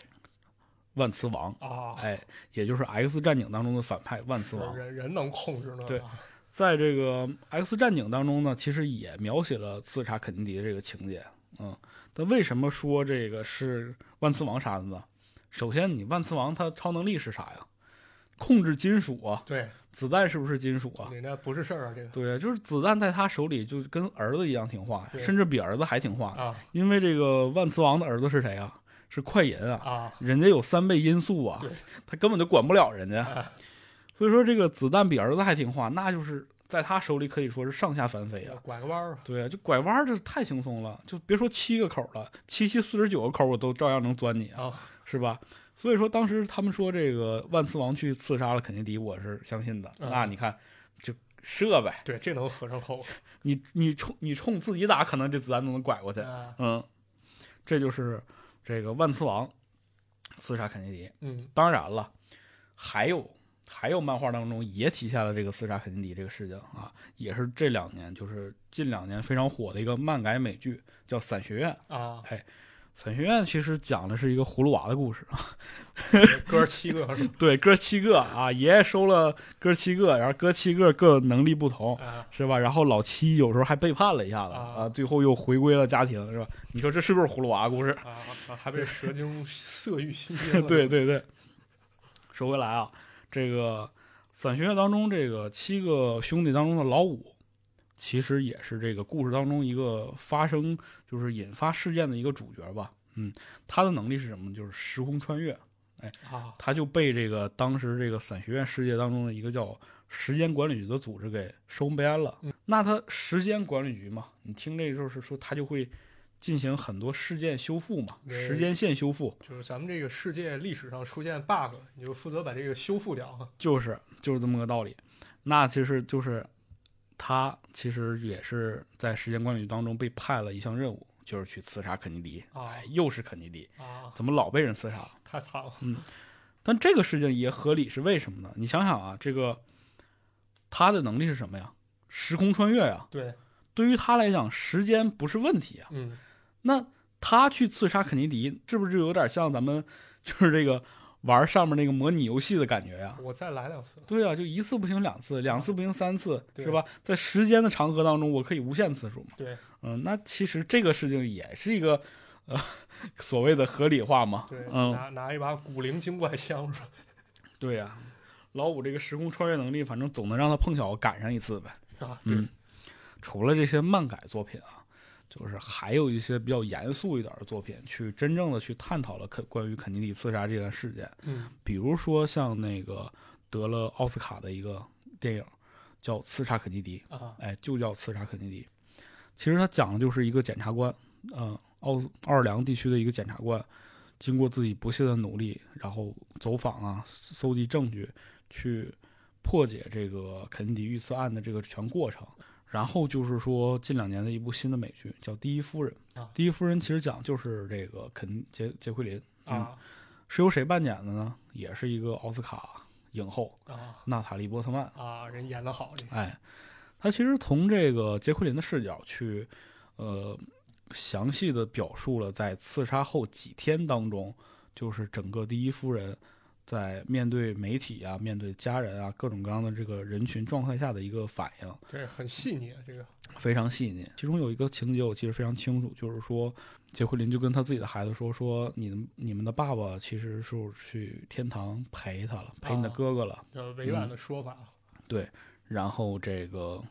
Speaker 2: 万磁王。
Speaker 1: 啊？
Speaker 2: 哎，也就是《X 战警》当中的反派万磁王，
Speaker 1: 人人能控制呢？
Speaker 2: 对
Speaker 1: 啊，
Speaker 2: 在这个《X 战警》当中呢，其实也描写了刺杀肯尼迪的这个情节。嗯，但为什么说这个是万磁王杀的呢？首先，你万磁王他超能力是啥呀？控制金属啊，
Speaker 1: 对，
Speaker 2: 子弹是不是金属啊？
Speaker 1: 你那不是事儿啊，这个
Speaker 2: 对，就是子弹在他手里就跟儿子一样听话呀，
Speaker 1: 对
Speaker 2: 甚至比儿子还听话。
Speaker 1: 啊
Speaker 2: 因为这个万磁王的儿子是谁啊？是快银啊，
Speaker 1: 啊，
Speaker 2: 人家有三倍音速啊
Speaker 1: 对，
Speaker 2: 他根本就管不了人家。
Speaker 1: 啊
Speaker 2: 所以说，这个子弹比儿子还听话，那就是在他手里可以说是上下翻飞啊。
Speaker 1: 拐个弯儿吧，
Speaker 2: 对啊，就拐弯儿这太轻松了，就别说七个口了，七七四十九个口我都照样能钻你啊，
Speaker 1: 哦
Speaker 2: 是吧？所以说当时他们说这个万磁王去刺杀了肯尼迪，我是相信的。
Speaker 1: 嗯
Speaker 2: 那你看，就射呗，
Speaker 1: 对，这能合上口
Speaker 2: 你你冲你冲自己打，可能这子弹都能拐过去。
Speaker 1: 啊，
Speaker 2: 嗯，这就是这个万磁王刺杀肯尼迪。
Speaker 1: 嗯
Speaker 2: 当然了，还有还有漫画当中也体现了这个刺杀肯尼迪这个事情啊，也是这 两年就是近两年非常火的一个漫改美剧，叫《伞学院》。
Speaker 1: 啊，
Speaker 2: 伞学院其实讲的是一个葫芦娃的故事，
Speaker 1: 哥七个 是吧？
Speaker 2: 对，哥七个啊，爷爷收了哥七个，然后哥七个各能力不同，
Speaker 1: 啊，
Speaker 2: 是吧？然后老七有时候还背叛了一下子
Speaker 1: 啊
Speaker 2: 啊，最后又回归了家庭，是吧？你说这是不是葫芦娃故事？
Speaker 1: 啊啊！还被蛇精色欲熏心了。
Speaker 2: 对对对。说回来啊，这个伞学院当中这个七个兄弟当中的老五，其实也是这个故事当中一个发生就是引发事件的一个主角吧。嗯，他的能力是什么呢？就是时空穿越。
Speaker 1: 啊，
Speaker 2: 他就被这个当时这个伞学院世界当中的一个叫时间管理局的组织给收编了。
Speaker 1: 嗯
Speaker 2: 那他时间管理局嘛，你听这就是说他就会进行很多事件修复嘛，
Speaker 1: 对
Speaker 2: 时间线修复
Speaker 1: 就是咱们这个世界历史上出现 bug，你就负责把这个修复掉啊。
Speaker 2: 就是就是这么个道理。那其实就是他其实也是在时间管理局当中被派了一项任务，就是去刺杀肯尼迪。
Speaker 1: 啊
Speaker 2: 哎，又是肯尼迪，
Speaker 1: 啊，
Speaker 2: 怎么老被人刺杀？
Speaker 1: 太惨了。
Speaker 2: 但这个事情也合理，是为什么呢？你想想啊，这个他的能力是什么呀？时空穿越呀、
Speaker 1: 对，
Speaker 2: 对于他来讲，时间不是问题啊。
Speaker 1: 嗯，
Speaker 2: 那他去刺杀肯尼迪，是不是就有点像咱们就是这个玩上面那个模拟游戏的感觉呀、
Speaker 1: 我再来两次。
Speaker 2: 对啊，就一次不行两次，两次不行三次，
Speaker 1: 对
Speaker 2: 是吧？在时间的长河当中，我可以无限次数嘛。
Speaker 1: 对，
Speaker 2: 嗯，那其实这个事情也是一个呃 所谓的合理化嘛。
Speaker 1: 对，
Speaker 2: 嗯，
Speaker 1: 拿拿一把古灵精怪枪是吧？
Speaker 2: 对呀、老五这个时空穿越能力，反正总能让他碰巧赶上一次呗。
Speaker 1: 啊，对，
Speaker 2: 嗯，除了这些漫改作品啊，就是还有一些比较严肃一点的作品，去真正的去探讨了肯关于肯尼迪刺杀这件事件。
Speaker 1: 嗯，
Speaker 2: 比如说像那个得了奥斯卡的一个电影，叫《刺杀肯尼迪》，
Speaker 1: 啊，
Speaker 2: 哎，就叫《刺杀肯尼迪》。其实他讲的就是一个检察官，呃，奥奥尔良地区的一个检察官，经过自己不懈的努力，然后走访啊，搜集证据，去破解这个肯尼迪遇刺案的这个全过程。然后就是说，近两年的一部新的美剧叫《第一夫人》。
Speaker 1: 啊
Speaker 2: 第一夫人》其实讲就是这个肯杰杰奎琳，
Speaker 1: 啊
Speaker 2: 是由谁扮演的呢？也是一个奥斯卡影后
Speaker 1: 啊
Speaker 2: 娜塔莉波特曼。
Speaker 1: 啊，人演的好，这个
Speaker 2: 哎，他其实从这个杰奎琳的视角去，呃，详细的表述了在刺杀后几天当中，就是整个第一夫人在面对媒体啊、面对家人啊各种各样的这个人群状态下的一个反应，
Speaker 1: 这很细腻，这个
Speaker 2: 非常细腻。其中有一个情节我记得非常清楚，就是说杰奎琳就跟他自己的孩子说：“说你的你们的爸爸其实是去天堂陪他了，陪你的
Speaker 1: 啊
Speaker 2: 哥哥了。
Speaker 1: 呃委
Speaker 2: 嗯
Speaker 1: 婉的说法
Speaker 2: 然后这个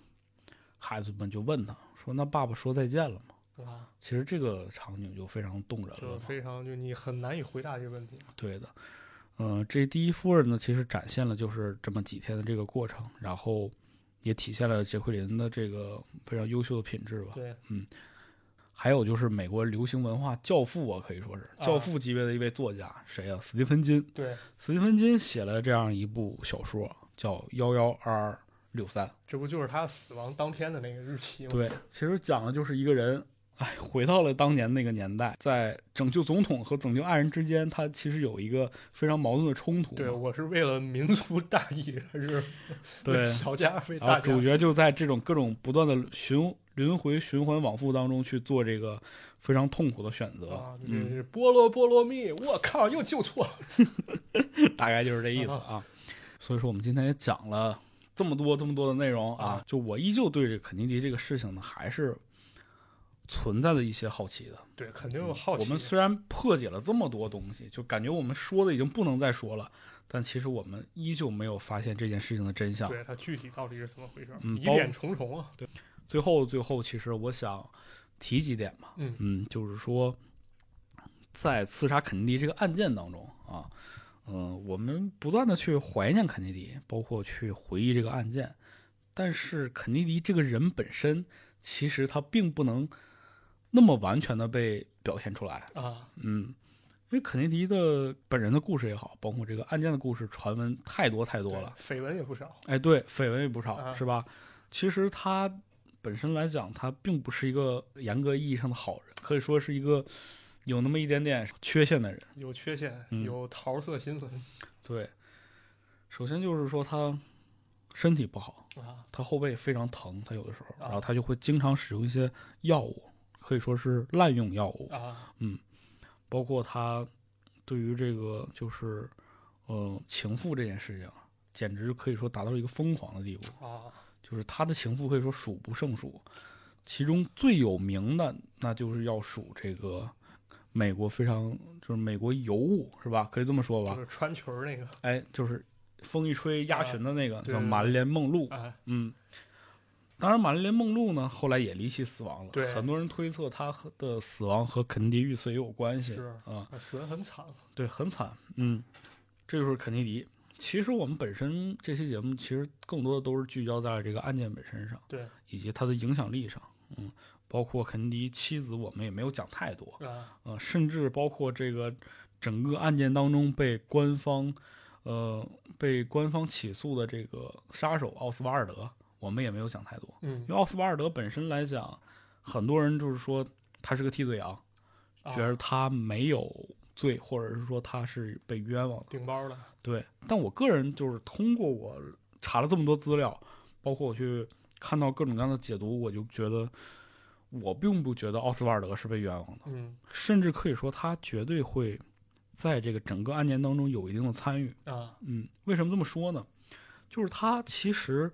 Speaker 2: 孩子们就问他说：“那爸爸说再见了吗
Speaker 1: 啊，？”
Speaker 2: 其实这个场景就非常动人了
Speaker 1: 就
Speaker 2: 嘛，
Speaker 1: 非常就你很难以回答这个问题。
Speaker 2: 对的。嗯、这第一夫人呢，其实展现了就是这么几天的这个过程，然后也体现了杰奎琳的这个非常优秀的品质吧。
Speaker 1: 对，
Speaker 2: 还有就是美国流行文化教父啊，可以说是
Speaker 1: 啊
Speaker 2: 教父级别的一位作家，谁呀、斯蒂芬金。
Speaker 1: 对，
Speaker 2: 斯蒂芬金写了这样一部小说，叫《幺幺二二六三》。
Speaker 1: 这不就是他死亡当天的那个日期吗？
Speaker 2: 对，其实讲的就是一个人，哎，回到了当年那个年代，在拯救总统和拯救爱人之间，他其实有一个非常矛盾的冲突嘛。
Speaker 1: 对，我是为了民族大义，还是为
Speaker 2: 对，
Speaker 1: 小家为大
Speaker 2: 然
Speaker 1: 家
Speaker 2: 后主？角就在这种各种不断的循轮回、循环往复当中去做这个非常痛苦的选择。
Speaker 1: 啊，就
Speaker 2: 嗯，
Speaker 1: 是菠萝菠萝蜜，我靠，又救错了。
Speaker 2: 大概就是这意思啊。所以说，我们今天也讲了这么多这么多的内容啊
Speaker 1: 啊，
Speaker 2: 就我依旧对这肯尼迪这个事情呢，还是存在的一些好奇的。
Speaker 1: 对，肯定好奇。
Speaker 2: 嗯我们虽然破解了这么多东西，就感觉我们说的已经不能再说了，但其实我们依旧没有发现这件事情的真相。
Speaker 1: 对它具体到底是怎么回事，
Speaker 2: 嗯
Speaker 1: 疑
Speaker 2: 包
Speaker 1: 点重重啊。对，
Speaker 2: 最后，最后，其实我想提几点吧。
Speaker 1: 嗯
Speaker 2: 就是说，在刺杀肯尼迪这个案件当中啊，嗯、我们不断的去怀念肯尼迪，包括去回忆这个案件，但是肯尼迪这个人本身，其实他并不能那么完全的被表现出来。
Speaker 1: 啊，
Speaker 2: 嗯，因为肯尼迪的本人的故事也好，包括这个案件的故事，传闻太多太多
Speaker 1: 对
Speaker 2: 了。
Speaker 1: 绯闻也不少。
Speaker 2: 哎，对，绯闻也不少，
Speaker 1: 啊
Speaker 2: 是吧？其实他本身来讲，他并不是一个严格意义上的好人，可以说是一个有那么一点点缺陷的人。
Speaker 1: 有缺陷，
Speaker 2: 嗯
Speaker 1: 有桃色新闻
Speaker 2: 对，首先就是说他身体不好，
Speaker 1: 啊，
Speaker 2: 他后背非常疼，他有的时候，
Speaker 1: 啊
Speaker 2: 然后他就会经常使用一些药物，可以说是滥用药物。
Speaker 1: 啊，
Speaker 2: 包括他对于这个就是呃情妇这件事情，简直可以说达到了一个疯狂的地步。
Speaker 1: 啊，
Speaker 2: 就是他的情妇可以说数不胜数，其中最有名的那就是要数这个美国非常就是美国尤物是吧？可以这么说
Speaker 1: 就
Speaker 2: 吧？
Speaker 1: 是穿裙儿那个，
Speaker 2: 哎，就是风一吹压裙的那个、
Speaker 1: 啊对
Speaker 2: 叫玛丽莲梦露，
Speaker 1: 哎，
Speaker 2: 嗯。当然，玛丽莲梦露呢，后来也离奇死亡了。
Speaker 1: 对
Speaker 2: 很多人推测她和的死亡和肯尼迪遇刺也有关系。
Speaker 1: 是
Speaker 2: 啊、
Speaker 1: 死得很惨，
Speaker 2: 对，很惨。嗯，这就是肯尼迪。其实我们本身这期节目其实更多的都是聚焦在这个案件本身上，
Speaker 1: 对，
Speaker 2: 以及它的影响力上。嗯，包括肯尼迪妻子，我们也没有讲太多。
Speaker 1: 啊，
Speaker 2: 呃，甚至包括这个整个案件当中被官方，呃，被官方起诉的这个杀手奥斯瓦尔德，我们也没有讲太多。
Speaker 1: 嗯
Speaker 2: 因，为奥斯瓦尔德本身来讲，很多人就是说他是个替罪羊，
Speaker 1: 啊
Speaker 2: 觉得他没有罪，或者是说他是被冤枉的。
Speaker 1: 顶包的，
Speaker 2: 对，但我个人就是通过我查了这么多资料，包括我去看到各种各样的解读，我就觉得我并不觉得奥斯瓦尔德是被冤枉的，
Speaker 1: 嗯
Speaker 2: 甚至可以说他绝对会在这个整个案件当中有一定的参与。
Speaker 1: 啊，
Speaker 2: 嗯，为什么这么说呢？就是他其实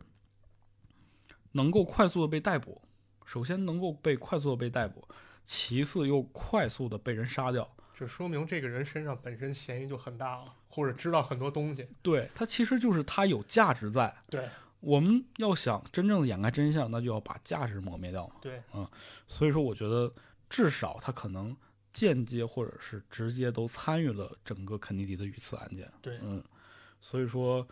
Speaker 2: 能够快速的被逮捕，首先能够被快速的被逮捕，其次又快速的被人杀掉。
Speaker 1: 这说明这个人身上本身嫌疑就很大了，或者知道很多东西，
Speaker 2: 对他其实就是他有价值在。
Speaker 1: 对，
Speaker 2: 我们要想真正的掩盖真相，那就要把价值磨灭掉嘛。嗯
Speaker 1: 对，
Speaker 2: 所以说，我觉得至少他可能间接或者是直接都参与了整个肯尼迪的遇刺案件。
Speaker 1: 对
Speaker 2: 嗯，所以说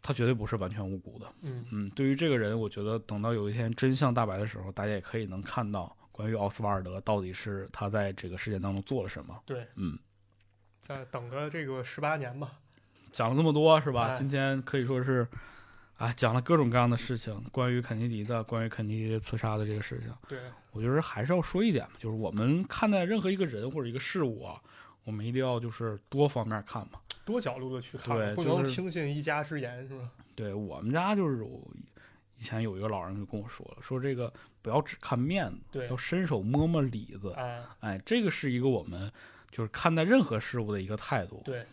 Speaker 2: 他绝对不是完全无辜的。
Speaker 1: 嗯，
Speaker 2: 嗯，对于这个人，我觉得等到有一天真相大白的时候，大家也可以能看到关于奥斯瓦尔德到底是他在这个事件当中做了什么。
Speaker 1: 对，
Speaker 2: 嗯，
Speaker 1: 再等着这个十八年吧，
Speaker 2: 讲了这么多是吧？
Speaker 1: 哎
Speaker 2: 今天可以说是，啊，讲了各种各样的事情，关于肯尼迪的，关于肯尼迪刺杀的这个事情，
Speaker 1: 对，
Speaker 2: 我觉得还是要说一点，就是我们看待任何一个人或者一个事物啊，我们一定要就是多方面看嘛。
Speaker 1: 多角度的去看，
Speaker 2: 对
Speaker 1: 不
Speaker 2: 就
Speaker 1: 能
Speaker 2: 是
Speaker 1: 听信一家之言，是吧？
Speaker 2: 对我们家就是有以前有一个老人就跟我说了，说这个不要只看面子，
Speaker 1: 对
Speaker 2: 要，伸手摸摸里子。
Speaker 1: 哎，
Speaker 2: 哎，这个是一个我们就是看待任何事物的一个态度，
Speaker 1: 对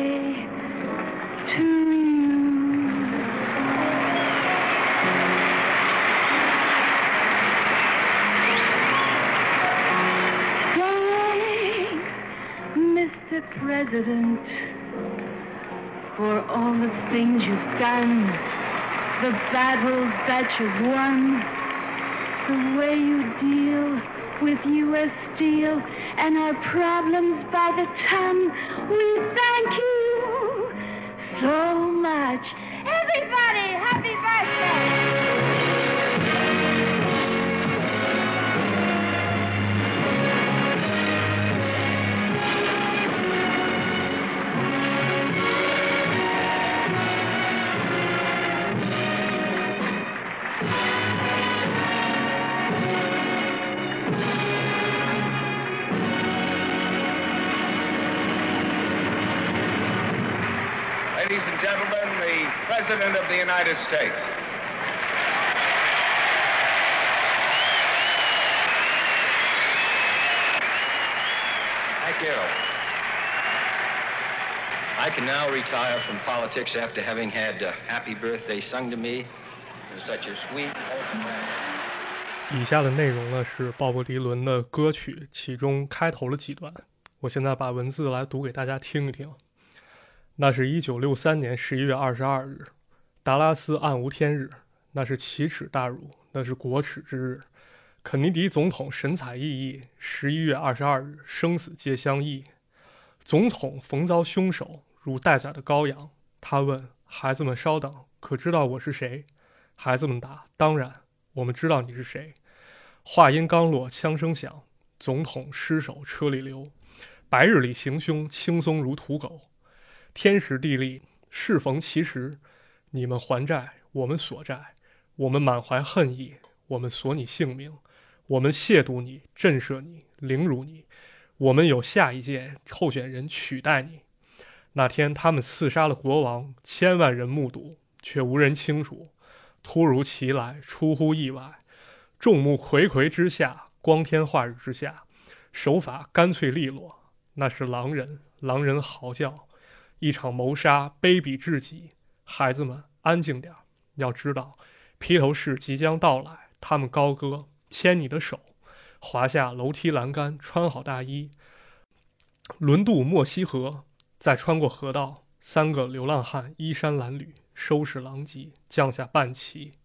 Speaker 4: to you. Happy President, for all the things you've done, the battles that you've won, the way you deal with U.S. Steel and our problems by the ton. We thank you so much. Everybody, happy birthday!
Speaker 5: Ladies and gentlemen, the President of the United States. Thank you.
Speaker 6: I can now retire from politics after having had uh, Happy Birthday sung to me in such a sweet, open way.
Speaker 1: 以下的内容呢是鲍勃迪伦的歌曲其中开头的几段，我现在把文字来读给大家听一听。那是一九六三年十一月二十二日，达拉斯暗无天日，那是奇耻大辱，那是国耻之日。肯尼迪总统神采奕奕，十一月二十二日生死皆相异。总统逢遭凶手，如待宰的羔羊。他问孩子们：“稍等，可知道我是谁？”孩子们答：“当然，我们知道你是谁。”话音刚落，枪声响，总统失手车里流。白日里行凶，轻松如土狗。天时地利，适逢其时。你们还债，我们索债；我们满怀恨意，我们索你性命；我们亵渎你，震慑你，凌辱你；我们有下一届候选人取代你。那天他们刺杀了国王，千万人目睹，却无人清楚。突如其来，出乎意外，众目睽睽之下，光天化日之下，手法干脆利落。那是狼人，狼人嚎叫，一场谋杀卑鄙至极。孩子们，安静点儿，要知道，披头士即将到来。他们高歌，牵你的手，滑下楼梯栏杆，穿好大衣，轮渡莫西河，再穿过河道，三个流浪汉衣衫褴褛，收拾狼藉，降下半旗，